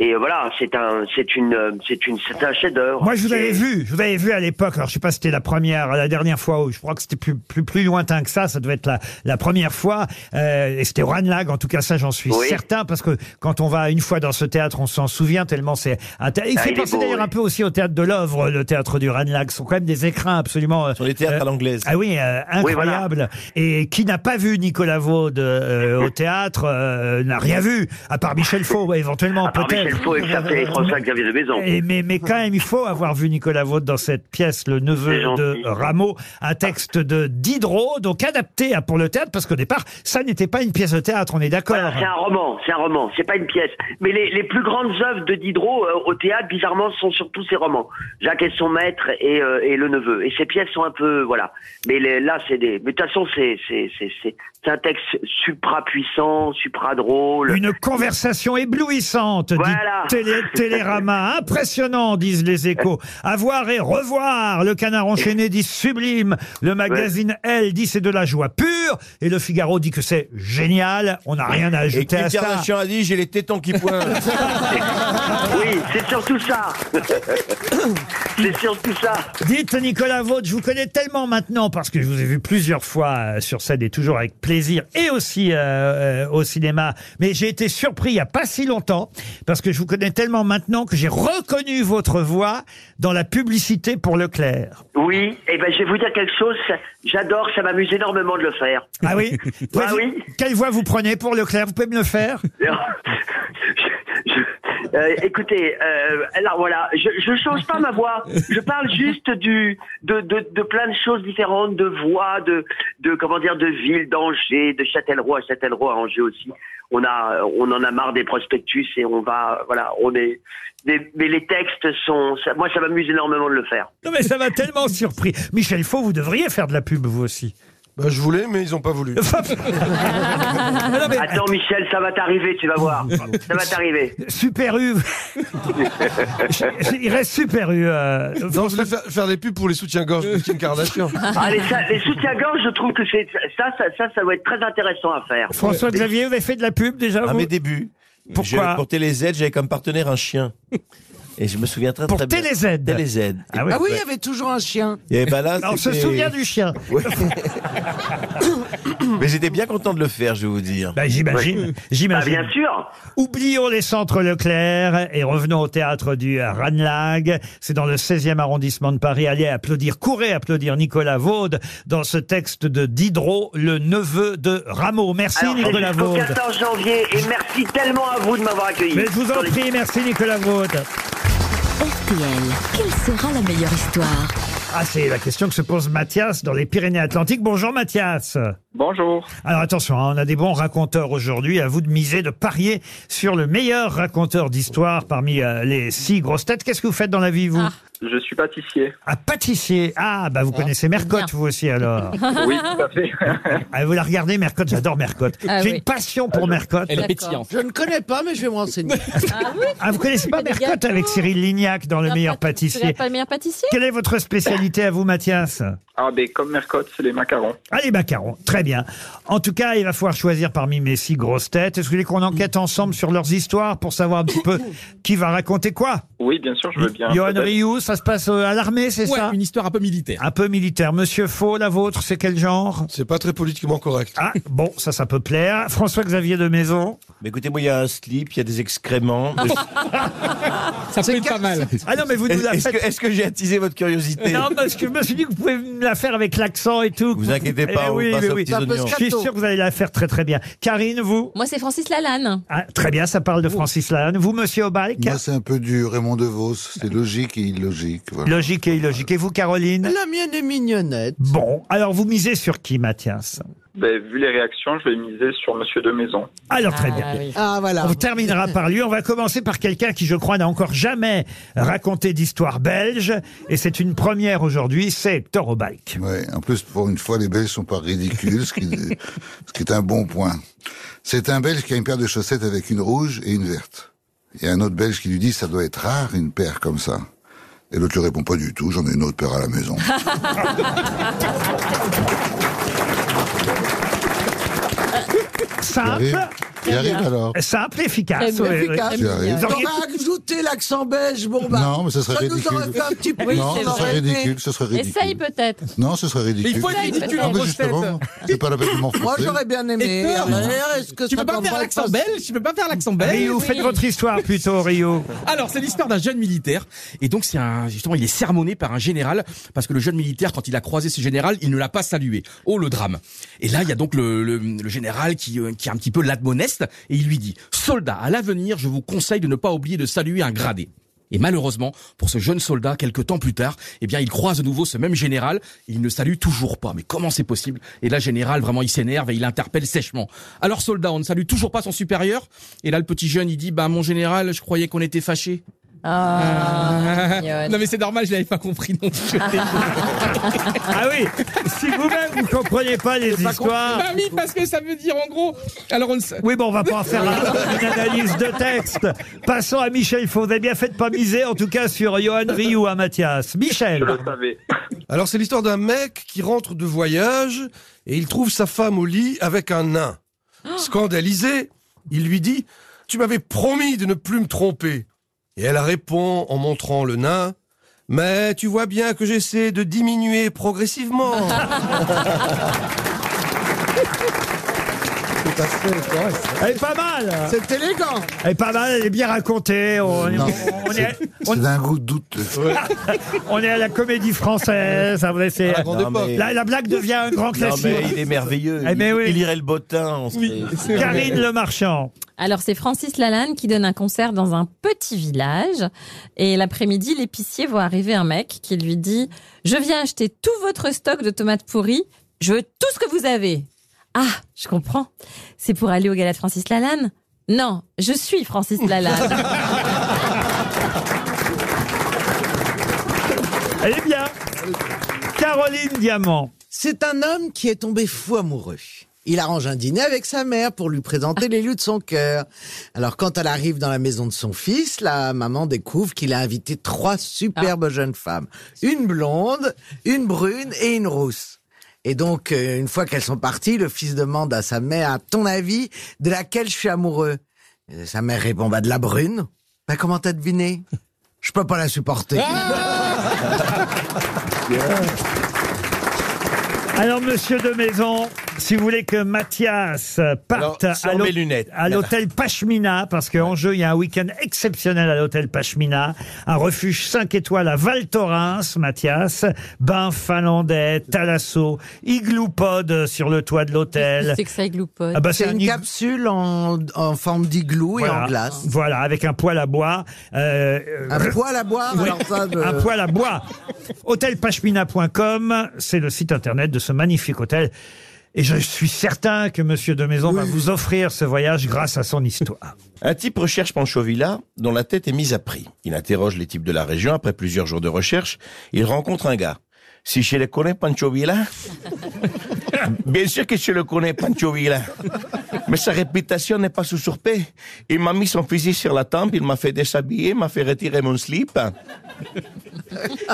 O: Et euh, voilà, c'est un, c'est une, euh, c'est une, c'est un chef-d'œuvre.
B: Moi, je vous
O: C'est-
B: avais vu, je vous avais vu à l'époque. Alors, je sais pas si c'était la première, la dernière fois, ou je crois que c'était plus, plus, plus lointain que ça. Ça devait être la, la première fois. Euh, et c'était au Ranelagh, en tout cas, ça, j'en suis
O: Oui.
B: certain, parce que quand on va une fois dans ce théâtre, on s'en souvient tellement c'est. un thé- Il
O: Ah,
B: fait
O: il est
B: penser
O: beau,
B: d'ailleurs
O: oui.
B: un peu aussi au théâtre de l'œuvre, le théâtre du Ranelagh. Ce sont quand même des écrins absolument. Sur
H: les théâtres à l'anglaise.
B: Ah oui, euh, incroyable. Et qui n'a pas vu Nicolas Vaud euh, au théâtre euh, n'a rien vu, à part Michel Faux, ouais, éventuellement
O: Ah, par
B: peut-être.
O: c'est le faux et ça, c'est les Français que j'avais de maison.
B: Et mais, mais quand même, il faut avoir vu Nicolas Vaute dans cette pièce, Le Neveu
O: C'est gentil.
B: de Rameau, un texte de Diderot, donc adapté à- pour le théâtre, parce qu'au départ, ça n'était pas une pièce de théâtre, on est d'accord.
O: Voilà, c'est un roman, c'est un roman, c'est pas une pièce. Mais les, les plus grandes œuvres de Diderot euh, au théâtre, bizarrement, sont surtout ses romans. Jacques et son maître et, euh, et le neveu. Et ces pièces sont un peu, voilà. Mais les- là, c'est des. Mais de toute façon, c'est c'est c'est c'est c'est un texte supra puissant, supra drôle.
B: Une conversation éblouissante,
O: Voilà.
B: dit Télé- Télérama. Impressionnant, disent les échos. Avoir et revoir. Le canard enchaîné dit sublime. Le magazine Elle dit c'est de la joie pure. Et le Figaro dit que c'est génial. On n'a rien à ajouter
H: Et
B: à
H: Pierre
B: ça.
H: Dachian a dit j'ai les tétons qui pointent.
O: oui, c'est surtout ça. c'est surtout ça.
B: Dites Nicolas Vaute, je vous connais tellement maintenant parce que je vous ai vu plusieurs fois euh, sur scène et toujours avec plaisir et aussi euh, euh, au cinéma. Mais j'ai été surpris il n'y a pas si longtemps parce que je vous connais tellement maintenant que j'ai reconnu votre voix dans la publicité pour Leclerc.
O: Oui, et ben je vais vous dire quelque chose. ça- J'adore, ça m'amuse énormément de le faire.
B: Ah oui
O: Ah
B: Vous-
O: oui.
B: Quelle voix vous prenez pour Leclerc Vous pouvez me le faire
O: Euh, écoutez, euh, alors voilà, je, je change pas ma voix. Je parle juste du de, de, de plein de choses différentes, de voix, de de comment dire, de ville, d'Angers, de Châtellerault à Châtellerault à Angers aussi. On a, on en a marre des prospectus et on va, voilà, on est. des- mais les textes sont, ça- moi ça m'amuse énormément de le faire.
B: Non mais ça m'a tellement surpris. Michel Faux, vous devriez faire de la pub vous aussi.
G: Bah, je voulais, mais ils n'ont pas voulu.
O: Attends Michel, ça va t'arriver, tu vas voir, ça va t'arriver.
B: Super U. Il reste Super U. euh,
G: Non, je voulais faire, faire des pubs pour les soutiens-gorge de Kim Kardashian.
O: Ah, les, sa- les soutiens-gorge, je trouve que c'est ça, ça, ça, ça doit être très intéressant à faire.
B: François Xavier, vous avez fait de la pub déjà
H: À
B: vous
H: mes débuts.
B: Pourquoi
H: je, Pour TéléZ, j'avais comme partenaire un chien. Et je me souviens très
B: Pour
H: très bien.
B: TéléZ.
H: TéléZ.
B: Ah
E: Ah oui, il y avait toujours un chien.
H: Et ben là,
E: On se
H: c'était-
E: souvient
B: du chien.
H: Mais j'étais bien content de le faire, je vais vous dire.
B: Bah, j'imagine, j'imagine.
H: bien
O: sûr.
B: Oublions les centres Leclerc et revenons au théâtre du Ranelagh. C'est dans le 16e arrondissement de Paris. Allez applaudir, courez applaudir Nicolas Vaude dans ce texte de Diderot, le neveu de Rameau. Merci
O: Alors, c'est
B: Nicolas
O: jusqu'au
B: Vaude.
O: 14 janvier et merci tellement à vous de m'avoir accueilli.
B: Mais je vous en prie, merci Nicolas Vaude.
J: RTL, quelle sera la meilleure histoire
B: Ah, c'est la question que se pose Mathias dans les Pyrénées-Atlantiques. Bonjour Mathias.
P: Bonjour.
B: Alors attention, hein, on a des bons raconteurs aujourd'hui. À vous de miser, de parier sur le meilleur raconteur d'histoire parmi euh, les six grosses têtes. Qu'est-ce que vous faites dans la vie,
P: Ah.
B: vous
P: Je suis pâtissier.
B: Un pâtissier. Ah, bah vous connaissez Mercotte, vous aussi, alors.
P: Oui, tout à fait.
B: Ah, vous la regardez, Mercotte, j'adore Mercotte.
E: Ah
B: J'ai
E: oui.
B: une passion pour Mercotte.
E: Je ne connais pas, mais je vais me renseigner.
B: Ah, vous connaissez pas Mercotte avec Cyril Lignac dans Le
F: Non,
B: meilleur
F: pas- Tu
B: pâtissier
F: regardes pas le meilleur pâtissier
B: Quelle est votre spécialité à vous, Mathias
P: Ah, ben, comme Mercotte, c'est les macarons.
B: Ah, les macarons. Très bien. En tout cas, il va falloir choisir parmi mes six grosses têtes. Est-ce que vous voulez qu'on enquête ensemble sur leurs histoires pour savoir un petit peu qui va raconter quoi
P: Oui, bien sûr, je veux Eh bien.
B: Johan
P: peut-être.
B: Rioux, ça se passe euh, à l'armée, c'est ça une histoire un peu militaire. Un peu militaire. Monsieur Faux, la vôtre, c'est quel genre
G: C'est pas très politiquement correct.
B: Ah, bon, ça, ça peut plaire. François-Xavier de Maison
H: Mais écoutez-moi, il y a un slip, il y a des excréments. de-
B: Ça peut être pas mal. Ah non, mais vous nous la
H: Est-ce
B: faites...
H: que, est-ce que j'ai attisé votre curiosité
B: Non, parce que je me suis dit que vous pouvez me la faire avec l'accent et tout.
H: Vous inquiétez pas,
B: Eh
H: on
B: oui,
H: passe
B: oui,
H: aux
B: oui.
H: petits oignons.
B: Je suis sûr que vous allez la faire très très bien. Karine, vous
F: Moi, c'est Francis Lalanne.
B: Ah, Très bien, ça parle de Francis Lalanne. Vous, monsieur Obalk
C: Moi, c'est un peu du Raymond DeVos. C'est logique et illogique.
H: Ah.
C: voilà.
B: Logique et illogique. Et vous, Caroline
E: La mienne est mignonnette.
B: Bon, alors vous misez sur qui, Mathias
P: Ben, vu les réactions, je vais miser sur Monsieur de Maison.
B: Alors très bien.
E: Ah voilà.
B: On terminera par lui. On va commencer par quelqu'un qui, je crois, n'a encore jamais raconté d'histoire belge. Et c'est une première aujourd'hui, c'est Hector Obalk.
C: Ouais, en plus, pour une fois, les Belges sont pas ridicules, ce qui, ce qui est un bon point. C'est un Belge qui a une paire de chaussettes avec une rouge et une verte. Il y a un autre Belge qui lui dit, ça doit être rare, une paire comme ça. Et l'autre lui répond, pas du tout, j'en ai une autre paire à la maison.
B: Simple.
C: J'y arrive alors.
B: Simple, efficace.
E: Très
B: oui, oui.
E: efficace.
C: Tu arrives.
B: Vous
E: On
B: auriez-
E: va ajouter l'accent belge, bon bah.
C: Non, mais ce serait
E: ça
C: ridicule.
E: nous aurait fait un petit peu.
C: non, ce serait ridicule, ce serait ridicule.
F: Essaye peut-être.
C: Non, ce serait ridicule.
F: Mais il faut être ridicule,
C: Ah, mais
F: grosse tête.
C: justement, c'est pas la peine de m'en
E: Moi, j'aurais bien aimé.
F: Ah,
D: Hector,
E: Alors, Est-ce que
D: euh, tu
E: ça
D: peux pas
E: t'embête
D: faire l'accent belge Tu peux pas faire l'accent
C: Ah
D: belge
B: Rio, faites votre histoire plutôt, Rio.
D: Alors, c'est l'histoire d'un jeune militaire. Et donc, c'est un, justement, il est sermonné par un général. Parce que le jeune militaire, quand il a croisé ce général, il ne l'a pas salué. Oh, le drame. Et là, il y a donc le, le, le général qui, euh, qui est un petit peu l'admoneste et il lui dit Soldat, à l'avenir, je vous conseille de ne pas oublier de saluer un gradé. Et malheureusement, pour ce jeune soldat, quelques temps plus tard, eh bien, il croise de nouveau ce même général. Et il ne salue toujours pas. Mais comment c'est possible Et là, général, vraiment, il s'énerve et il interpelle sèchement. Alors, soldat, on ne salue toujours pas son supérieur. Et là, le petit jeune, il dit, bah, mon général, je croyais qu'on était fâchés.
F: Ah, mignonne.
D: non mais c'est normal, je l'avais pas compris non plus.
B: ah oui, si vous-même vous comprenez pas les histoires.
D: Bah oui, parce que ça veut dire en gros. Alors on le sait.
B: Oui, bon, on va pas en faire un- une analyse de texte. Passons à Michel Fauvet. Bien faites pas miser, en tout cas, sur Johan Rioux à Mathias. Michel.
G: Alors c'est l'histoire d'un mec qui rentre de voyage et il trouve sa femme au lit avec un nain. Scandalisé, il lui dit « Tu m'avais promis de ne plus me tromper ». Et elle répond en montrant le nain « Mais tu vois bien que j'essaie de diminuer progressivement. » Tout à fait,
C: hein.
B: Elle est pas mal.
E: C'est élégant.
B: Elle est pas mal, elle est bien racontée. On,
C: Non.
B: on est,
C: C'est d'un goût douteux.
B: on est à la comédie française. ah, vous voyez, c'est-
H: À la grande époque.
B: la, la blague devient un grand
H: Non,
B: classique.
H: mais il est merveilleux.
B: Eh
H: il,
B: ben oui.
H: il irait le bottin. on serait-
B: Karine Le Marchand.
F: Alors c'est Francis Lalanne qui donne un concert dans un petit village et l'après-midi l'épicier voit arriver un mec qui lui dit "Je viens acheter tout votre stock de tomates pourries, je veux tout ce que vous avez." Ah, je comprends. C'est pour aller au gala de Francis Lalanne Non, je suis Francis Lalanne.
B: Elle est Eh bien. Caroline Diamant.
E: C'est un homme qui est tombé fou amoureux. Il arrange un dîner avec sa mère pour lui présenter l'élu de son cœur. Alors quand elle arrive dans la maison de son fils, la maman découvre qu'il a invité trois superbes jeunes femmes. Une blonde, une brune et une rousse. Et donc, euh, une fois qu'elles sont parties, le fils demande à sa mère, à ton avis, de laquelle je suis amoureux Et Sa mère répond, bah de la brune. Bah comment t'as deviné Je peux pas la supporter.
I: Ah.
B: Ah. Alors, monsieur de Maison, si vous voulez que Mathias
H: Alors,
B: parte
H: sans
B: à l'hô-
H: mes lunettes.
B: à l'hôtel Pachmina, parce qu'en jeu, il y a un week-end exceptionnel à l'hôtel Pachmina, un refuge 5 étoiles à Val Thorens, Mathias, bain finlandais, thalasso, igloopod sur le toit de l'hôtel.
F: c'est que ça égloupode.
B: Ah bah, c'est
E: c'est
B: un
E: une
B: ig-
E: capsule en, en forme d'igloo et en glace.
B: Voilà, avec un poêle à bois. euh,
E: Un
B: euh,
E: poêle à boire,
B: Oui,
E: alors ça, je-
B: Un poêle à bois. Hôtelpachmina.com, c'est le site internet de ce magnifique hôtel. Et je suis certain que Monsieur de Maison va vous offrir ce voyage grâce à son histoire.
H: Un type recherche Panchovilla dont la tête est mise à prix. Il interroge les types de la région. Après plusieurs jours de recherche, il rencontre un gars. Si je le connais, Panchovilla Bien sûr que je le connais, Panchovilla. Mais sa réputation n'est pas sous surpé. Il m'a mis son fusil sur la tempe, il m'a fait déshabiller, m'a fait retirer mon slip.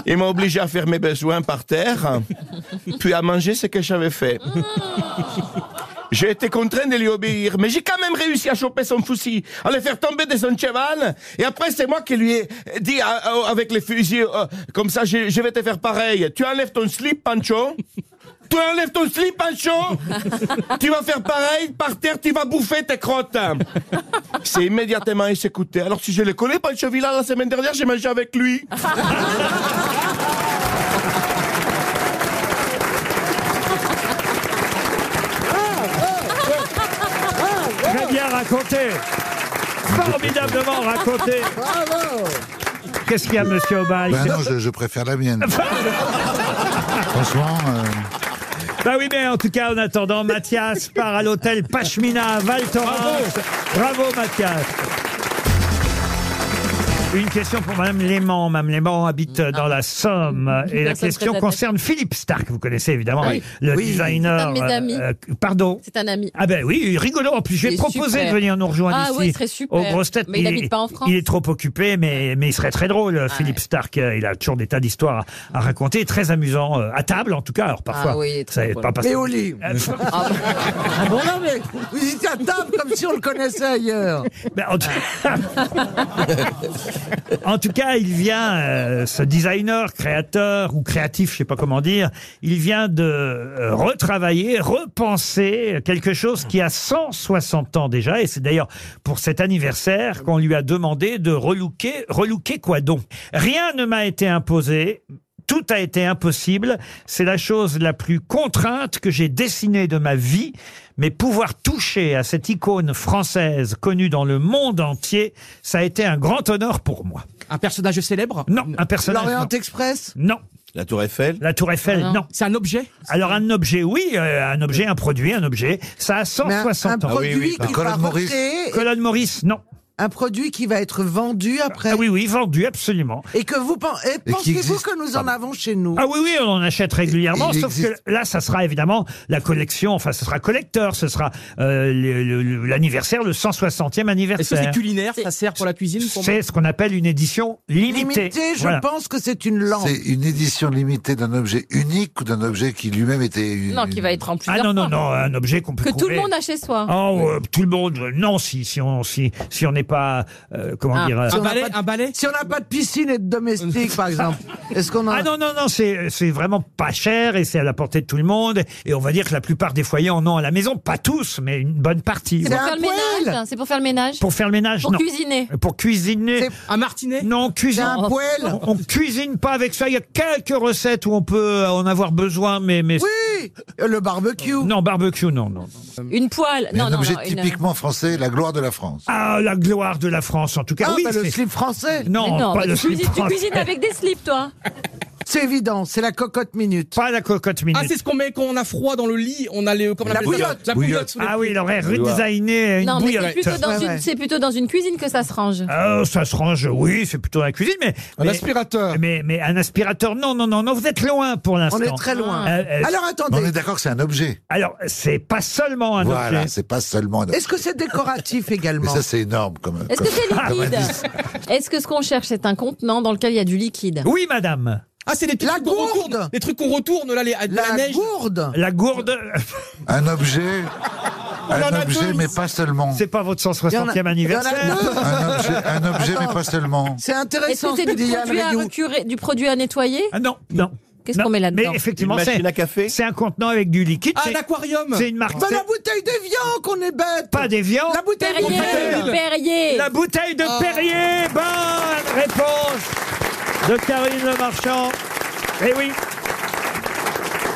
H: Il m'a obligé à faire mes besoins par terre, puis à manger ce que j'avais fait. J'ai été contraint de lui obéir, mais j'ai quand même réussi à choper son fusil, à le faire tomber de son cheval, et après c'est moi qui lui ai dit ah, ah, avec le fusil, euh, comme ça je, je vais te faire pareil. Tu enlèves ton slip, Pancho Tu enlèves ton slip, Pancho Tu vas faire pareil, par terre, tu vas bouffer tes crottes C'est immédiatement exécuté. Alors si je le connais, Pancho Villa, la semaine dernière, j'ai mangé avec lui.
B: Très bien raconté. Formidablement raconté. Qu'est-ce qu'il y a, Monsieur Obal
C: Ben non, je, je préfère la mienne. Franchement, euh,
B: Bah oui, mais en tout cas, en attendant, Mathias part à l'hôtel Pachmina à Val Thorens. Bravo. Mathias. Une question pour Madame Léman. Madame Léman habite dans la Somme. Et la
F: Personne Ah. très
B: question
F: attaché.
B: concerne Philippe Stark. Vous connaissez évidemment
F: Ah oui.
B: le
F: Oui. C'est
B: designer. euh,
F: un de mes amis.
B: pardon
F: C'est un ami.
B: ah ben oui, rigolo. En plus, je vais
F: Il est
B: proposer
F: super.
B: de venir nous rejoindre
F: Ah
B: ici.
F: oui, il serait super.
B: Aux grosses têtes.
F: Mais il
B: est,
F: habite pas en France. Ah
B: il est trop occupé, mais, mais il serait très drôle, Philippe Stark. Euh, Il a toujours des tas d'histoires à, à raconter. Très amusant, euh, à table en tout cas. Alors parfois,
E: Ah oui, il est
B: ça
E: très
B: n'est
E: drôle.
B: pas passé.
E: Mais au lit.
B: Euh,
E: Ah bon, Ah bon, non, mais vous étiez à table comme si on le connaissait ailleurs.
B: Ben, en, tout...
F: Ah.
B: en tout cas, il vient, euh, ce designer, créateur ou créatif, je sais pas comment dire, il vient de euh, retravailler, repenser quelque chose qui a 160 ans déjà. Et c'est d'ailleurs pour cet anniversaire qu'on lui a demandé de relooker. Relooker quoi donc Rien ne m'a été imposé. Tout a été impossible. C'est la chose la plus contrainte que j'ai dessinée de ma vie, mais pouvoir toucher à cette icône française connue dans le monde entier, ça a été un grand honneur pour moi. Un personnage célèbre Non, un personnage.
E: L'Orient
B: non.
E: Express
B: Non.
H: La Tour Eiffel
B: La Tour Eiffel, non. C'est un objet Alors un objet, oui, euh, un objet, un produit, un objet. Ça a
E: Mais un-
B: 160
E: un
B: ans.
H: Ah
E: produit qui va recréer et-
B: Colonne Maurice, non.
E: Un produit qui va être vendu après.
B: Ah oui, oui, vendu, absolument.
E: Et que vous pen- et
B: qui
E: pensez-vous
B: existe-
E: que nous en avons chez nous
B: Ah oui, oui, on en achète régulièrement,
E: Il- il
B: sauf
E: existe.
B: que là, ça sera évidemment la collection, enfin, ce sera collecteur, ce sera euh, le- le- le- l'anniversaire, le 160e
D: Est-ce que
B: anniversaire.
D: c'est culinaire Ça sert pour la cuisine pour moi
B: C'est ce qu'on appelle une édition limitée.
E: Limité, je
B: Voilà.
E: pense que c'est une lampe.
C: C'est une édition limitée d'un objet unique ou d'un objet qui lui-même était. une-
F: Non, qui va être en
B: Ah
F: plusieurs
B: non,
F: fois.
B: non, non, un objet qu'on peut
F: Que tout le
B: trouver.
F: monde a chez soi.
B: Oh, euh, tout le monde. euh, Non, si, si on si, si on n'est pas euh, comment
E: Ah,
B: dire.
E: si on n'a pas de- Si on n'a pas de piscine et de domestique, par exemple, est-ce qu'on en
B: Ah non non non, c'est c'est vraiment pas cher et c'est à la portée de tout le monde et on va dire que la plupart des foyers en ont à la maison, pas tous, mais une bonne partie.
F: C'est pour faire le ménage. C'est pour faire le ménage.
B: Pour faire le ménage,
F: Pour
B: non.
F: cuisiner.
B: Pour cuisiner.
D: Un martinet
B: Non, cuisine.
F: C'est un poêle.
B: On, on cuisine pas avec ça. Il y a quelques recettes où on peut en avoir besoin, mais mais.
E: Oui, le barbecue.
B: Non, barbecue, non, non.
F: Euh, Une poêle.
C: Mais
F: Non,
C: un
F: non,
C: objet
F: non, une-
C: typiquement français, la gloire de la France.
B: Ah, la gloire de la France, en tout cas.
E: Ah,
B: oui,
E: bah, le
B: c'est-
E: slip français.
B: Non,
F: Mais non,
B: pas
F: mais
B: le
F: tu,
B: slip
F: cuisines, tu
B: français.
F: cuisines avec des slips, toi.
E: C'est évident, c'est la cocotte minute.
B: Pas la cocotte
D: Ah, c'est ce qu'on met quand on a froid dans le lit, on a les. comment on
E: La
D: appelle ça
E: bouillotte.
D: La bouillotte.
B: Ah oui, il aurait redesigné une
F: non, mais c'est
B: bouillotte.
F: plutôt, dans une, c'est plutôt dans une cuisine que ça se range.
B: Ah, ça se range, oui, c'est plutôt dans la cuisine, mais.
G: Un
B: aspirateur. Mais, mais un aspirateur, non, non, non, non, vous êtes loin pour l'instant.
E: On est très loin.
B: Euh, euh,
E: Alors attendez.
C: On est d'accord que c'est un objet.
B: Alors, c'est pas seulement un
C: Voilà,
B: objet.
C: c'est pas seulement un objet.
E: Est-ce que c'est décoratif
C: Mais
E: également
C: ça, c'est énorme quand même.
F: Est-ce que c'est
B: Ah, bah,
F: liquide Est-ce que ce qu'on cherche, c'est un contenant dans lequel il y a du liquide
B: Oui, madame.
D: Ah, c'est des trucs
E: La
D: qu'on retourne.
E: gourde.
D: Des trucs qu'on retourne, là, les, de la,
E: La
D: neige.
E: gourde.
B: La gourde,
C: Un objet,
D: en
C: un
D: a
C: objet,
D: deux,
C: mais pas seulement.
B: c'est pas votre
E: Il y en
B: 160e
E: a- il y en
B: anniversaire.
E: a deux.
C: Un objet, un objet, mais pas seulement.
E: C'est
F: Est-ce
E: intéressant
F: que c'est
E: ce que
F: du
E: dit
F: produit,
E: Yann
F: à
E: Rioux.
F: recurer- du produit à nettoyer
B: Ah non, non.
F: Qu'est-ce
B: non.
F: qu'on met là-dedans
B: Mais effectivement,
H: Une
B: c'est
H: machine à café
B: c'est un contenant avec du liquide.
D: Ah,
B: c'est-
D: un aquarium
B: C'est une marque.
E: Bah, la
B: c'est
E: bouteille de viande qu'on est bête.
B: Pas des viandes.
E: La bouteille de
F: Perrier,
E: viande. Ah.
F: Perrier.
B: La bouteille de Perrier, bonne réponse de Karine Le Marchand. Eh oui.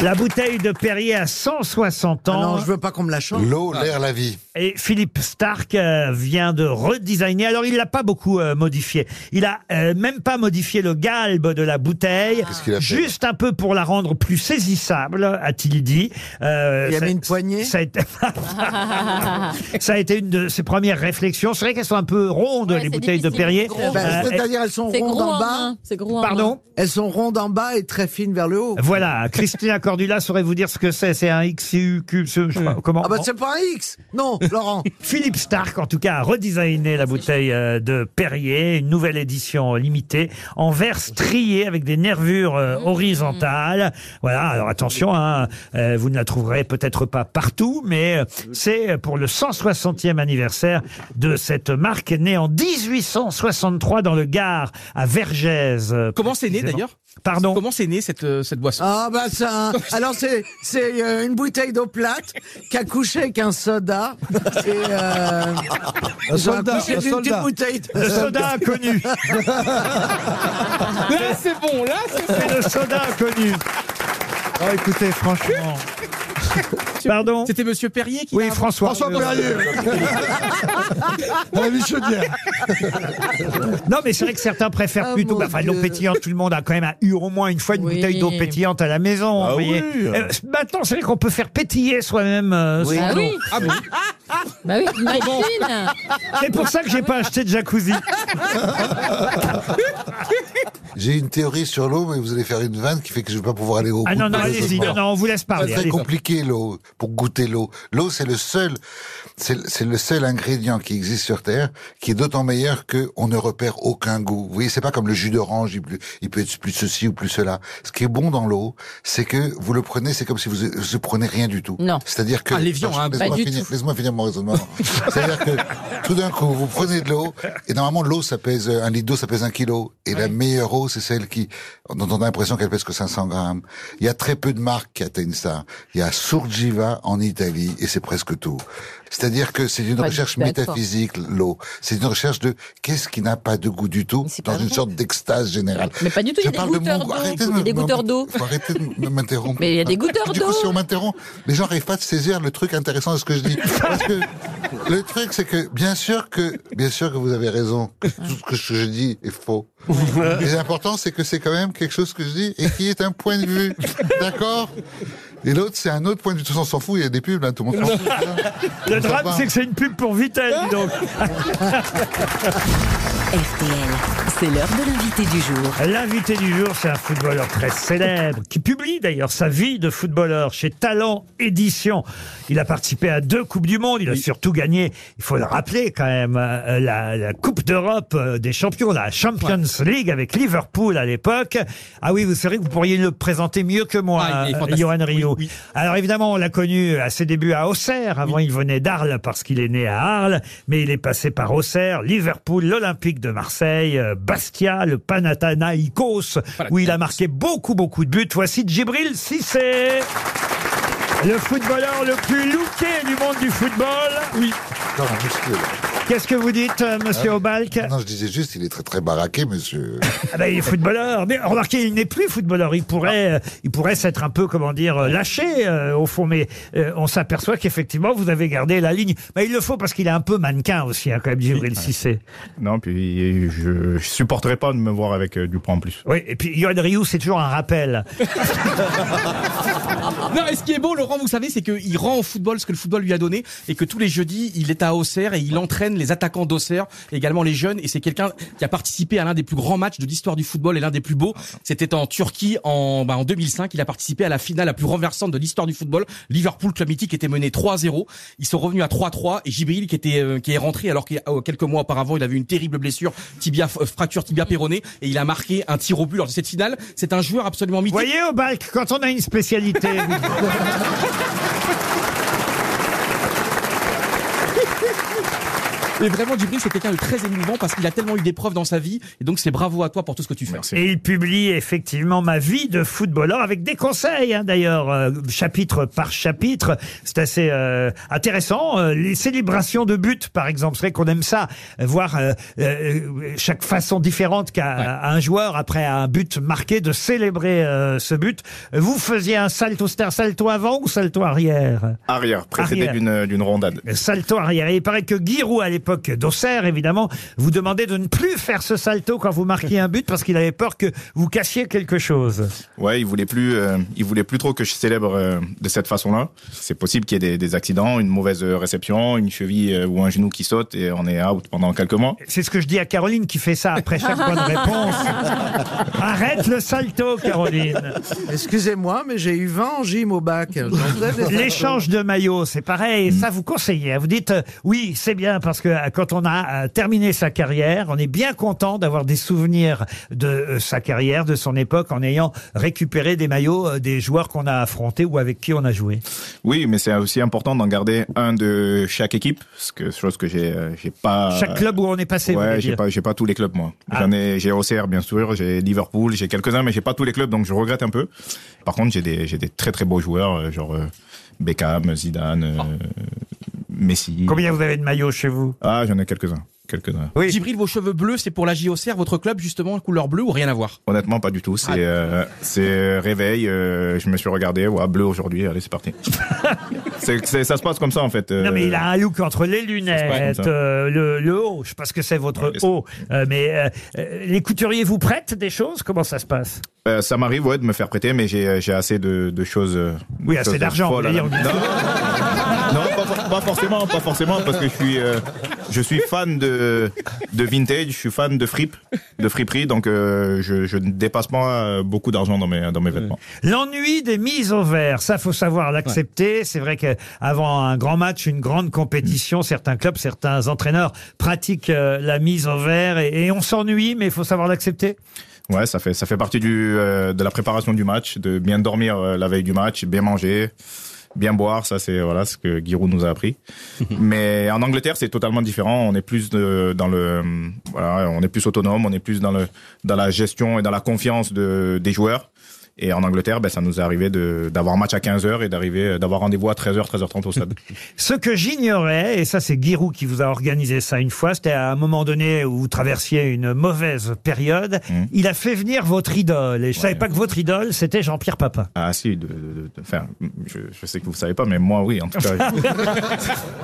B: La bouteille de Perrier a 160
E: Ah
B: ans.
E: non, je veux pas qu'on me la change.
C: L'eau, l'air, la vie.
B: Et Philippe Stark euh, vient de redesigner. Alors, il l'a pas beaucoup euh, modifié. Il a euh, même pas modifié le galbe de la bouteille.
C: qu'il a fait
B: Juste un peu pour la rendre plus saisissable, a-t-il dit. Euh,
E: Il a
B: ça-
E: mis une poignée.
B: Ça a été, ça a été une de ses premières réflexions. C'est vrai qu'elles sont un peu rondes,
F: Ouais,
B: les
F: c'est
B: bouteilles de
F: difficile.
B: Perrier.
F: Gros.
E: Bah,
B: Euh,
E: C'est-à-dire elles sont
F: C'est
E: rondes
F: gros en
E: en bas.
F: main, C'est gros en main.
B: Pardon
E: Elles sont rondes en bas et ah, très fines vers le haut.
B: Voilà, Christina Cordula saurait vous dire ce que c'est. C'est un XCU cube, ce- je sais pas comment.
E: Ah bah c'est pas un X. Non, Laurent.
B: Philippe Stark, en tout cas, a redesigné la bouteille euh, de Perrier, une nouvelle édition limitée, en verre strié avec des nervures euh, horizontales. Voilà, alors attention, hein, euh, vous ne la trouverez peut-être pas partout, mais euh, c'est pour le 160e anniversaire de cette marque née en 1863 dans le Gard, à Vergès. euh,
D: Comment c'est né,
B: précisément.
D: d'ailleurs
B: Pardon
D: Comment c'est né cette, euh, cette boisson
E: Ah bah ça. Alors c'est c'est euh, une bouteille d'eau plate qui a couché avec un soda et euh,
G: Un
E: ils ont
G: soldat,
E: accouché
G: un
E: d'une petite
G: soldat.
E: bouteille. de-
B: Le soda inconnu
D: Là, c'est bon, là, c'est
B: C'est le soda inconnu Oh, écoutez, franchement... Pardon
D: C'était Monsieur Perrier qui.
B: Oui,
D: l'a-
B: François.
G: François Perrier. La Michaudière.
B: Non, mais c'est vrai que certains préfèrent
E: Ah,
B: plutôt.
E: mon
B: bah, Enfin, l'eau
E: Dieu.
B: pétillante, tout le monde a quand même eu au moins une fois une
F: Oui.
B: bouteille d'eau pétillante à la maison.
H: Ah
B: vous voyez.
H: oui.
B: Euh, maintenant, c'est vrai qu'on peut faire pétiller soi-même. euh,
F: Bah
B: son eau.
F: oui.
D: Ah bon
F: Bah oui, imagine.
B: C'est pour ça que j'ai pas acheté de jacuzzi.
C: J'ai une théorie sur l'eau, mais vous allez faire une vanne qui fait que je vais pas pouvoir aller au
B: Ah
C: bout
B: non, non,
C: de
B: allez-y.
C: raisonnement.
B: Non, non, on vous laisse
C: C'est
B: parler.
C: très
B: allez-y.
C: compliqué l'eau pour goûter l'eau. L'eau c'est le seul, c'est c'est le seul ingrédient qui existe sur Terre qui est d'autant meilleur que on ne repère aucun goût. Vous voyez, c'est pas comme le jus d'orange, il, peut- il peut être plus ceci ou plus cela. Ce qui est bon dans l'eau, c'est que vous le prenez, c'est comme si vous ne prenez rien du tout.
F: Non.
C: C'est-à-dire que
D: Ah, l'évian, hein,
C: laisse-moi
F: pas du
C: finir,
F: tout.
C: laisse-moi finir mon raisonnement. C'est-à-dire que tout d'un coup, vous prenez de l'eau et normalement l'eau ça pèse un litre d'eau ça pèse un kilo et la meilleure eau c'est celle qui dont on a l'impression qu'elle pèse que 500 grammes. Il y a très peu de marques qui atteignent ça. Il y a Surgiva en Italie et c'est presque tout. C'est-à-dire que c'est une
Q: Pas
C: recherche
Q: du tout d'accord.
C: métaphysique, l'eau. C'est une recherche de qu'est-ce qui n'a pas de goût du tout, dans une sorte d'extase générale.
Q: Mais pas du tout, il y
C: Je
Q: a des
C: parle de
Q: goûteurs
C: mon goût.
Q: d'eau,
C: Arrêtez
Q: il y a
C: de
Q: des
C: me-
Q: goûteurs d'eau.
C: Faut arrêter de m'interrompre.
Q: Mais il y a des goûteurs
C: Du coup,
Q: d'eau.
C: si on m'interrompt, les gens n'arrivent pas de saisir le truc intéressant de ce que je dis. Parce que le truc, c'est que bien sûr que, bien sûr que vous avez raison, que tout ce que je dis est faux. Mais l'important, c'est que c'est quand même quelque chose que je dis et qui est un point de vue. D'accord Et l'autre, c'est un autre point de vue. Tout le monde s'en fout, il y a des pubs, là, tout le monde s'en fout. hein.
B: Le drame, c'est que c'est une pub pour Vitel, dis donc.
J: RTL, c'est l'heure de l'invité du jour.
B: L'invité du jour, c'est un footballeur très célèbre qui publie d'ailleurs sa vie de footballeur chez Talent Édition. Il a participé à deux Coupes du Monde. Il a surtout gagné, il faut le rappeler quand même, euh, la, la Coupe d'Europe euh, des champions, la Champions League avec Liverpool à l'époque. Ah oui, vous savez que vous pourriez le présenter mieux que moi,
D: Ah, il est
B: euh,
D: fantastique.
B: Johan Rio. Alors évidemment, on l'a connu à ses débuts à Auxerre. Avant, il venait d'Arles parce qu'il est né à Arles, mais il est passé par Auxerre, Liverpool, l'Olympique de Marseille, euh, Bastia, le Panathinaikos, où il a marqué beaucoup, beaucoup de buts. Voici Djibril Cissé. Le footballeur le plus looké du monde du football. Oui. Qu'est-ce que vous dites, euh,
C: Ah
B: monsieur
C: oui.
B: Obalk
C: Non, je disais juste, il est très très baraqué, monsieur.
B: Ah ben, il est footballeur. Mais remarquez, il n'est plus footballeur. Il pourrait, euh, il pourrait s'être un peu, comment dire, euh, lâché euh, au fond. Mais euh, on s'aperçoit qu'effectivement, vous avez gardé la ligne. Mais il le faut parce qu'il est un peu mannequin aussi, hein, quand même, Djibril Cissé.
R: Non, puis je, je supporterais pas de me voir avec euh, Dupont en plus.
B: Oui, et puis Yoann Rioux, c'est toujours un rappel.
D: Non, et ce qui est beau, Laurent, vous savez, c'est qu'il rend au football ce que le football lui a donné et que tous les jeudis, il est à Auxerre et il entraîne les attaquants d'Auxerre, également les jeunes. Et c'est quelqu'un qui a participé à l'un des plus grands matchs de l'histoire du football et l'un des plus beaux. C'était en Turquie en, bah, en 2005. Il a participé à la finale la plus renversante de l'histoire du football. Liverpool, club mythique, était mené 3-0. Ils sont revenus à 3-3 et Jibril, qui était euh, qui est rentré alors qu'il y a, euh, quelques mois auparavant, il avait une terrible blessure, tibia, euh, fracture tibia péronée, et il a marqué un tir au but lors de cette finale. C'est un joueur absolument mythique.
B: Voyez au bac quand on a une spécialité.
D: Et vraiment, Djibril, c'est quelqu'un de très émouvant parce qu'il a tellement eu d'épreuves dans sa vie. Et donc, c'est bravo à toi pour tout ce que tu fais.
B: Et il publie effectivement ma vie de footballeur avec des conseils, hein, d'ailleurs, euh, chapitre par chapitre. C'est assez euh, intéressant. Euh, les célébrations de buts, par exemple, c'est vrai qu'on aime ça, euh, voir euh, euh, chaque façon différente qu'a à un joueur après un but marqué de célébrer euh, ce but. Vous faisiez un salto, c'était un salto avant ou salto arrière
R: Arrière, précédé
B: Arrière.
R: d'une d'une rondade.
B: Salto arrière. Et il paraît que Giroud, à l'époque d'Auxerre, évidemment, vous demandait de ne plus faire ce salto quand vous marquiez un but parce qu'il avait peur que vous cassiez quelque chose.
R: Ouais, il voulait plus, euh, il voulait plus trop que je célèbre euh, de cette façon-là. C'est possible qu'il y ait des, des accidents, une mauvaise euh, réception, une cheville euh, ou un genou qui saute et on est out pendant quelques mois.
B: C'est ce que je dis à Caroline qui fait ça après chaque bonne réponse. Arrête le salto, Caroline.
E: Excusez-moi, mais j'ai eu 20 en gym au bac. J'en faisais des
B: L'échange de maillots, c'est pareil. Ça, vous conseillez. hein. Vous dites, euh, oui, c'est bien parce que euh, quand on a euh, terminé sa carrière, on est bien content d'avoir des souvenirs de euh, sa carrière, de son époque, en ayant récupéré des maillots euh, des joueurs qu'on a affrontés ou avec qui on a joué.
R: Oui, mais c'est aussi important d'en garder un de chaque équipe, ce que chose que j'ai, euh, j'ai pas.
B: Chaque club où on est passé, vous
R: Ouais,
B: voulez
R: j'ai
B: dire. Ah.
R: pas, j'ai pas tous les clubs moi. J'en ai, j'ai OCR bien sûr, j'ai Liverpool, j'ai quelques uns, mais j'ai pas tous les clubs, donc je regrette un peu. Par contre, j'ai des, j'ai des très très beaux joueurs, euh, genre euh, Beckham, Zidane, euh, Messi.
B: Combien vous avez de maillots chez vous
R: Ah, j'en ai quelques uns, quelques uns.
D: Djibril, vos cheveux bleus, c'est pour la JOCR, votre club, justement, couleur bleue ou rien à voir
R: Honnêtement, pas du tout.
B: Ah.
R: C'est, euh, c'est euh, réveil. euh, je me suis regardé, ouais, bleu aujourd'hui. Allez, c'est parti. c'est, c'est- ça se passe comme ça en fait. euh,
B: Non, mais il a un look entre les lunettes,
R: comme ça.
B: euh, le, le haut. Je sais pas ce que c'est votre haut. euh, mais euh, euh, les couturiers vous prêtent des choses Comment ça se passe
R: Euh, ça m'arrive ouais, de me faire prêter, mais j'ai, euh, j'ai assez de, de choses. euh,
B: Oui,
R: de
B: assez
R: choses
B: d'argent,
R: folles à
B: vous
R: la-
B: voulez dire,
R: Non, non, pas, for- pas forcément, pas forcément, parce que je suis, euh, je suis fan de, de vintage, je suis fan de fripe, de friperie, donc euh, je, je ne dépasse pas euh, beaucoup d'argent dans mes, dans mes vêtements.
B: L'ennui des mises au vert, ça faut savoir l'accepter. C'est vrai qu'avant un grand match, une grande
R: Mm.
B: compétition, certains clubs, certains entraîneurs pratiquent euh, la mise au vert et, et on s'ennuie, mais il faut savoir l'accepter.
R: Ouais, ça fait, ça fait partie du, euh, de la préparation du match, de bien dormir euh, la veille du match, bien manger, bien boire. Ça, c'est voilà, ce que Giroud nous a appris. Mais en Angleterre, c'est totalement différent. On est plus de- dans le, voilà, on est plus autonome, on est plus dans, le, dans la gestion et dans la confiance de, des joueurs. Et en Angleterre, ben, ça nous est arrivé de- d'avoir match à 15h et d'arriver, d'avoir rendez-vous à 13h, 13h30 au stade.
B: Ce que j'ignorais, et ça c'est Giroud qui vous a organisé ça une fois, c'était à un moment donné où vous traversiez une mauvaise période, il a fait venir votre idole. Et je savais pas que votre idole, c'était Jean-Pierre Papin.
R: Ah si, de- de- de- enfin, je, je sais que vous ne savez pas, mais moi oui, en tout cas.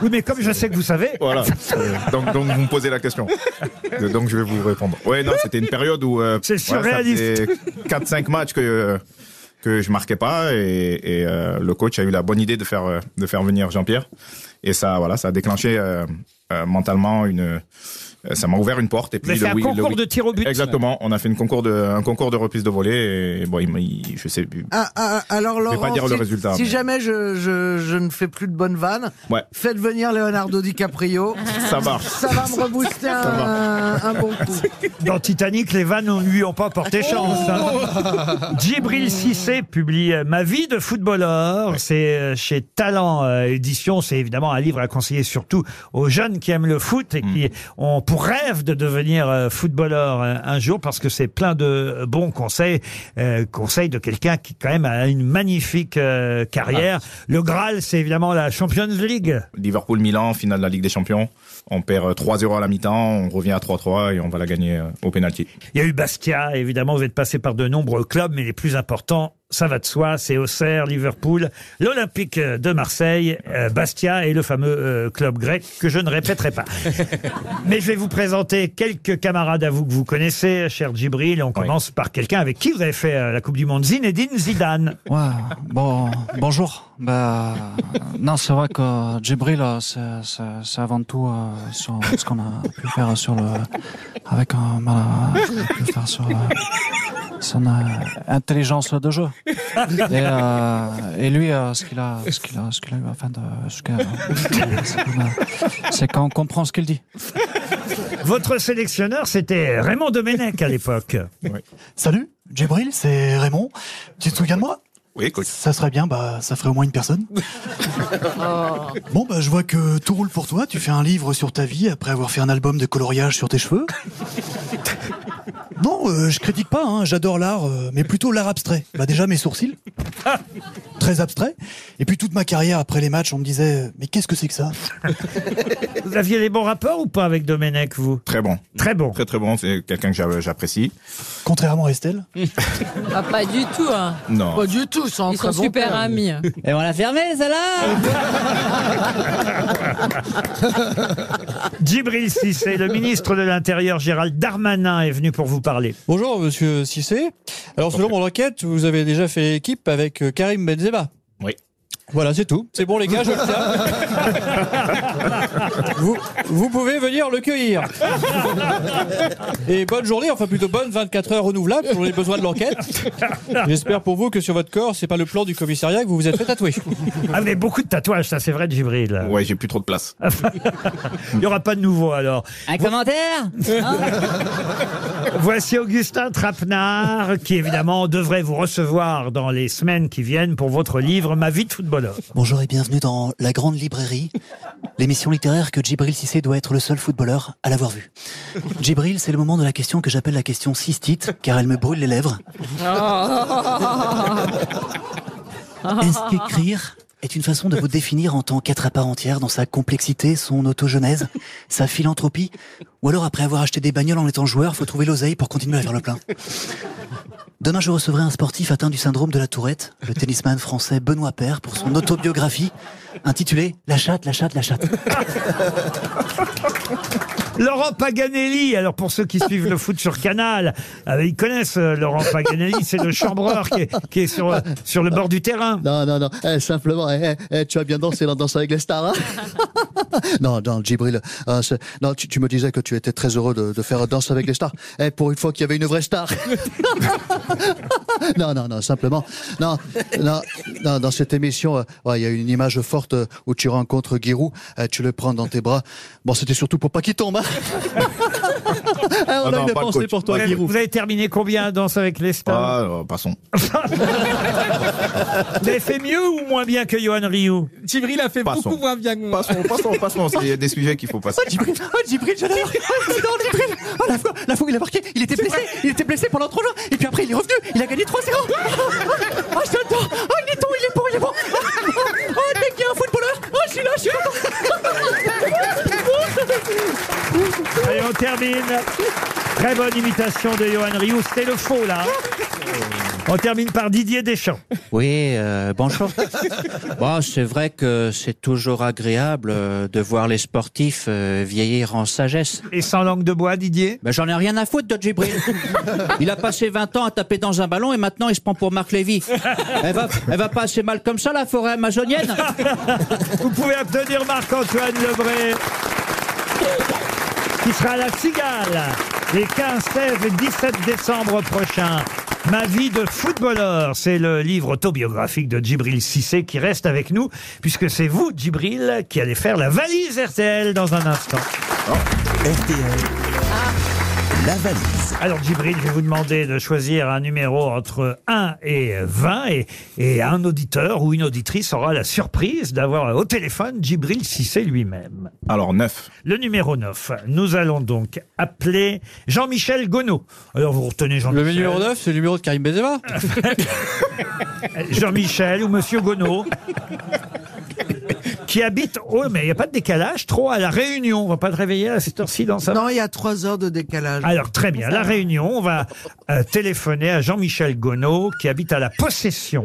B: oui, mais comme je sais que vous savez.
R: Voilà. Euh, Donc, donc vous me posez la question. Euh, Donc je vais vous répondre. Ouais, non, c'était une période où. euh,
B: C'est surréaliste.
R: ça faisait 4-5 matchs que. euh, que je marquais pas et, et, euh, le coach a eu la bonne idée de faire euh, de faire venir Jean-Pierre et ça voilà ça a déclenché euh, euh, mentalement une euh, ça m'a ouvert une porte et
B: avez
R: puis
B: fait un
R: oui-
B: concours
R: oui-
B: de tir au but.
R: exactement on a fait une concours de un concours de reprise de volée et bon il, m'a- il- je sais plus
E: Ah, ah, ah, alors,
R: Je vais pas
E: Laurent,
R: dire
E: si,
R: le résultat,
E: si
R: mais-
E: jamais je, je, je ne fais plus de bonnes vannes,
R: Ouais.
E: faites venir Leonardo DiCaprio.
R: Ça marche.
E: Ça va me rebooster
B: Ça
E: un, un bon coup.
B: Dans Titanic, les vannes ne lui ont pas porté chance. hein. Djibril Cissé publie euh, Ma vie de footballeur. C'est euh, chez Talent euh, Édition. C'est évidemment un livre à conseiller surtout aux jeunes qui aiment le foot et qui ont pour rêve de devenir euh, footballeur euh, un jour parce que c'est plein de euh, bons conseils. euh, conseils de quelqu'un qui quand même a une magnifique euh, carrière. Le Graal, c'est évidemment la Champions League.
R: Liverpool-Milan, finale de la Ligue des Champions. On perd euh, 3-0 à la mi-temps, on revient à 3-3 et on va la gagner euh, au pénalty.
B: Il y a eu Bastia, évidemment, vous êtes passé par de nombreux clubs, mais les plus importants, ça va de soi, c'est Auxerre, Liverpool, l'Olympique de Marseille, euh, Bastia et le fameux euh, club grec que je ne répéterai pas. mais je vais vous présenter quelques camarades à vous que vous connaissez, cher Djibril. On commence par quelqu'un avec qui vous avez fait euh, la Coupe du Monde, Zinedine Zidane.
Q: Bon, Oh, bonjour. Bah, non, c'est vrai que euh, Djibril, euh, c'est- c'est c'est avant tout euh, sur ce qu'on a pu faire sur le. avec un. voilà, pu faire sur euh, son euh, intelligence de jeu. Et, euh, et lui, euh, ce qu'il a, ce qu'il a, ce qu'il a eu, enfin, de, ce qu'il a- c'est qu'on a- c'est qu'on comprend ce qu'il dit.
B: Votre sélectionneur, c'était Raymond Domenech à l'époque.
S: Salut, Djibril, c'est Raymond. Tu te souviens de moi
R: Oui, coach.
S: Ça serait bien, bah, ça ferait au moins une personne.
E: Oh.
S: Bon, bah, je vois que tout roule pour toi. Tu fais un livre sur ta vie après avoir fait un album de coloriage sur tes cheveux. Non, euh, je critique pas, hein, j'adore l'art, euh, mais plutôt l'art abstrait. Bah, déjà, mes sourcils. Très abstrait. Et puis, toute ma carrière après les matchs, on me disait Mais qu'est-ce que c'est que ça
B: Vous aviez des bons rapports ou pas avec Domenech, vous
R: Très bon.
B: Très bon.
R: Très très bon, c'est quelqu'un que j'a- j'apprécie.
S: Contrairement à Estelle
F: Ah, pas du tout, hein.
R: Non. Pas
F: du tout, Ils
E: très
F: sont
E: bons
F: super
E: termes.
F: amis.
Q: Et on l'a fermé,
B: Djibril Cissé, le ministre de l'Intérieur Gérald Darmanin est venu pour vous parler.
T: Bonjour, monsieur Cissé. Alors, selon mon enquête, vous avez déjà fait équipe avec euh, Karim Benzema.
R: Oui.
T: Voilà, c'est tout. C'est bon, les gars, je le tiens. vous, vous pouvez venir le cueillir. Et bonne journée, enfin plutôt bonne 24 heures renouvelables pour les besoins de l'enquête. J'espère pour vous que sur votre corps, c'est pas le plan du commissariat que vous vous êtes fait tatouer.
B: Ah, vous avez beaucoup de tatouages, ça c'est vrai, Djibril.
R: Ouais, j'ai plus trop de place.
B: Il n'y aura pas de nouveau alors.
Q: Un commentaire
B: Voici Augustin Trapenard, qui évidemment devrait vous recevoir dans les semaines qui viennent pour votre livre Ma vie de footballeur.
S: Bonjour et bienvenue dans La Grande Librairie, l'émission littéraire que Djibril Cissé doit être le seul footballeur à l'avoir vu. Djibril, c'est le moment de la question que j'appelle la question cystite, car elle me brûle les lèvres.
E: Oh.
S: Est-ce qu'écrire est une façon de vous définir en tant qu'être à part entière dans sa complexité, son autogenèse, sa philanthropie Ou alors après avoir acheté des bagnoles en étant joueur, faut trouver l'oseille pour continuer à faire le plein Demain, je recevrai un sportif atteint du syndrome de la tourette, le tennisman français Benoît Paire, pour son autobiographie intitulée La chatte, la chatte, la chatte.
B: Laurent Paganelli, alors pour ceux qui suivent le foot sur Canal, euh, ils connaissent euh, Laurent Paganelli, c'est le chambreur qui est, qui est sur, euh, sur le bord du terrain.
S: Non, non, non, eh, simplement, eh, eh, eh, tu as bien dansé dans Danse avec les stars. hein non, non, Djibril, euh, c'est- non, tu, tu me disais que tu étais très heureux de, de faire Danse avec les stars. Eh, pour une fois qu'il y avait une vraie star. non, non, non, simplement. Non, non, non, dans cette émission, euh, ouais, il y a une image forte euh, où tu rencontres Giroud, euh, tu le prends dans tes bras. Bon, c'était surtout pour pas qu'il tombe. hein. Eh,
E: Ah,
S: on a une pensée pour toi,
B: vous, avez,
S: Giroud.
B: vous avez terminé combien à Danse avec les stars
R: Ah, euh, passons.
B: Vous avez fait mieux ou moins bien que Johan Rioux
D: Djibril a fait
R: Passons.
D: beaucoup moins bien que moi.
R: Passons, passons, passons. Il y a des sujets qu'il faut passer.
S: Djibril, oh, Djibril, je l'adore. Oh, dis donc, Djibril. Oh, la fois, la fois où il a marqué, il était blessé. Il était blessé pendant trois jours. Et puis après, il est revenu. Il a gagné 3-0. Oh,
B: termine. Très bonne imitation de Johan Rioux. C'était le faux, là. On termine par Didier Deschamps.
U: Oui, euh, bonjour. Bon, c'est vrai que c'est toujours agréable euh, de voir les sportifs euh, vieillir en sagesse.
B: Et sans langue de bois, Didier
U: Ben, J'en ai rien à foutre de Djibril. Il a passé 20 ans à taper dans un ballon et maintenant il se prend pour Marc Lévy. Elle va, elle va pas assez mal comme ça, la forêt amazonienne
B: Vous pouvez applaudir Marc-Antoine Lebré, qui sera à la Cigale les 15, 16 et 17 décembre prochains. Ma vie de footballeur, c'est le livre autobiographique de Djibril Cissé qui reste avec nous, puisque c'est vous, Djibril, qui allez faire la valise RTL dans un instant. RTL. Ah. La valise. Alors, Djibril, je vais vous demander de choisir un numéro entre 1 et 20 et, et un auditeur ou une auditrice aura la surprise d'avoir au téléphone Djibril Cissé lui-même.
R: Alors, 9.
B: Le numéro 9. Nous allons donc appeler Jean-Michel Gonod. Alors, vous retenez Jean-Michel.
T: Le numéro 9, c'est le numéro de Karim Benzema.
B: Jean-Michel ou Monsieur Gonod. Qui habite, oh, mais il n'y a pas de décalage, trop à La Réunion. On va pas te réveiller à cette heure-ci dans sa
E: Non, il y a trois heures de décalage.
B: Ah, alors très bien,
E: Ça
B: la
E: va.
B: réunion, on va euh, téléphoner à Jean-Michel Gonod qui habite à la Possession.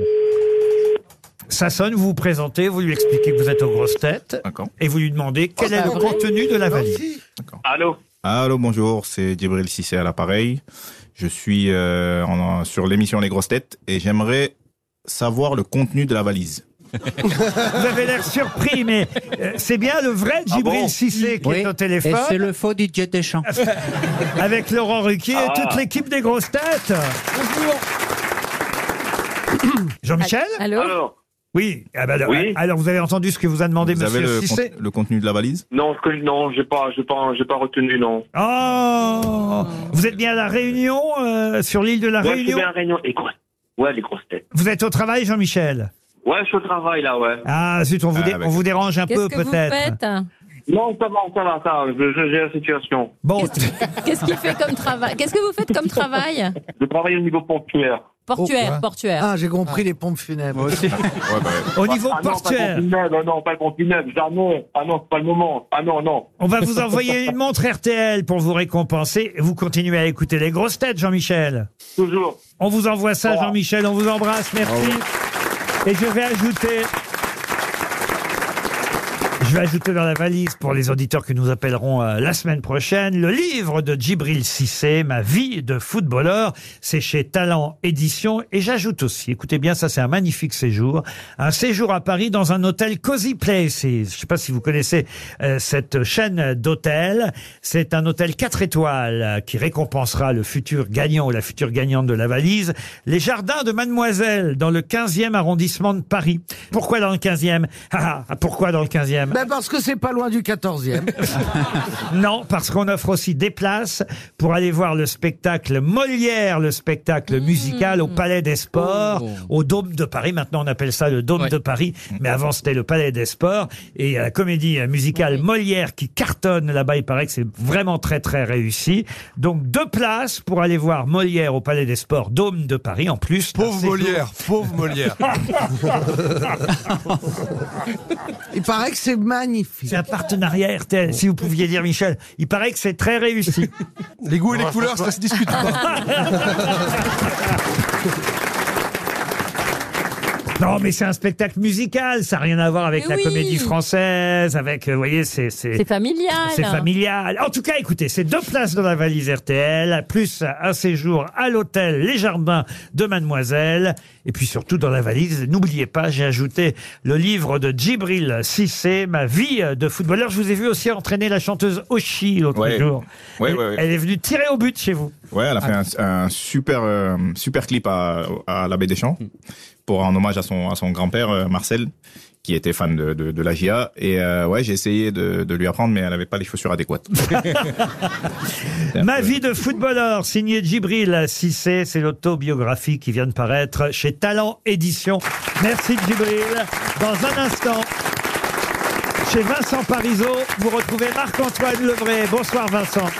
B: Ça sonne, vous vous présentez, vous lui expliquez que vous êtes aux grosses têtes et vous lui demandez quel est le contenu de la valise.
L: Allô
R: Ah, Allô, bonjour, c'est Djibril Cissé à l'appareil. Je suis euh, en- sur l'émission Les Grosses Têtes et j'aimerais savoir le contenu de la valise.
B: Vous avez l'air surpris, mais euh, c'est bien le vrai
U: Ah
B: Djibril
U: bon
B: Cissé qui
U: Oui,
B: est au téléphone.
U: et c'est le faux DJ Deschamps.
B: Avec Laurent Ruquier
U: Ah.
B: et toute l'équipe des grosses têtes. Jean-Michel
F: Allô
B: Oui, ah bah alors,
L: Oui.
B: alors vous avez entendu ce que vous a demandé
R: Vous avez
B: monsieur
R: le,
B: Cissé
R: con- le contenu de la valise
L: Non, que, non, j'ai pas, j'ai pas, j'ai pas retenu, non.
R: Ah.
B: Oh Vous êtes bien à La Réunion, euh, sur l'île de La
L: ouais, je suis
B: Réunion
L: bien à Réunion. Et quoi Ouais, les grosses têtes.
B: Vous êtes au travail, Jean-Michel
L: Ouais, je suis au travail, là, ouais.
B: Ah zut, on vous, dé- on vous dérange un peu
F: Qu'est-ce que vous
B: peut-être.
F: faites
L: Non, ça va, ça va, ça va. Je, je gère la situation.
B: Bon,
F: Qu'est-ce qu'il fait comme travail Qu'est-ce que vous faites comme travail
L: je travaille au niveau portuaire.
F: Portuaire,
L: Oh, ouais.
F: portuaire.
E: Ah, j'ai compris les pompes funèbres.
B: Au niveau
L: ah,
B: portuaire.
L: Non, pas le non, pas le portuaire. Ah non, ah non, c'est pas le moment. Ah non, non.
B: on va vous envoyer une montre RTL pour vous récompenser. Vous continuez à écouter les grosses têtes, Jean-Michel.
L: Toujours.
B: On vous envoie ça,
L: Au revoir.
B: Jean-Michel. On vous embrasse. Merci. Et je vais ajouter. Je vais ajouter dans la valise pour les auditeurs que nous appellerons euh, la semaine prochaine le livre de Djibril Cissé, Ma vie de footballeur. C'est chez Talent Édition. Et j'ajoute aussi, écoutez bien, ça c'est un magnifique séjour, un séjour à Paris dans un hôtel Cozy Places. Je ne sais pas si vous connaissez euh, cette chaîne d'hôtels. C'est un hôtel 4 étoiles euh, qui récompensera le futur gagnant ou la future gagnante de la valise. Les jardins de Mademoiselle dans le 15e arrondissement de Paris. Pourquoi dans le 15e Ah, ah, Pourquoi dans le 15e
E: Ben parce que c'est pas loin du 14e.
B: non, parce qu'on offre aussi des places pour aller voir le spectacle Molière, le spectacle musical au Palais des Sports, au Dôme de Paris. Maintenant, on appelle ça le Dôme de Paris, mais avant, c'était le Palais des Sports. Et il y a la comédie euh, musicale Molière qui cartonne là-bas. Il paraît que c'est vraiment très, très réussi. Donc, deux places pour aller voir Molière au Palais des Sports, Dôme de Paris, en plus. Pauvre
V: Molière, pauvre Molière.
B: Il paraît que c'est magnifique. C'est un partenariat RTL. Si vous pouviez dire, Michel, il paraît que c'est très réussi. Les goûts
V: et les couleurs, Oh, ça se discute
B: Non, mais c'est un spectacle musical. Ça n'a rien à voir avec
F: Mais
B: la
F: oui.
B: comédie française, avec, euh, vous voyez, c'est. C'est
F: C'est familial.
B: c'est familial. En tout cas, écoutez, c'est deux places dans la valise RTL, plus un séjour à l'hôtel Les Jardins de Mademoiselle. Et puis surtout dans la valise, n'oubliez pas, j'ai ajouté le livre de Djibril Cissé, Ma vie de footballeur. Je vous ai vu aussi entraîner la chanteuse Oshi l'autre
R: Ouais.
B: jour.
R: Ouais,
B: Elle-
R: ouais, ouais.
B: Elle est venue tirer au but chez vous.
R: Ouais, elle a fait
S: Ah.
R: un, un super, euh, super clip à, à l'abbé Deschamps pour en hommage à son, à son grand-père, euh, Marcel, qui était fan de, de, de la GIA. Et euh, ouais, j'ai essayé de, de lui apprendre, mais elle n'avait pas les chaussures adéquates.
B: Ma vie de footballeur, signé Djibril Cissé, c'est l'autobiographie qui vient de paraître chez Talent Édition. Merci Djibril. Dans un instant, chez Vincent Parisot, vous retrouvez Marc-Antoine Levray. Bonsoir Vincent.